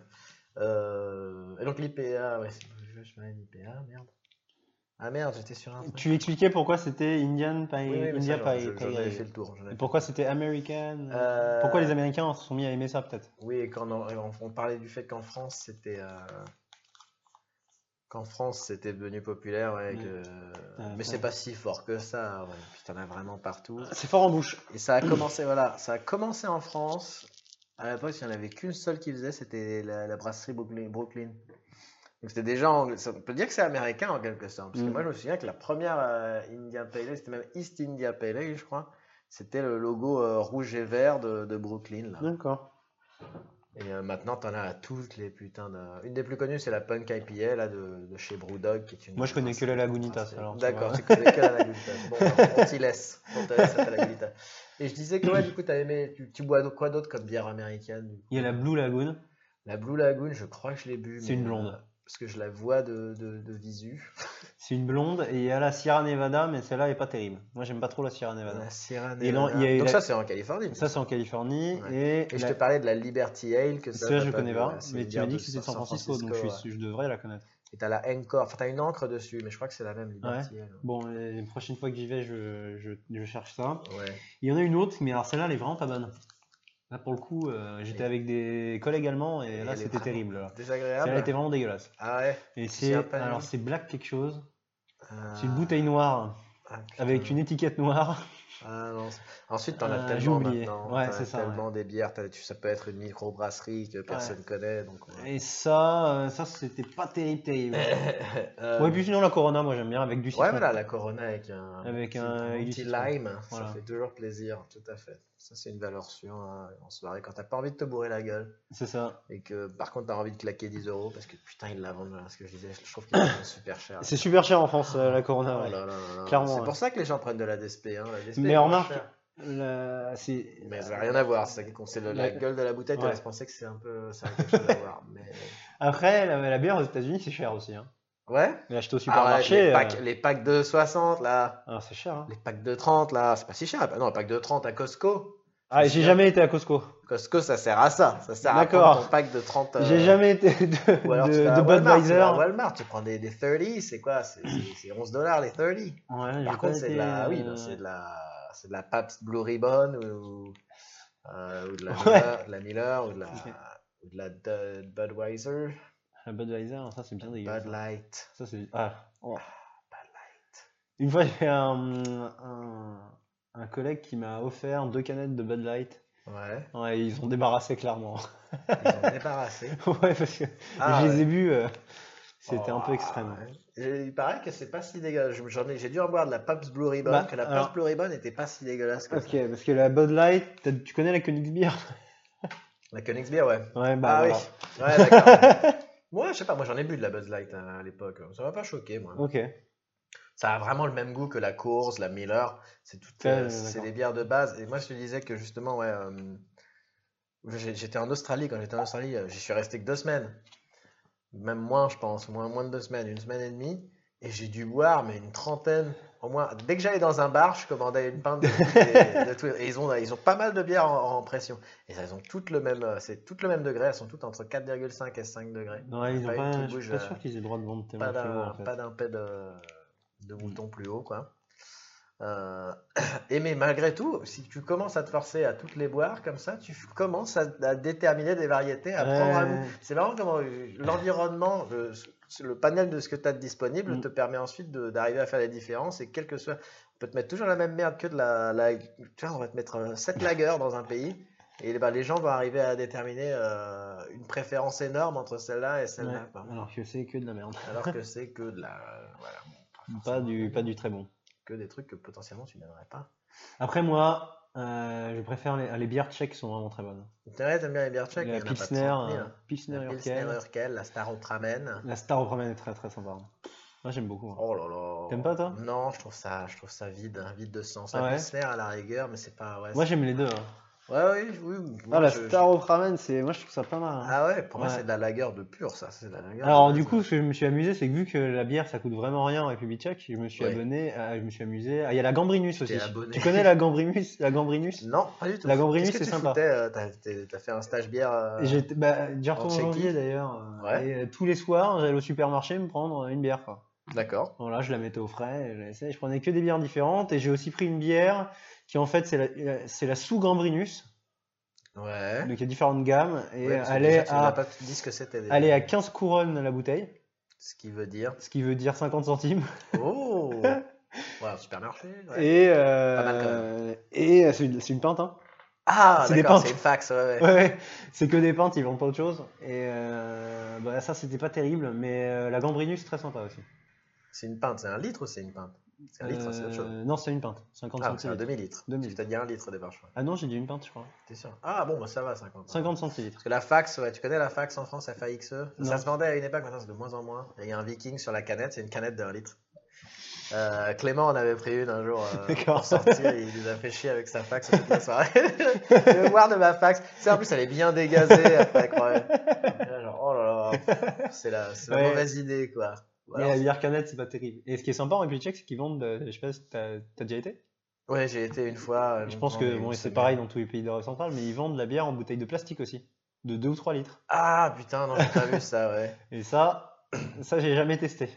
C: Euh, et donc l'IPA, ouais, c'est- je je parlais d'IPA, merde. Ah merde, j'étais sur un. truc.
B: Tu expliquais pourquoi c'était Indian Pie.
C: Oui, oui, mais
B: India
C: ça, j'en-
B: Pie-
C: je-
B: Pie-
C: j'en avais fait le tour. j'en avais
B: Et
C: fait
B: pourquoi
C: le tour.
B: c'était American
C: Euh,
B: Pourquoi les Américains se sont mis à aimer ça, peut-être
C: Oui, et quand on, on- on parlait du fait qu'en France c'était euh, qu'en France c'était devenu populaire, ouais,
B: Ouais.
C: que-
B: Euh,
C: mais
B: ça-
C: c'est pas si fort que ça. Ouais. Puis t'en as vraiment partout.
B: C'est fort en bouche.
C: Et ça a commencé, voilà, ça a commencé en France. à l'époque, il n'y en avait qu'une seule qui faisait, c'était la, la brasserie Brooklyn. Brooklyn. Donc c'était déjà, angla- ça- on peut dire que c'est américain en quelque sorte. Parce que
B: Mhm.
C: moi, je me souviens que la première euh, India Pale Ale, c'était même East India Pale Ale, je crois. C'était le logo euh, rouge et vert de, de Brooklyn. Là.
B: D'accord.
C: Et euh, maintenant, t'en as à toutes les putains de... Une des plus connues, c'est la Punk IPA là, de, de chez Brewdog. Qui est une
B: Moi, je connais que la Lagunitas,
C: brasserie-
B: alors, tu
C: Ah, D'accord,
B: vois.
C: tu connais que la Lagunitas. Bon, alors, on t'y laisse. On te laisse à ta Lagunitas. Et je disais que, ouais, du coup, t'as aimé... tu, tu bois de- quoi d'autre comme bière américaine du coup
B: Il y a la Blue Lagoon.
C: La Blue Lagoon, je crois que je l'ai bu.
B: C'est
C: mais,
B: une blonde.
C: euh, parce que je la vois de, de, de visu.
B: C'est une blonde. Et il y a la Sierra Nevada, mais celle-là est pas terrible. Moi, j'aime pas trop la Sierra Nevada.
C: La Sierra
B: Et non,
C: Nevada.
B: il y a eu
C: Donc
B: la-
C: ça, c'est en Californie.
B: Ça, c'est en Californie.
C: Ouais.
B: Et,
C: Et je
B: la-
C: te parlais de la Liberty Ale. Que ça,
B: celle-là,
C: t'as
B: je connais
C: vu,
B: pas.
C: ouais, c'est
B: Mais
C: une
B: tu m'as
C: bière
B: dit
C: de
B: que c'était de San Francisco, donc je, suis- je devrais la connaître.
C: Et t'as la encore, enfin t'as une encre dessus, mais je crois que c'est la même Liberty Ale.
B: Bon, et la prochaine fois que j'y vais, je, je- je cherche ça.
C: Ouais.
B: Il y en a une autre, mais alors celle-là, elle est vraiment pas bonne. Là, pour le coup, euh, j'étais
C: Et-
B: avec des collègues allemands et
C: Et
B: là,
C: elle est
B: c'était
C: vraiment-
B: terrible. là. Celle-là
C: Désagréable.
B: était vraiment dégueulasse.
C: Ah ouais.
B: Et
C: sais
B: c'est
C: à peine.
B: alors c'est black quelque chose.
C: Ah.
B: C'est une bouteille noire
C: Ah, putain.
B: avec une étiquette noire.
C: Ah, non. Ensuite, t'en
B: Ah,
C: as
B: j'ai
C: tellement
B: oublié.
C: maintenant.
B: Ouais,
C: t'en
B: c'est
C: as
B: ça,
C: tellement des bières. t'as- tu- Ça peut être une microbrasserie que personne connaît. Donc, ouais.
B: Et ça, euh, ça c'était pas terrible, terrible.
C: Euh,
B: Ouais, puis sinon la Corona, moi j'aime bien avec du citron.
C: Ouais, voilà, la Corona avec un,
B: Avec
C: petit,
B: un- avec du
C: petit
B: citron.
C: lime,
B: Voilà.
C: ça fait toujours plaisir, tout à fait. Ça, c'est une valeur sûre hein, en soirée quand t'as pas envie de te bourrer la gueule
B: C'est ça.
C: et que par contre t'as envie de claquer 10 euros parce que putain, ils la vendent, voilà, ce que je disais, je trouve qu'ils la vendent super cher.
B: C'est super cher en France euh, la Corona.
C: Oh
B: ouais.
C: là là là là.
B: Clairement,
C: C'est
B: ouais.
C: pour ça que les gens prennent de la DSP. Hein. La DSP
B: Mais
C: est moins
B: remarque-
C: chère.
B: La- c'est-
C: Mais ça n'a rien à voir, c'est qu'on sait le- la
B: Ouais.
C: gueule de la bouteille, tu
B: Euh, Ouais.
C: laisse penser que c'est un peu. Ça a quelque chose à voir. Mais...
B: Après, la, la bière aux États-Unis c'est cher aussi. Hein.
C: Ouais,
B: Mais L'acheter au
C: Ah ouais,
B: supermarché.
C: les,
B: euh,
C: packs, les packs de 60 là,
B: ah, c'est cher. hein.
C: les packs de 30 là, c'est pas si cher. Bah non, un pack de 30 à Costco.
B: Ah,
C: c'est
B: j'ai
C: cher.
B: jamais été à Costco.
C: Costco, ça sert à ça. Ça sert à
B: D'accord.
C: prendre ton pack de 30. euh,
B: J'ai jamais été de,
C: Ou alors
B: de-
C: tu vas à
B: de
C: Walmart, tu
B: Budweiser.
C: vas à Walmart, tu prends des, des 30, c'est quoi C'est c'est- c'est 11 dollars les 30.
B: Ouais, j'ai
C: Par
B: pas
C: contre, c'est de la,
B: été,
C: oui,
B: euh,
C: non, c'est de la, c'est de la Pabst Blue Ribbon ou, euh, ou de, la
B: Ouais.
C: Miller, de la Miller ou de la,
B: Ok.
C: ou de la Dud- Budweiser,
B: la Budweiser, ça c'est bien dégueulasse.
C: Bud Light. Oh.
B: Ça, c'est. Ah. Une fois, j'ai un, un, un collègue qui m'a offert deux canettes de Bud Light.
C: Ouais,
B: Ouais, ils ont débarrassé clairement.
C: ils ont débarrassé.
B: ouais, parce que
C: Ah,
B: je
C: ouais.
B: les ai bu, c'était un peu
C: Oh,
B: extrême.
C: ouais. Et Il paraît que c'est pas si dégueulasse. Je- J'en ai, j'ai dû en boire de la Pabst Blue Ribbon,
B: Bah,
C: que la
B: alors-
C: Pabst Blue Ribbon n'était pas si dégueulasse que ça.
B: Ok, parce que la Bud Light, t'as- tu connais la Königsbier
C: La Königsbeer, ouais.
B: Ouais, bah.
C: Ah
B: voilà.
C: oui, ouais, d'accord. moi, je sais pas, moi j'en ai bu de la Bud Light hein, à l'époque. Ça m'a pas choqué, moi.
B: Ok.
C: Ça a vraiment le même goût que la Coors, la Miller. C'est tout,
B: Ouais, ouais,
C: c'est
B: d'accord.
C: des bières de base. Et moi, je te disais que justement, ouais, euh, j'ai- j'étais en Australie. Quand j'étais en Australie, euh, j'y suis resté que deux semaines. Même moins, je pense. Moins, moins de deux semaines, une semaine et demie. Et j'ai dû boire, mais une trentaine. Au moins, dès que j'allais dans un bar, je commandais une pinte de toutes les- de tous les- Et ils ont, ils ont pas mal de bières en, en pression. Et elles ont toutes le même, euh, c'est toutes le même degré. Elles sont toutes entre 4,5 et 5 degrés.
B: Ouais, ils ont
C: Pas eu
B: pas,
C: tout
B: je
C: bouge,
B: suis pas
C: euh,
B: sûr qu'ils aient le droit de vendre
C: Pas
B: tellement de kilos,
C: d'un
B: en fait. Mm.
C: pas d'un pet de, de mouton plus haut, quoi. Euh, et mais malgré tout, si tu commences à te forcer à toutes les boire comme ça, tu commences à, à déterminer des variétés, à prendre un
B: Ouais.
C: goût. C'est marrant comment euh, l'environnement, le, le panel de ce que tu as de disponible
B: Mm.
C: te permet ensuite de- d'arriver à faire la différence et quel que soit. On peut te mettre toujours la même merde que de la. la- tu vois, on va te mettre 7 lagers dans un pays. Et ben, les gens vont arriver à déterminer euh, une préférence énorme entre celle-là et celle-là.
B: Ouais,
C: quoi.
B: alors que c'est que de la merde.
C: Alors que c'est que de la. Voilà, bon,
B: Pas
C: forcément, euh,
B: du, pas du très bon.
C: Que des trucs que potentiellement tu n'aimerais pas.
B: Après, moi, euh, je préfère les, les bières tchèques sont vraiment très bonnes.
C: T'aimerais, t'aimes bien les bières tchèques
B: la
C: il y en a pas de
B: Pilsner,
C: 30 000,
B: euh,
C: hein.
B: Pilsner
C: La Pilsner
B: Urquell.
C: Urquell, la Star Ultraman.
B: La Star Rockman est très très sympa. hein. Moi j'aime beaucoup. hein.
C: Oh là là.
B: T'aimes pas, toi
C: Non, je trouve ça, je trouve ça vide, hein, vide de sens. La
B: Ah ouais
C: Pilsner à la rigueur, mais c'est pas. Ouais,
B: Moi j'aime les deux. hein.
C: c'est- ouais, oui, oui. oui,
B: ah, la
C: je- je-
B: Star of Ramen, c'est... moi je trouve ça pas mal. hein.
C: Ah ouais, pour moi
B: Ouais.
C: c'est de la lagueur de pur, ça. C'est de la lagueur
B: Ah, Alors
C: de-
B: du coup, ce que je me suis amusé, c'est que vu que la bière ça coûte vraiment rien en République tchèque, je me suis
C: Ouais.
B: abonné, à- je me suis amusé. Ah, il y a la Gambrinus
C: t'es
B: aussi.
C: abonné.
B: Tu connais la Gambrinus La Gambrinus
C: Non, pas du tout.
B: La Gambrinus,
C: Qu'est-ce que
B: c'est
C: tu
B: sympa.
C: foutais, euh, T'as t'es- t'as fait un stage bière. euh,
B: Et J'étais bah, déjà
C: en
B: retourné en
C: Tchéquie.
B: janvier d'ailleurs. euh,
C: Ouais.
B: Et euh, tous les soirs, j'allais au supermarché me prendre une bière. Quoi.
C: D'accord.
B: Voilà, je la mettais au frais, et je la laissais. Je prenais que des bières différentes. Et j'ai aussi pris une bière qui en fait c'est la, euh, c'est la sous Gambrinus.
C: Ouais.
B: Donc il y a différentes gammes. Et
C: Ouais, parce que
B: elle est
C: déjà, tu m'as
B: à
C: pas dit ce que c'était. déjà.
B: Elle est à 15 couronnes la bouteille,
C: Ce qui veut dire.
B: ce qui veut dire 50 centimes.
C: Oh Ouais, au supermarché. ouais.
B: Et,
C: Pas mal quand
B: euh, et euh, c'est une, c'est une pinte. hein.
C: Ah,
B: C'est des
C: d'accord,
B: pentes.
C: c'est une fax, ouais, ouais.
B: Ouais, ouais. c'est que des pentes, ils vendent pas autre chose. Et euh, bah, ça, c'était pas terrible, mais euh, la Gambrinus, très sympa aussi.
C: C'est une pinte, c'est un litre ou c'est une pinte C'est un litre, Ah c'est autre chose.
B: Euh, non, c'est une pinte, 50
C: Ah, c'est un
B: centilitres.
C: demi-litre.
B: Demi-litre.
C: Tu t'as dit un litre au départ, je crois.
B: Ah non, j'ai dit une pinte, je crois.
C: T'es sûr Ah bon, bah ça va, 50.
B: 50 centilitres.
C: Parce que la fax, ouais, tu connais la fax en France, FAXE
B: Non.
C: E? Ça se vendait à une époque, maintenant c'est de moins en moins. Et Il y a un viking sur la canette, c'est une canette d'un litre. Euh, Clément en avait pris une un jour euh,
B: D'accord.
C: pour sortir, il nous a fait chier avec sa fax toute la soirée. Le voir de ma fax, c'est en plus elle est bien dégazée après, quoi. Et là, genre, oh là là, c'est la, c'est la
B: Ouais.
C: mauvaise idée quoi. Ou
B: Mais
C: alors-
B: la bière canette, euh, c'est pas terrible. Et ce qui est sympa en République tchèque, c'est qu'ils vendent, de- je sais pas si t'as t'as déjà été.
C: Ouais, j'ai été une fois. euh,
B: euh, Je pense
C: longtemps,
B: que
C: mais
B: bon,
C: une
B: et c'est
C: seule
B: pareil
C: bière.
B: dans tous les pays d'Europe centrale, mais ils vendent de la bière en bouteille de plastique aussi, de 2 ou 3 litres.
C: Ah putain, non, j'ai pas vu ça, ouais.
B: Et ça, ça, j'ai jamais testé.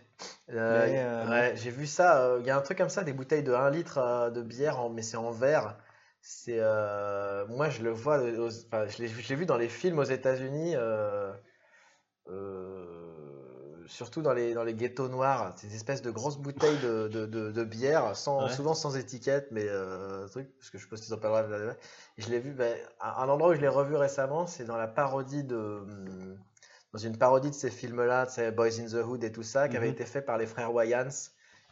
C: Euh,
B: Mais, euh,
C: ouais, j'ai vu ça. euh, Il y a un truc comme ça, des bouteilles de 1 litre euh, de bière, en- mais c'est en verre. C'est, euh, moi, je le vois, aux- enfin, je l'ai je l'ai vu dans les films aux États-Unis, euh, euh, surtout dans les, dans les ghettos noirs. Ces espèces de grosses bouteilles de, de, de- de bière, sans,
B: Ouais.
C: souvent sans étiquette, mais euh, truc, parce que je pense qu'ils ont pas le droit de la- Je l'ai vu, ben, à- un endroit où je l'ai revu récemment, c'est dans la parodie de. hum, Dans une parodie de ces films-là, tu sais, Boys in the Hood et tout ça, qui avait
B: Mhm.
C: été fait par les frères Wayans,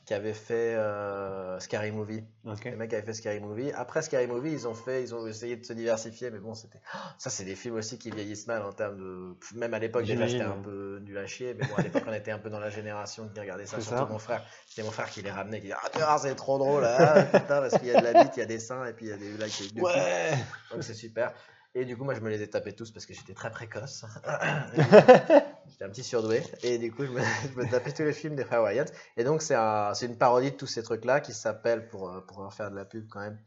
C: qui avaient fait euh, Scary Movie.
B: Ok.
C: Les mecs avaient fait Scary Movie. Après Scary Movie, ils ont fait, ils ont essayé de se diversifier, mais bon, c'était. oh, Ça, c'est des films aussi qui vieillissent mal en termes de. Pff, Même à l'époque, déjà,
B: J'imagine, hein.
C: j'étais un
B: ouais.
C: peu nul à chier, mais bon, à l'époque, on était un peu dans la génération qui regardait ça.
B: C'est
C: Surtout
B: ça.
C: mon frère. C'était mon frère qui les ramenait, qui disait Ah, tu vois, c'est trop drôle, ah, putain, parce qu'il y a de la bite, il y a des seins, et puis il y a des blagues de cul. Donc c'est super. Et du coup, moi, je me les ai tapés tous parce que j'étais très précoce. j'étais un petit surdoué. Et du coup, je me, je me tapais tous les films des frères Wayans. Et donc, c'est un- c'est une parodie de tous ces trucs-là qui s'appelle, pour, euh, pour en faire de la pub quand même,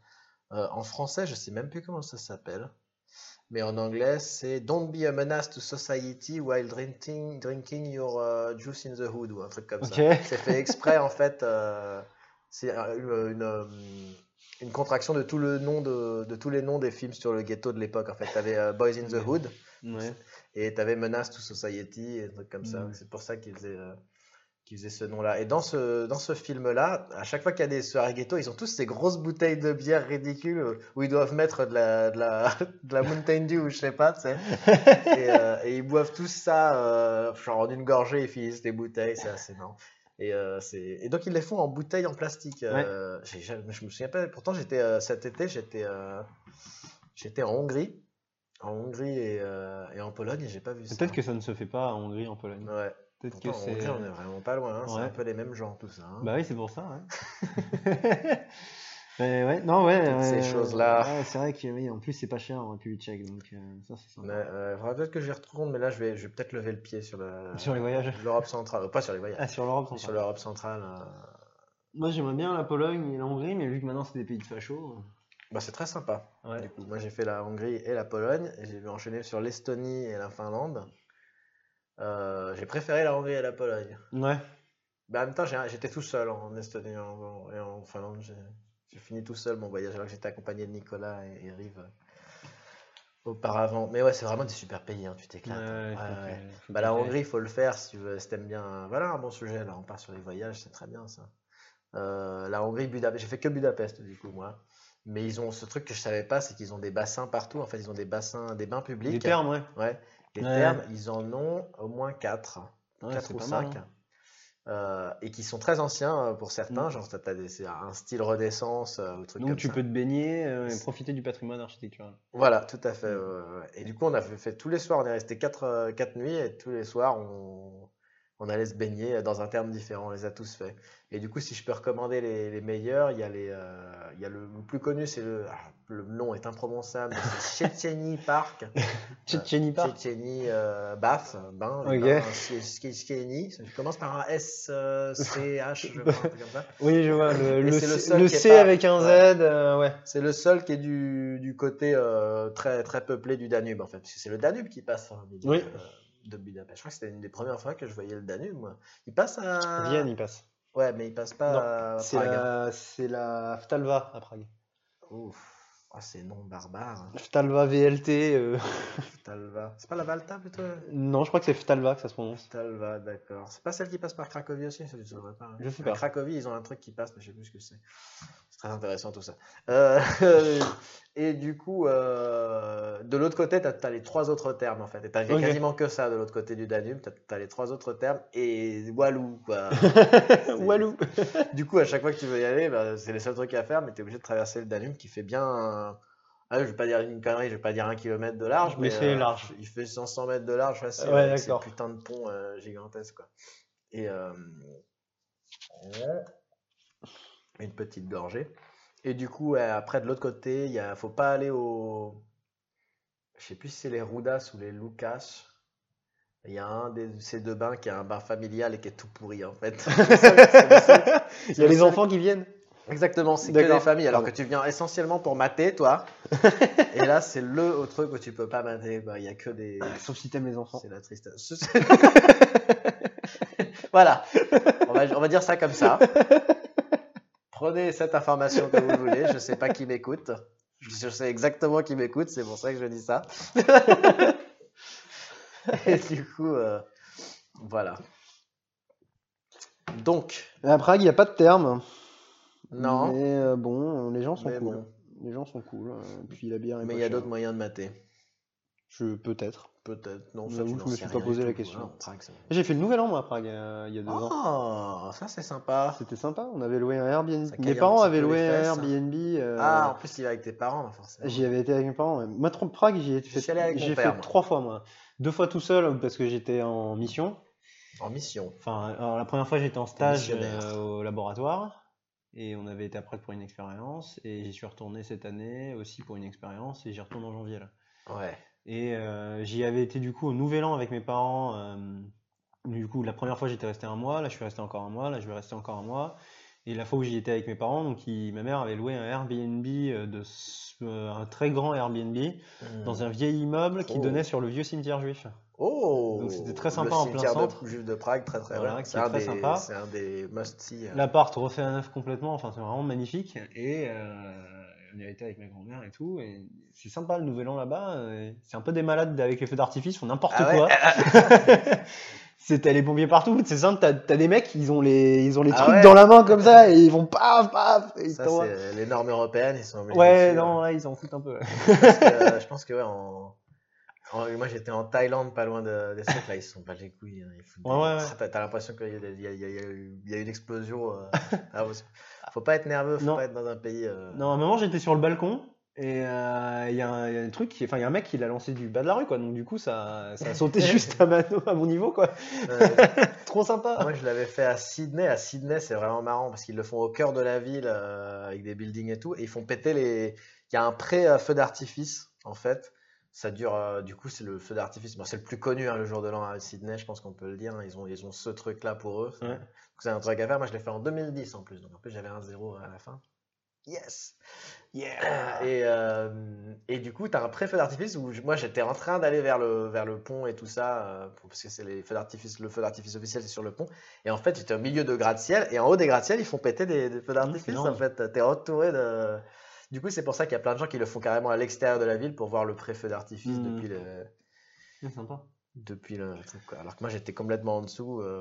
C: euh, en français, je sais même plus comment ça s'appelle. Mais en anglais, c'est Don't be a menace to society while drinking, drinking your euh, juice in the hood ou un truc comme ça.
B: Ok.
C: C'est fait exprès en fait. euh, c'est euh, une, euh, une contraction de tout le nom de, de tous les noms des films sur le ghetto de l'époque. En fait, t'avais euh, Boys in the Hood
B: Ouais.
C: et t'avais Menace to Society et des trucs comme ça.
B: Mhm.
C: C'est pour ça qu'ils faisaient, euh, qu'ils faisaient ce nom-là. Et dans ce dans ce film-là, à chaque fois qu'il y a des soirées ghetto, ils ont tous ces grosses bouteilles de bière ridicules où ils doivent mettre de la de la, de la Mountain Dew ou je sais pas, tu sais. et, euh, et ils boivent tous ça, euh, genre en une gorgée, ils finissent les bouteilles, c'est assez marrant. Et, euh, c'est- et donc ils les font en bouteilles en plastique. euh, j'ai jamais- je me souviens pas, pourtant j'étais euh, cet été, j'étais euh, j'étais en Hongrie, en Hongrie et, euh, et en Pologne, et j'ai pas vu ça.
B: Peut-être que ça ne se fait pas en Hongrie, en Pologne.
C: Ouais,
B: Peut-être
C: pourtant,
B: que
C: en
B: c'est.
C: Hongrie, on est vraiment pas loin, hein, c'est
B: Ouais.
C: un peu les mêmes gens tout ça. hein.
B: Bah oui, c'est pour ça. ouais. Mais ouais, non, ouais.
C: Toutes ces
B: ouais,
C: choses-là.
B: ouais, c'est vrai que oui, en plus, c'est pas cher en République tchèque, donc euh, ça, c'est
C: Mais,
B: sympa.
C: euh, faudra peut-être que j'y retourne, mais là je vais, je vais peut-être lever le pied sur la-
B: Sur les voyages.
C: l'Europe centrale, Euh, pas sur les voyages,
B: Ah, sur l'Europe,
C: sur
B: sympa.
C: l'Europe centrale. euh,
B: Moi, j'aimerais bien la Pologne et la Hongrie, mais vu que maintenant, c'est des pays de fachos.
C: Bah, c'est très sympa.
B: euh, Ouais.
C: Du coup, moi j'ai fait la Hongrie et la Pologne, et j'ai enchaîné sur l'Estonie et la Finlande. Euh, j'ai préféré la Hongrie et la Pologne.
B: Ouais.
C: Mais en même temps, j'ai- j'étais tout seul en Estonie et en, et en Finlande. J'ai- J'ai fini tout seul mon voyage alors que j'étais accompagné de Nicolas et, et Rive euh, auparavant. Mais ouais, c'est vraiment des super pays, hein, tu t'éclates. hein.
B: Ouais,
C: Ouais,
B: faut
C: ouais.
B: que- faut
C: Bah, la
B: que-
C: Hongrie, il faut le faire si tu veux, si t'aimes bien. Voilà un bon sujet, là, on part sur les voyages, c'est très bien ça. Euh, la Hongrie, Budapest, j'ai fait que Budapest du coup, moi. Mais ils ont ce truc que je savais pas, c'est qu'ils ont des bassins partout. En fait, ils ont des bassins, des bains publics.
B: Les termes, ouais.
C: Ouais, des
B: Ouais.
C: thermes, ils en ont au moins 4,
B: Ouais,
C: 4
B: c'est
C: ou
B: pas mal,
C: 5.
B: hein.
C: et qui sont très anciens euh, pour certains,
B: Mm.
C: genre t'as- t'as des- c'est un style Renaissance euh, ou truc
B: Donc,
C: comme
B: tu
C: ça.
B: peux te baigner euh, et profiter du patrimoine architectural.
C: Voilà, tout à fait.
B: Mm.
C: ouais, ouais. Et du coup, on a fait, fait tous les soirs, on est resté quatre, euh, quatre nuits et tous les soirs, on, on allait se baigner euh, dans un terme différent. On les a tous faits. Et du coup, si je peux recommander les, les meilleurs, il y a, les, euh, il y a le, le plus connu, c'est le, ah, le nom est imprononçable, mais c'est Checheny Park.
B: Tchétchénie Park.
C: Checheny euh, Bath, bain, les
B: Ok.
C: bains, Ch- Ch- Checheny. Je commence par un S, euh, C, H, je crois, un truc comme ça.
B: Oui, je vois. Le,
C: Et
B: le
C: c'est le
B: C,
C: seul
B: le
C: qui est
B: C
C: pas-
B: avec un Z, euh, ouais.
C: C'est le seul qui est du, du côté euh, très, très peuplé du Danube, en fait. Parce que c'est le Danube qui passe hein, midi,
B: Oui.
C: euh, de Budapest. Je crois que c'était une des premières fois que je voyais le Danube, moi. Il passe à.
B: Vienne, il passe.
C: Ouais, mais il passe pas à
B: C'est
C: Ah, Prague. hein.
B: la, c'est la Ftalva à Prague.
C: Ouf. Oh, c'est non barbare.
B: Ftalva VLT. euh,
C: Talva. C'est pas la Valta plutôt
B: Non, je crois que c'est Ftalva que ça se prononce.
C: Talva, d'accord. C'est pas celle qui passe par Cracovie aussi, ça, tu te souviens pas. hein.
B: Je sais
C: À
B: pas.
C: Cracovie, ils ont un truc qui passe, mais je sais plus ce que c'est. très intéressant tout ça. Euh, et du coup, euh, de l'autre côté, tu as, les trois autres termes en fait. Et tu
B: Ok.
C: quasiment que ça de l'autre côté du Danube. Tu as, les trois autres termes et Walou. Quoi. C'est-
B: Walou.
C: Du coup, à chaque fois que tu veux y aller, bah, c'est les seuls trucs à faire, mais tu es obligé de traverser le Danube qui fait bien. euh, Ah, je vais pas dire une connerie, je vais pas dire un kilomètre de large,
B: Mais
C: mais, euh,
B: c'est large.
C: Il fait 500 mètres de large facile.
B: Ouais,
C: avec ces
B: d'accord.
C: putains de ponts euh, gigantesques, quoi. Et. euh, Une petite gorgée. Et du coup, euh, après, de l'autre côté, il y a... faut pas aller au. Je sais plus si c'est les Roudas ou les Lucas. Il y a un de ces deux bains qui a un bain familial et qui est tout pourri en fait. C'est le seul- c'est le seul-
B: Il y a les enfants qui viennent.
C: Exactement, c'est que les
B: D'accord.
C: familles. Alors que
B: Pardon.
C: tu viens essentiellement pour mater, toi. et là, c'est le autre truc où tu peux pas mater. quoi. Il y a que des.
B: Sauf si t'aimes les enfants.
C: C'est la tristesse. voilà. On va, on va dire ça comme ça. Prenez cette information que vous voulez. Je sais pas qui m'écoute. Je je sais exactement qui m'écoute. C'est pour ça que je dis ça. et du coup, euh, voilà. Donc,
B: À Prague, il n'y a pas de terme.
C: non.
B: Mais euh, bon, les gens sont
C: Mais
B: cool.
C: bon.
B: Les gens sont cool. euh, Puis la bière hein. est
C: Mais
B: pas
C: il y a
B: chère.
C: d'autres moyens de mater.
B: Je Peut-être.
C: Peut-être, non,
B: Mais
C: ça, tu
B: j'avoue,
C: n'en
B: je me
C: sais
B: suis
C: rien
B: pas
C: du
B: posé la
C: tout, hein.
B: question.
C: voilà, on sait que ça-
B: J'ai fait le nouvel an, moi, à Prague, euh, il y a deux ans.
C: Oh, ça c'est sympa.
B: C'était sympa, on avait loué un Airbnb.
C: Ça caille
B: Mes
C: un
B: parents
C: petit
B: avaient
C: peu les
B: loué un
C: fesses, hein.
B: Airbnb. euh,
C: Ah, en plus il va avec tes parents, forcément.
B: J'y avais été avec mes parents. ouais. Moi, Trom- Prague, j'y ai
C: suis
B: fait,
C: allé avec mon
B: j'y ai
C: père,
B: fait
C: moi.
B: trois fois, moi. Deux fois tout seul, parce que j'étais en mission.
C: En mission.
B: Enfin, alors, la première fois, j'étais en stage
C: missionnaire.
B: euh, au laboratoire. Et on avait été à Prague pour une expérience. Et j'y suis retourné cette année aussi pour une expérience. Et j'y retourne en janvier, là.
C: Ouais.
B: Et euh, j'y avais été du coup au Nouvel An avec mes parents. euh, du coup, la première fois j'étais resté un mois, là je suis resté encore un mois, là je vais rester encore un mois. Et la fois où j'y étais avec mes parents, donc il- ma mère avait loué un Airbnb, euh, de, s- euh, un très grand Airbnb,
C: Hmm.
B: dans un vieil immeuble qui
C: Oh.
B: donnait sur le vieux cimetière juif.
C: Oh
B: Donc, c'était très
C: le
B: sympa en plein
C: cimetière de-
B: centre.
C: juif de Prague, très très
B: Voilà,
C: bien.
B: qui
C: C'est
B: est
C: un
B: très
C: des-
B: sympa.
C: C'est un des must-see. euh.
B: L'appart refait à neuf complètement, enfin c'est vraiment magnifique. Et euh, on y a été avec ma grand-mère et tout. Et c'est sympa le nouvel an là-bas. euh, C'est un peu des malades avec les feux d'artifice, ils font n'importe
C: Ah ouais
B: quoi. c'est t'as les pompiers partout. C'est simple, t'as t'as des mecs, ils ont les, ils ont les
C: Ah
B: trucs
C: ouais.
B: dans la main comme ça et ils vont paf paf. et ils
C: Ça,
B: t'envoient.
C: c'est euh, les normes européennes, ils sont obligés
B: Ouais,
C: dessus,
B: non,
C: hein.
B: là ils s'en foutent un peu.
C: Parce que, euh, je pense que, ouais, en... en- Moi j'étais en Thaïlande, pas loin de... des trucs, là ils se sont pas les couilles. hein, ils foutent des-
B: Ouais, ouais, ouais.
C: Ah, T'as t'as l'impression qu'il y, a des- il y a- il y a- il y a eu- il y a eu une explosion. euh, ah, ouais, c'est- faut pas être nerveux, faut
B: Non.
C: pas être dans un pays. euh,
B: Non, à un moment j'étais sur le balcon et euh, il y, a un il y a un truc, qui- enfin il y a un mec qui l'a lancé du bas de la rue quoi. Donc du coup ça, ça a sauté juste à, ma- à mon niveau quoi.
C: euh,
B: Trop sympa.
C: Moi, je l'avais fait à Sydney. À Sydney, c'est vraiment marrant parce qu'ils le font au cœur de la ville euh, avec des buildings et tout. Et ils font péter les. Il y a un pré-feu d'artifice en fait. Ça dure. euh, du coup, c'est le feu d'artifice. Bon, c'est le plus connu hein, le jour de l'an à Sydney. Je pense qu'on peut le dire. hein. Ils ont ils ont ce truc là pour eux.
B: Ouais.
C: Donc, c'est un truc à faire. Moi, je l'ai fait en 2010 en plus. Donc en plus, j'avais un zéro à la fin. Yes. Yeah. Et, euh, et du coup, tu as un pré-feu d'artifice où je- moi j'étais en train d'aller vers le, vers le pont et tout ça, euh, pour- parce que c'est les feux d'artifice, le feu d'artifice officiel c'est sur le pont. Et en fait, j'étais au milieu de gratte-ciel et en haut des gratte-ciel, ils font péter des, des feux d'artifice.
B: énorme.
C: en fait, t'es entouré de. Du coup, c'est pour ça qu'il y a plein de gens qui le font carrément à l'extérieur de la ville pour voir le pré-feu d'artifice
B: Mm.
C: depuis le,
B: C'est sympa.
C: depuis le truc, quoi. Alors que moi j'étais complètement en dessous. euh,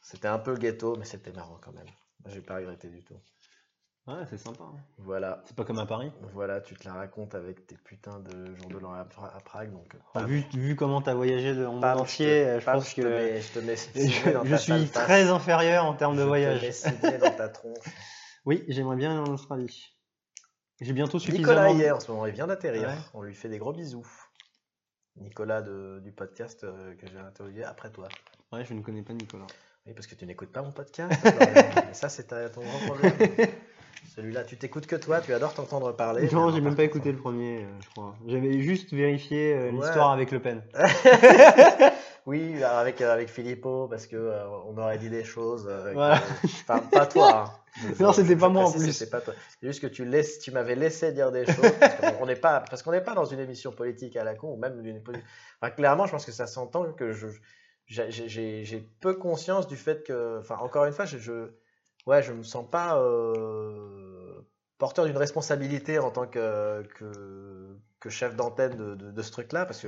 C: c'était un peu ghetto, mais c'était marrant quand même. J'ai pas regretté du tout.
B: Ouais, c'est sympa. hein.
C: Voilà.
B: C'est pas comme à Paris.
C: Voilà, tu te la racontes avec tes putains de jours de l'an à, Pra- à Prague, donc. euh,
B: Enfin, vu, vu comment t'as voyagé dans le monde
C: Pam,
B: entier, euh,
C: te-
B: je
C: Pam,
B: pense
C: te
B: que
C: mets- je te mets
B: je,
C: ciblé dans
B: je
C: ta
B: suis
C: sale face.
B: très inférieur en termes
C: Je
B: de
C: te
B: voyage.
C: mets ciblé dans ta tronche.
B: Oui, j'aimerais bien aller en Australie. J'ai bientôt suffisamment.
C: Nicolas y est en ce moment, il vient d'atterrir.
B: Ouais.
C: On lui fait des gros bisous. Nicolas de- du podcast euh, que j'ai interviewé après toi.
B: Ouais, je ne connais pas Nicolas.
C: Oui, parce que tu n'écoutes pas mon podcast. alors, mais ça, c'est ta- ton grand problème. Celui-là, tu t'écoutes que toi, tu adores t'entendre parler.
B: non,
C: mais
B: j'ai
C: alors,
B: même
C: par
B: pas
C: contre,
B: écouté le premier, euh, je crois. J'avais juste vérifié euh,
C: Ouais.
B: l'histoire avec Le Pen.
C: Oui, avec, euh, avec Filippo, parce que euh, on aurait dit des choses. euh,
B: Voilà.
C: que- Enfin, pas toi. hein. Je-
B: Non,
C: je-
B: c'était
C: je
B: pas moi, en
C: précise,
B: plus.
C: C'était pas toi. C'est juste que tu, laisses, tu m'avais laissé dire des choses. Parce qu'on- on n'est pas, parce qu'on n'est pas dans une émission politique à la con, ou même d'une. poli- Enfin, clairement, je pense que ça s'entend que je. J'ai j'ai- j'ai peu conscience du fait que. Enfin, encore une fois, je. je ouais, je me sens pas. euh, porteur d'une responsabilité en tant que, que, que chef d'antenne de, de- de ce truc-là, parce que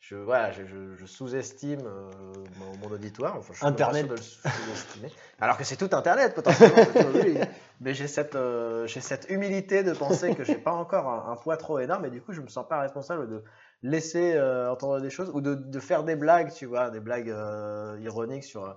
C: je, voilà, je, je- je sous-estime euh, mon, mon auditoire. Enfin, je suis même pas
B: Internet.
C: sûr de le sous-estimer. Alors que c'est tout Internet, potentiellement. aujourd'hui. Mais j'ai cette, euh, j'ai cette humilité de penser que j'ai pas encore un, un poids trop énorme, et du coup, je me sens pas responsable de laisser euh, entendre des choses ou de, de faire des blagues, tu vois, des blagues euh, ironiques sur. euh,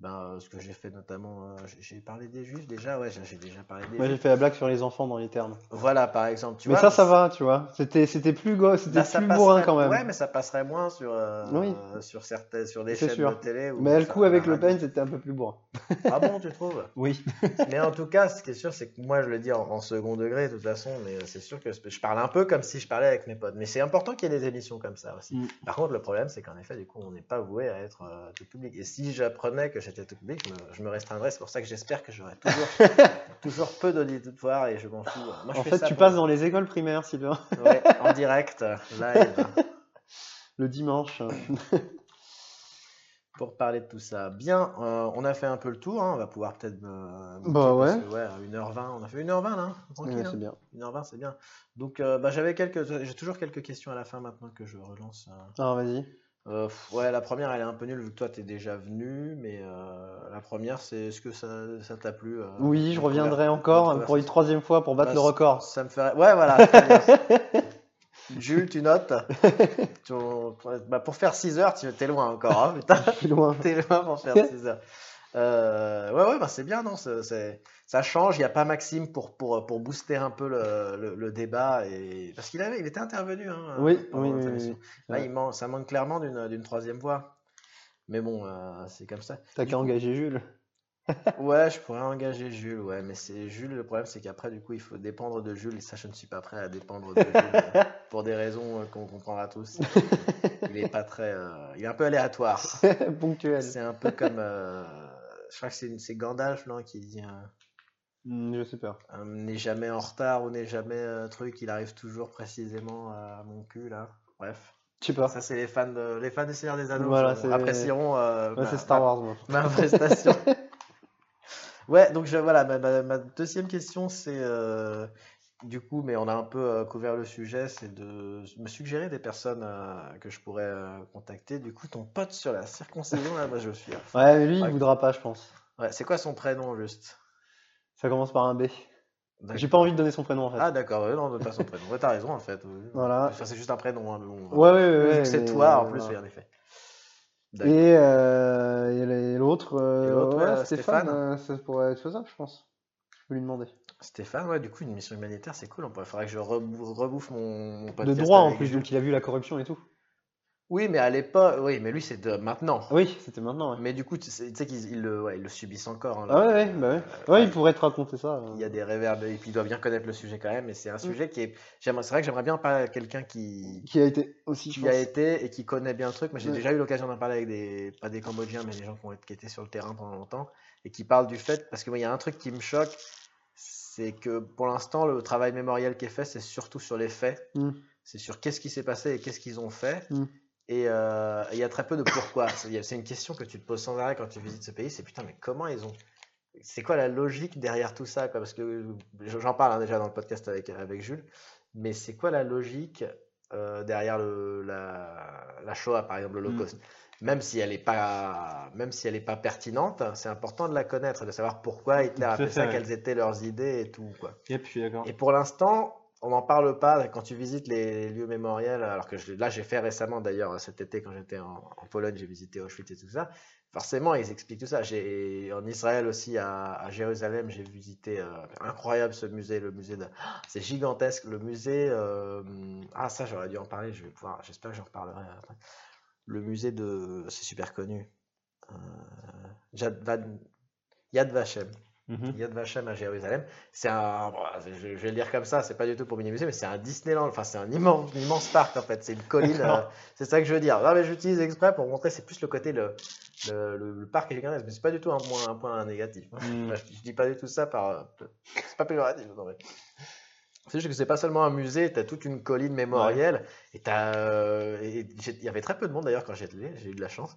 C: ben, euh, ce que j'ai fait notamment, euh, j'ai- j'ai parlé des juifs déjà, ouais, j'ai j'ai déjà parlé des
B: Moi, j'ai
C: juifs.
B: fait la blague sur les enfants dans les termes.
C: Voilà, par exemple, tu
B: mais Bah,
C: vois.
B: ça, ça va, tu vois. C'était, c'était plus go, c'était
C: Là, ça
B: plus
C: passerait-
B: bourrin quand même.
C: Ouais, mais ça passerait moins sur, euh,
B: Oui.
C: sur, certaines, sur des
B: C'est
C: chaînes
B: sûr.
C: de télé. ou
B: mais le
C: ça-
B: coup avec
C: la
B: Le Pen,
C: radio.
B: c'était un peu plus bourrin.
C: Ah bon, tu trouves
B: Oui.
C: Mais en tout cas, ce qui est sûr, c'est que moi, je le dis en, en second degré, de toute façon, mais euh, c'est sûr que je parle un peu comme si je parlais avec mes potes. Mais c'est important qu'il y ait des émissions comme ça aussi.
B: Mm.
C: Par contre, le problème, c'est qu'en effet, du coup, on n'est pas voué à être euh, tout public. Et si j'apprenais que j'étais tout public, je me, je me restreindrais. C'est pour ça que j'espère que j'aurai toujours, toujours peu d'auditoires et je m'en fous. Moi, je
B: en
C: fais
B: fait,
C: ça
B: tu
C: pour-
B: passes dans les écoles primaires, Sylvain,
C: Ouais, en direct, euh, live.
B: le dimanche.
C: pour parler de tout ça. Bien, euh, on a fait un peu le tour, hein, on va pouvoir peut-être... euh,
B: Bah
C: parce
B: ouais.
C: que, ouais, 1h20, on a fait 1h20 là, tranquille.
B: Ouais,
C: hein.
B: c'est bien.
C: 1h20 c'est bien. Donc euh, bah, j'avais quelques... J'ai toujours quelques questions à la fin maintenant que je relance. euh.
B: Alors, vas-y.
C: Euh, pff, ouais, la première elle est un peu nulle vu que toi t'es déjà venu, mais euh, la première c'est est-ce que ça ça t'a plu euh,
B: Oui, je
C: notre
B: reviendrai
C: conver-
B: encore
C: notre
B: pour une
C: conversation
B: troisième fois pour battre
C: Bah,
B: le record.
C: Ça me ferait... Ouais, voilà. très bien. Jules, tu notes. Tu- bah, pour faire 6 heures, tu- t'es loin encore. hein, putain.
B: Je suis loin.
C: T'es loin pour faire 6 heures. Euh, ouais, ouais, bah c'est bien, non c'est- c'est- Ça change. Il n'y a pas Maxime pour, pour, pour booster un peu le, le- le débat. Et... Parce qu'il avait, il était intervenu. hein,
B: Oui,
C: pendant
B: oui,
C: notre
B: oui, oui,
C: émission.
B: oui.
C: Là,
B: Ouais.
C: il manque, ça manque clairement d'une d'une troisième voix. Mais bon, euh, c'est comme ça.
B: T'as qu'à engager Jules.
C: Ouais, je pourrais engager Jules, ouais, mais c'est Jules, le problème c'est qu'après, du coup, il faut dépendre de Jules, et ça, je ne suis pas prêt à dépendre de Jules, euh, pour des raisons euh, qu'on comprendra tous. Il est pas très. euh, il est un peu aléatoire.
B: Ponctuel.
C: C'est un peu comme. euh, je crois que c'est une- c'est Gandalf, non, qui dit euh,
B: Hmm, Je sais pas.
C: euh, n'est jamais en retard ou n'est jamais euh, truc, il arrive toujours précisément à mon cul, là. Bref.
B: Je sais pas.
C: Ça, c'est les fans, de, les fans du Seigneur des Anneaux
B: Voilà,
C: qui
B: c'est-
C: apprécieront euh,
B: Ouais,
C: ma-
B: c'est Star
C: ma-
B: Wars, moi.
C: ma prestation. ouais, donc je, voilà, ma, ma- ma deuxième question, c'est euh, du coup, mais on a un peu euh, couvert le sujet, c'est de me suggérer des personnes euh, que je pourrais euh, contacter. Du coup, ton pote sur la circoncision, là, moi je suis. euh, à fond.
B: Ouais, mais lui, il
C: Ouais.
B: voudra pas, je pense.
C: Ouais, c'est quoi son prénom juste
B: Ça commence par un B.
C: D'accord.
B: J'ai pas envie de donner son prénom, en fait.
C: Ah d'accord, ouais, non, pas son prénom. Ouais, t'as raison en fait. ouais.
B: Voilà.
C: Enfin, c'est juste un prénom, hein, mais bon.
B: Ouais, ouais, ouais.
C: Vu que
B: ouais,
C: c'est
B: mais-
C: toi en plus,
B: voilà.
C: oui, en effet. D'accord.
B: Et, euh, et l- et l'autre, euh,
C: Et l'autre,
B: ouais,
C: euh,
B: Stéphane,
C: Stéphane.
B: euh, ça pourrait être faisable, je pense. Je peux lui demander.
C: Stéphane, ouais, du coup, une mission humanitaire, c'est cool. Il faudrait que je rebou- rebouffe mon, mon
B: de
C: podcast
B: droit en
C: avec
B: plus,
C: Bah, Jules.
B: donc il a vu la corruption et tout.
C: Oui, mais à l'époque, oui, mais lui c'est de maintenant.
B: Ah Oui, c'était maintenant. Ouais.
C: Mais du coup, tu sais tu sais qu'ils ils le, ouais, ils le subissent encore. hein,
B: Ah
C: le-
B: ouais, ouais, bah ouais.
C: euh,
B: Ouais, il pourrait te raconter ça. euh.
C: Il y a des réverbes et puis il doit bien connaître le sujet quand même. Mais
B: Mm.
C: c'est un sujet qui est. j'aimerais- C'est vrai que j'aimerais bien parler à quelqu'un qui,
B: Qui a été aussi, je
C: qui a
B: pense.
C: été et qui connaît bien le truc. Moi, j'ai
B: Ouais.
C: déjà eu l'occasion d'en parler avec des, pas des Cambodgiens, mais des gens qui, ont été, qui étaient sur le terrain pendant longtemps et qui parlent du fait, parce que moi, il y a un truc qui me choque, c'est que pour l'instant, le travail mémoriel qui est fait, c'est surtout sur les faits.
B: Mm.
C: C'est sur qu'est-ce qui s'est passé et qu'est-ce qu'ils ont fait.
B: Mm.
C: Et euh, il y a très peu de pourquoi. C'est il y a- c'est une question que tu te poses sans arrêt quand tu visites ce pays, c'est putain, mais comment ils ont c'est quoi la logique derrière tout ça quoi Parce que euh, j'en parle hein, déjà dans le podcast avec, avec Jules, mais c'est quoi la logique euh, derrière le, la, la Shoah, par exemple, l'Holocauste Même si elle n'est pas, même si elle est pas pertinente, c'est important de la connaître, de savoir pourquoi Hitler a
B: Tout à
C: fait
B: fait,
C: ça,
B: ouais.
C: quelles étaient leurs idées et tout. Quoi.
B: Yep, je suis d'accord.
C: Et pour l'instant, on n'en parle pas quand tu visites les lieux mémoriels. Alors que je- là, j'ai fait récemment d'ailleurs cet été quand j'étais en, en Pologne, j'ai visité Auschwitz et tout ça. Forcément, ils expliquent tout ça. J'ai en Israël aussi, à, à Jérusalem, j'ai visité euh, incroyable ce musée, le musée de. Ah, C'est gigantesque, le musée. euh, Ah ça, j'aurais dû en parler. Je vais pouvoir. J'espère que j'en reparlerai après. Le musée de. C'est super connu. Euh, Yad Van- Yad Vashem.
B: Mhm.
C: Yad Vashem à Jérusalem. C'est un, bon, je, je vais le dire comme ça, c'est pas du tout pour minimiser, mais c'est un Disneyland. Enfin, c'est un immense, un immense parc en fait. C'est une colline.
B: D'accord.
C: euh, c'est ça que je veux dire. Non, mais j'utilise exprès pour montrer. C'est plus le côté le, le, le- le parc et les mais c'est pas du tout un point, un point négatif.
B: Mm.
C: Enfin, je, je dis pas du tout ça par. euh, C'est pas péjoratif. non, mais- C'est juste que c'est pas seulement un musée, t'as toute une colline mémorielle. Et t'as. euh, et j'ai- Il y avait très peu de monde d'ailleurs quand j'étais allé, j'ai eu de la chance.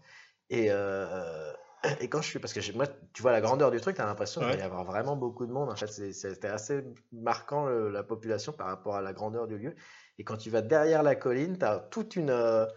C: Et euh, Et quand je suis, parce que j'ai- moi, tu vois la grandeur du truc, t'as l'impression qu'il
A: Ouais.
C: va y avoir vraiment beaucoup de monde. En fait, C'est- c'était assez marquant le- la population par rapport à la grandeur du lieu. Et quand tu vas derrière la colline, t'as toute une euh,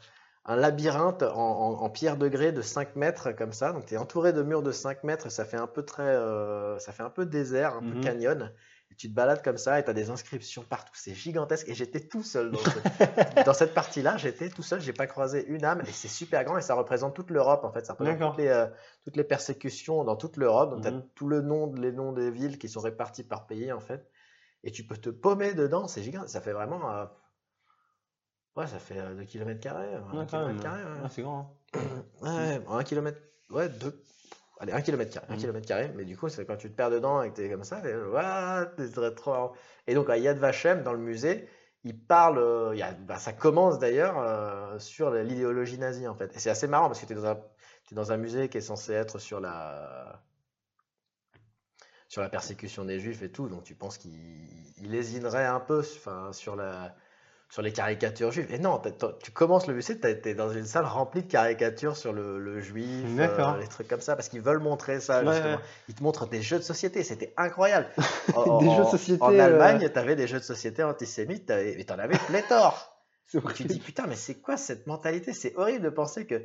C: un labyrinthe en, en, en pierre de grès de 5 mètres comme ça. Donc t'es entouré de murs de 5 mètres. Ça fait un peu très, euh, ça fait un peu désert, un peu
B: Mhm.
C: canyon. Et tu te balades comme ça et t'as des inscriptions partout. C'est gigantesque. Et j'étais tout seul dans, ce- dans cette partie-là. J'étais tout seul. J'ai pas croisé une âme. Et c'est super grand et ça représente toute l'Europe en fait. Ça représente
B: D'accord.
C: toutes les euh, toutes les persécutions dans toute l'Europe. Donc, t'as
B: Mhm.
C: tout le nom, les noms des villes qui sont répartis par pays, en fait. Et tu peux te paumer dedans, c'est gigantesque. Ça fait vraiment. euh, Ouais, ça fait 2 km carrés.
B: Ouais,
C: 1
B: quand même.
C: km carré,
B: Ouais, c'est grand. hein.
C: ouais. Ouais, 1 km. Ouais, 2. Allez, 1 km carré. un
B: Mhm.
C: kilomètre carré. Mais du coup, c'est quand tu te perds dedans et que t'es comme ça, t'es. Ouah, t'es très trop. Et donc, à Yad Vashem, dans le musée, il parle, euh, il y a- bah, ça commence d'ailleurs euh, sur la- l'idéologie nazie en fait. Et c'est assez marrant parce que tu es, dans un musée qui est censé être sur la, sur la persécution des juifs et tout, donc tu penses qu'il il hésinerait un peu enfin, sur, la, sur les caricatures juives. Et non, t'as- t'as- tu commences le musée, tu es dans une salle remplie de caricatures sur le, le juif, euh,
B: D'accord.
C: les trucs comme ça, parce qu'ils veulent montrer ça
B: Ouais,
C: justement.
B: ouais.
C: Ils te montrent des jeux de société, c'était incroyable. En-
B: Des
C: en-
B: jeux de société,
C: En
B: euh,
C: Allemagne, t'avais des jeux de société antisémites, t'avais- et t'en avais pléthore.
B: C'est
C: Et tu te dis, putain, mais c'est quoi cette mentalité C'est horrible de penser que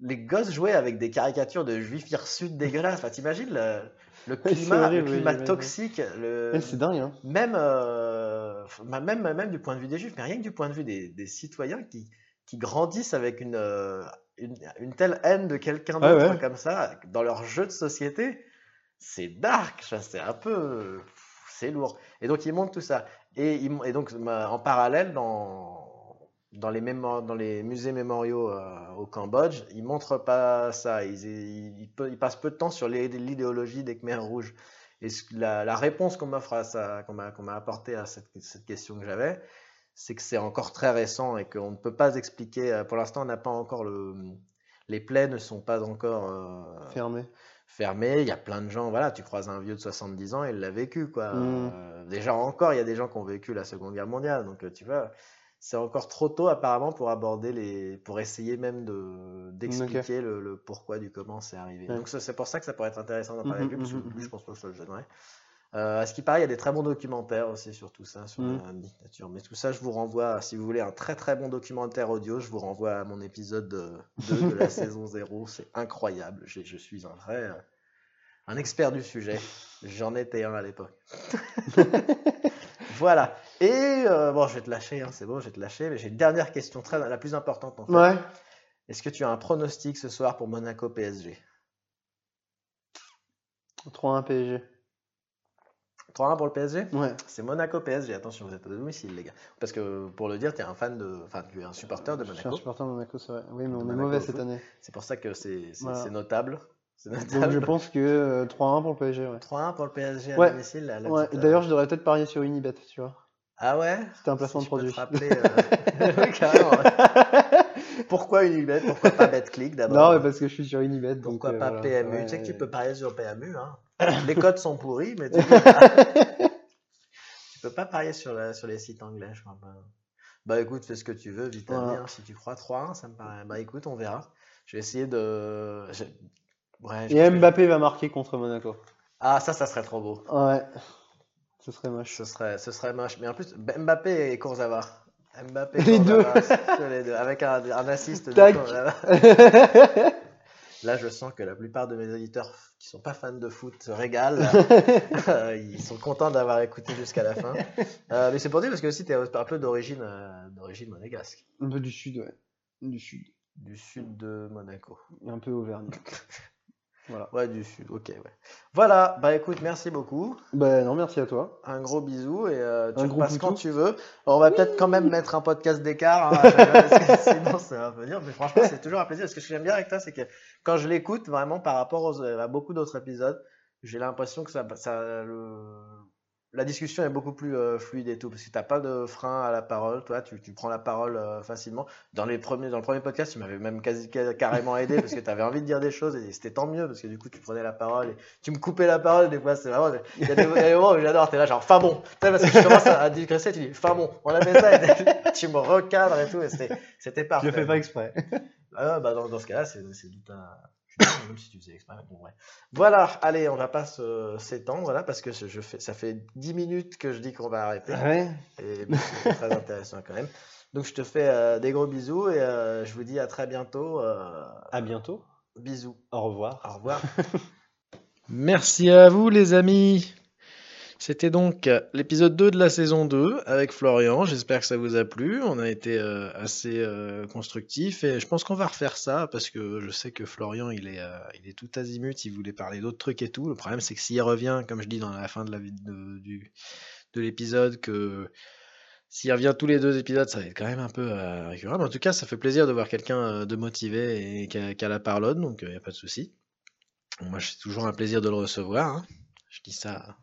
C: les gosses jouaient avec des caricatures de juifs hirsutes dégueulasses. Enfin, t'imagines le, le
B: c'est
C: climat,
B: horrible,
C: le climat
B: j'imagine.
C: toxique, le,
B: Ouais, c'est dingue, hein.
C: même, euh, bah, même, même du point de vue des juifs, mais rien que du point de vue des, des citoyens qui, qui grandissent avec une, euh, une, une telle haine de quelqu'un
B: Ouais,
C: d'autre
B: ouais.
C: comme ça, dans leur jeu de société, c'est dark, ça, c'est un peu... C'est lourd. Et donc, ils montrent tout ça. Et, ils mon- et donc, ma- en parallèle, dans, dans, les, mémo- dans les musées mémoriaux euh, au Cambodge, ils montrent pas ça. Ils, ils, ils pe- ils passent peu de temps sur les- l'idéologie des Khmers rouges. Et ce- la, la réponse qu'on m'offre à ça, qu'on m'a, qu'on m'a apportée à cette, cette question que j'avais, c'est que c'est encore très récent et qu'on ne peut pas expliquer. euh, Pour l'instant, on n'a pas encore le. Les plaies ne sont pas encore euh,
B: Fermé.
C: fermées. Il y a plein de gens. Voilà, tu croises un vieux de 70 ans, il l'a vécu, quoi.
B: Mm.
C: Euh, déjà encore, il y a des gens qui ont vécu la Seconde Guerre mondiale. Donc, euh, tu vois, c'est encore trop tôt apparemment pour aborder les, pour essayer même de d'expliquer le, le pourquoi du comment c'est arrivé.
B: Ouais.
C: Donc, ça, c'est pour ça que ça pourrait être intéressant d'en parler
B: Mhm,
C: avec lui, parce que
B: mhm,
C: lui, je
B: mhm.
C: pense pas que ça le gênerait. Euh, à ce qui paraît, il y a des très bons documentaires aussi sur tout ça, sur
B: Mhm.
C: la dictature. Mais tout ça, je vous renvoie, si vous voulez un très très bon documentaire audio, je vous renvoie à mon épisode 2 de la saison 0. C'est incroyable. J'ai- Je suis un vrai. euh, un expert du sujet. J'en étais un à l'époque. voilà. Et euh, bon, je vais te lâcher, hein, c'est bon, je vais te lâcher. Mais j'ai une dernière question, très, la plus importante en fait.
B: Ouais.
C: Est-ce que tu as un pronostic ce soir pour Monaco PSG
B: 3-1 PSG.
C: 3-1 pour le PSG
B: Ouais.
C: C'est Monaco PSG. Attention, vous êtes à domicile, les gars. Parce que pour le dire, tu es un fan de. Enfin, tu es un supporter de
B: Je suis un
C: Monaco.
B: supporter de Monaco, c'est vrai. Oui, mais on est
C: Monaco hein.
B: mauvais
C: au
B: cette
C: foot.
B: année.
C: C'est pour ça que c'est c'est-
B: Voilà.
C: c'est notable. C'est
B: Donc je
C: notable.
B: pense que euh, 3-1 pour le PSG, ouais.
C: 3-1 pour le PSG à
B: Ouais.
C: domicile. la- la
B: Ouais,
C: petite, euh,
B: d'ailleurs, je devrais peut-être parier sur Unibet, tu vois.
C: Ah ouais
B: C'était un placement
C: Si
B: de
C: je peux te
B: produit.
C: rappeler, euh, oui, carrément, ouais. Pourquoi Unibet Pourquoi pas BetClick d'abord
B: Non, mais parce que je suis sur Unibet. donc,
C: Pourquoi
B: euh,
C: pas
B: voilà.
C: PMU
B: Ouais,
C: Tu sais que tu
B: ouais.
C: peux parier sur PMU. Hein. les codes sont pourris, mais tu peux pas, tu peux pas parier sur, la- sur les sites anglais, je crois pas. Bah écoute, fais ce que tu veux, vite à
B: Voilà.
C: vie, hein, si tu crois 3-1, ça me paraît. Bah écoute, on verra. Je vais essayer de. je- Ouais, je-
B: Et Mbappé va marquer contre Monaco.
C: Ah, ça, ça serait trop beau.
B: Ouais. Ce serait moche.
C: Ce serait, ce serait moche. Mais en plus, Mbappé et Kurzawa. Mbappé
B: Les deux.
C: Kurzawa, c'est- c'est les deux. Avec un, un assist de
B: Tac.
C: Kurzawa. Là, je sens que la plupart de mes auditeurs qui sont pas fans de foot se régalent. Euh, Ils sont contents d'avoir écouté jusqu'à la fin. Euh, mais c'est pour dire parce que aussi, tu es un peu d'origine euh, d'origine monégasque.
B: Un peu du sud, ouais. Du sud.
C: Du sud de Monaco.
B: Et Un peu Auvergne.
C: Ouais, du sud, ok, ouais. Voilà, bah écoute, merci beaucoup.
B: bah non, merci à toi.
C: Un gros bisou et euh, tu
B: Un gros
C: repasses quand
B: poutou.
C: tu veux. On va peut-être quand même mettre un podcast d'écart, hein, à chaque fois, parce que sinon ça va pas dire. Mais franchement, c'est toujours un plaisir. Parce que ce que j'aime bien avec toi, c'est que quand je l'écoute, vraiment par rapport aux- à beaucoup d'autres épisodes, j'ai l'impression que ça, ça- le- la discussion est beaucoup plus euh, fluide et tout, parce que t'as pas de frein à la parole. Toi, tu, tu prends la parole euh, facilement. Dans les premiers, dans le premier podcast, tu m'avais même quasi ca- carrément aidé parce que tu avais envie de dire des choses et c'était tant mieux parce que du coup, tu prenais la parole et tu me coupais la parole. Des fois, c'est vraiment. Il y a des, il y a des moments où j'adore, t'es là, genre, fin bon. Tu sais, parce que tu commences à, à digresser, tu dis, fin bon, on a fait ça, et tu me recadres et tout, et c'était, c'était
B: Je
C: parfait.
B: le fais pas exprès.
C: Ah, bah, dans, dans ce cas-là, c'est, c'est tout un,
D: Même si tu faisais exprès, mais bon, ouais. Voilà, allez, on va pas se- s'étendre là parce que je fais, ça fait 10 minutes que je dis qu'on va arrêter.
B: Ouais.
D: Et bon, c'est très intéressant quand même. Donc je te fais euh, des gros bisous et euh, je vous dis à très bientôt. euh,
B: À bientôt.
D: bisous.
B: Au revoir.
D: Au revoir.
C: Merci à vous les amis. C'était donc euh, l'épisode 2 de la saison 2 avec Florian. J'espère que ça vous a plu. On a été euh, assez euh, constructif et je pense qu'on va refaire ça parce que je sais que Florian il est, euh, il est tout azimut, il voulait parler d'autres trucs et tout. Le problème c'est que s'il revient, comme je dis dans la fin de la vid- de, du- de l'épisode, que s'il revient tous les deux épisodes, ça va être quand même un peu euh, récurrent. Mais en tout cas, ça fait plaisir de voir quelqu'un euh, de motivé et qui a, qui a la parole, donc il n'y a pas de souci. Moi, c'est toujours un plaisir de le recevoir. hein. Je dis ça.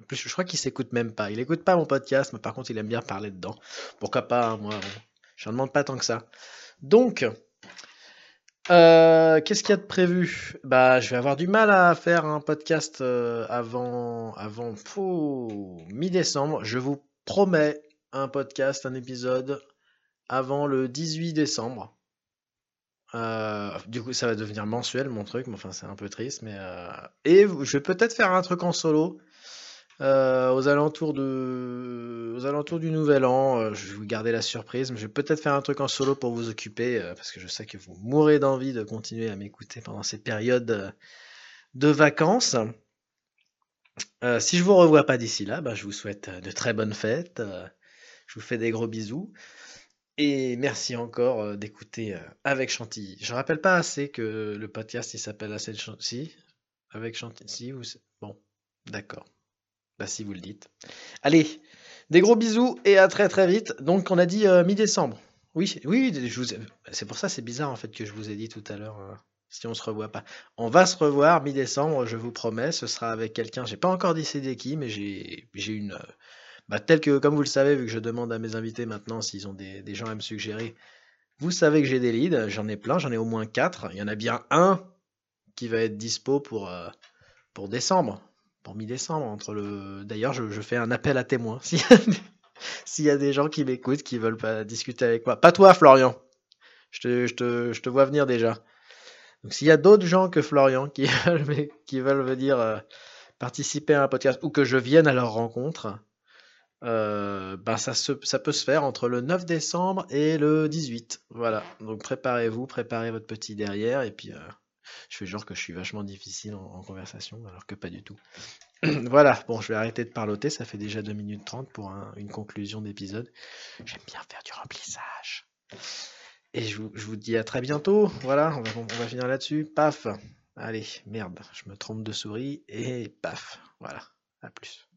C: En plus, je crois qu'il s'écoute même pas. Il écoute pas mon podcast, mais par contre, il aime bien parler dedans. Pourquoi pas, hein, moi bon. Je n'en demande pas tant que ça. Donc, euh, qu'est-ce qu'il y a de prévu Bah, je vais avoir du mal à faire un podcast euh, avant, avant fou, mi-décembre. Je vous promets un podcast, un épisode avant le 18 décembre. Euh, du coup, ça va devenir mensuel mon truc, mais enfin, c'est un peu triste. Mais euh, et je vais peut-être faire un truc en solo euh, aux alentours de aux alentours du nouvel an. euh, je vais vous garder la surprise, mais je vais peut-être faire un truc en solo pour vous occuper euh, parce que je sais que vous mourrez d'envie de continuer à m'écouter pendant cette période euh, de vacances. Euh, si je vous revois pas d'ici là, bah, je vous souhaite euh, de très bonnes fêtes. euh, je vous fais des gros bisous. Et merci encore euh, d'écouter euh, Avec Chantilly. Je rappelle pas assez que le podcast il s'appelle Assez de Chantilly. Avec Chantilly. si, ou c'est- Bon, d'accord. Bah si vous le dites. Allez, des gros bisous et à très très vite. Donc on a dit euh, mi-décembre. Oui, oui, je vous ai- c'est pour ça c'est bizarre en fait que je vous ai dit tout à l'heure euh, si on se revoit pas. On va se revoir mi-décembre, je vous promets, ce sera avec quelqu'un, j'ai pas encore décidé qui mais j'ai j'ai une euh, bah, tel que, comme vous le savez, vu que je demande à mes invités maintenant s'ils ont des, des gens à me suggérer, vous savez que j'ai des leads, j'en ai plein, j'en ai au moins quatre. Il y en a bien un qui va être dispo pour, euh, pour décembre, pour mi-décembre. Entre le... D'ailleurs, je, je fais un appel à témoins s'il y a des- s'il y a des gens qui m'écoutent, qui veulent pas discuter avec moi. Pas toi, Florian. Je te, je te, je te vois venir déjà. Donc s'il y a d'autres gens que Florian qui veulent, mais qui veulent venir euh, participer à un podcast ou que je vienne à leur rencontre, euh, ben ça, se- ça peut se faire entre le 9 décembre et le 18. Voilà. Donc préparez-vous, préparez votre petit derrière. Et puis, euh, je fais genre que je suis vachement difficile en, en conversation, alors que pas du tout. voilà. Bon, je vais arrêter de parloter. Ça fait déjà 2 minutes 30 pour un- une conclusion d'épisode. J'aime bien faire du remplissage. Et je vous, je vous dis à très bientôt. Voilà. On va, on va finir là-dessus. Paf. Allez, merde. Je me trompe de souris. Et paf. Voilà. À plus.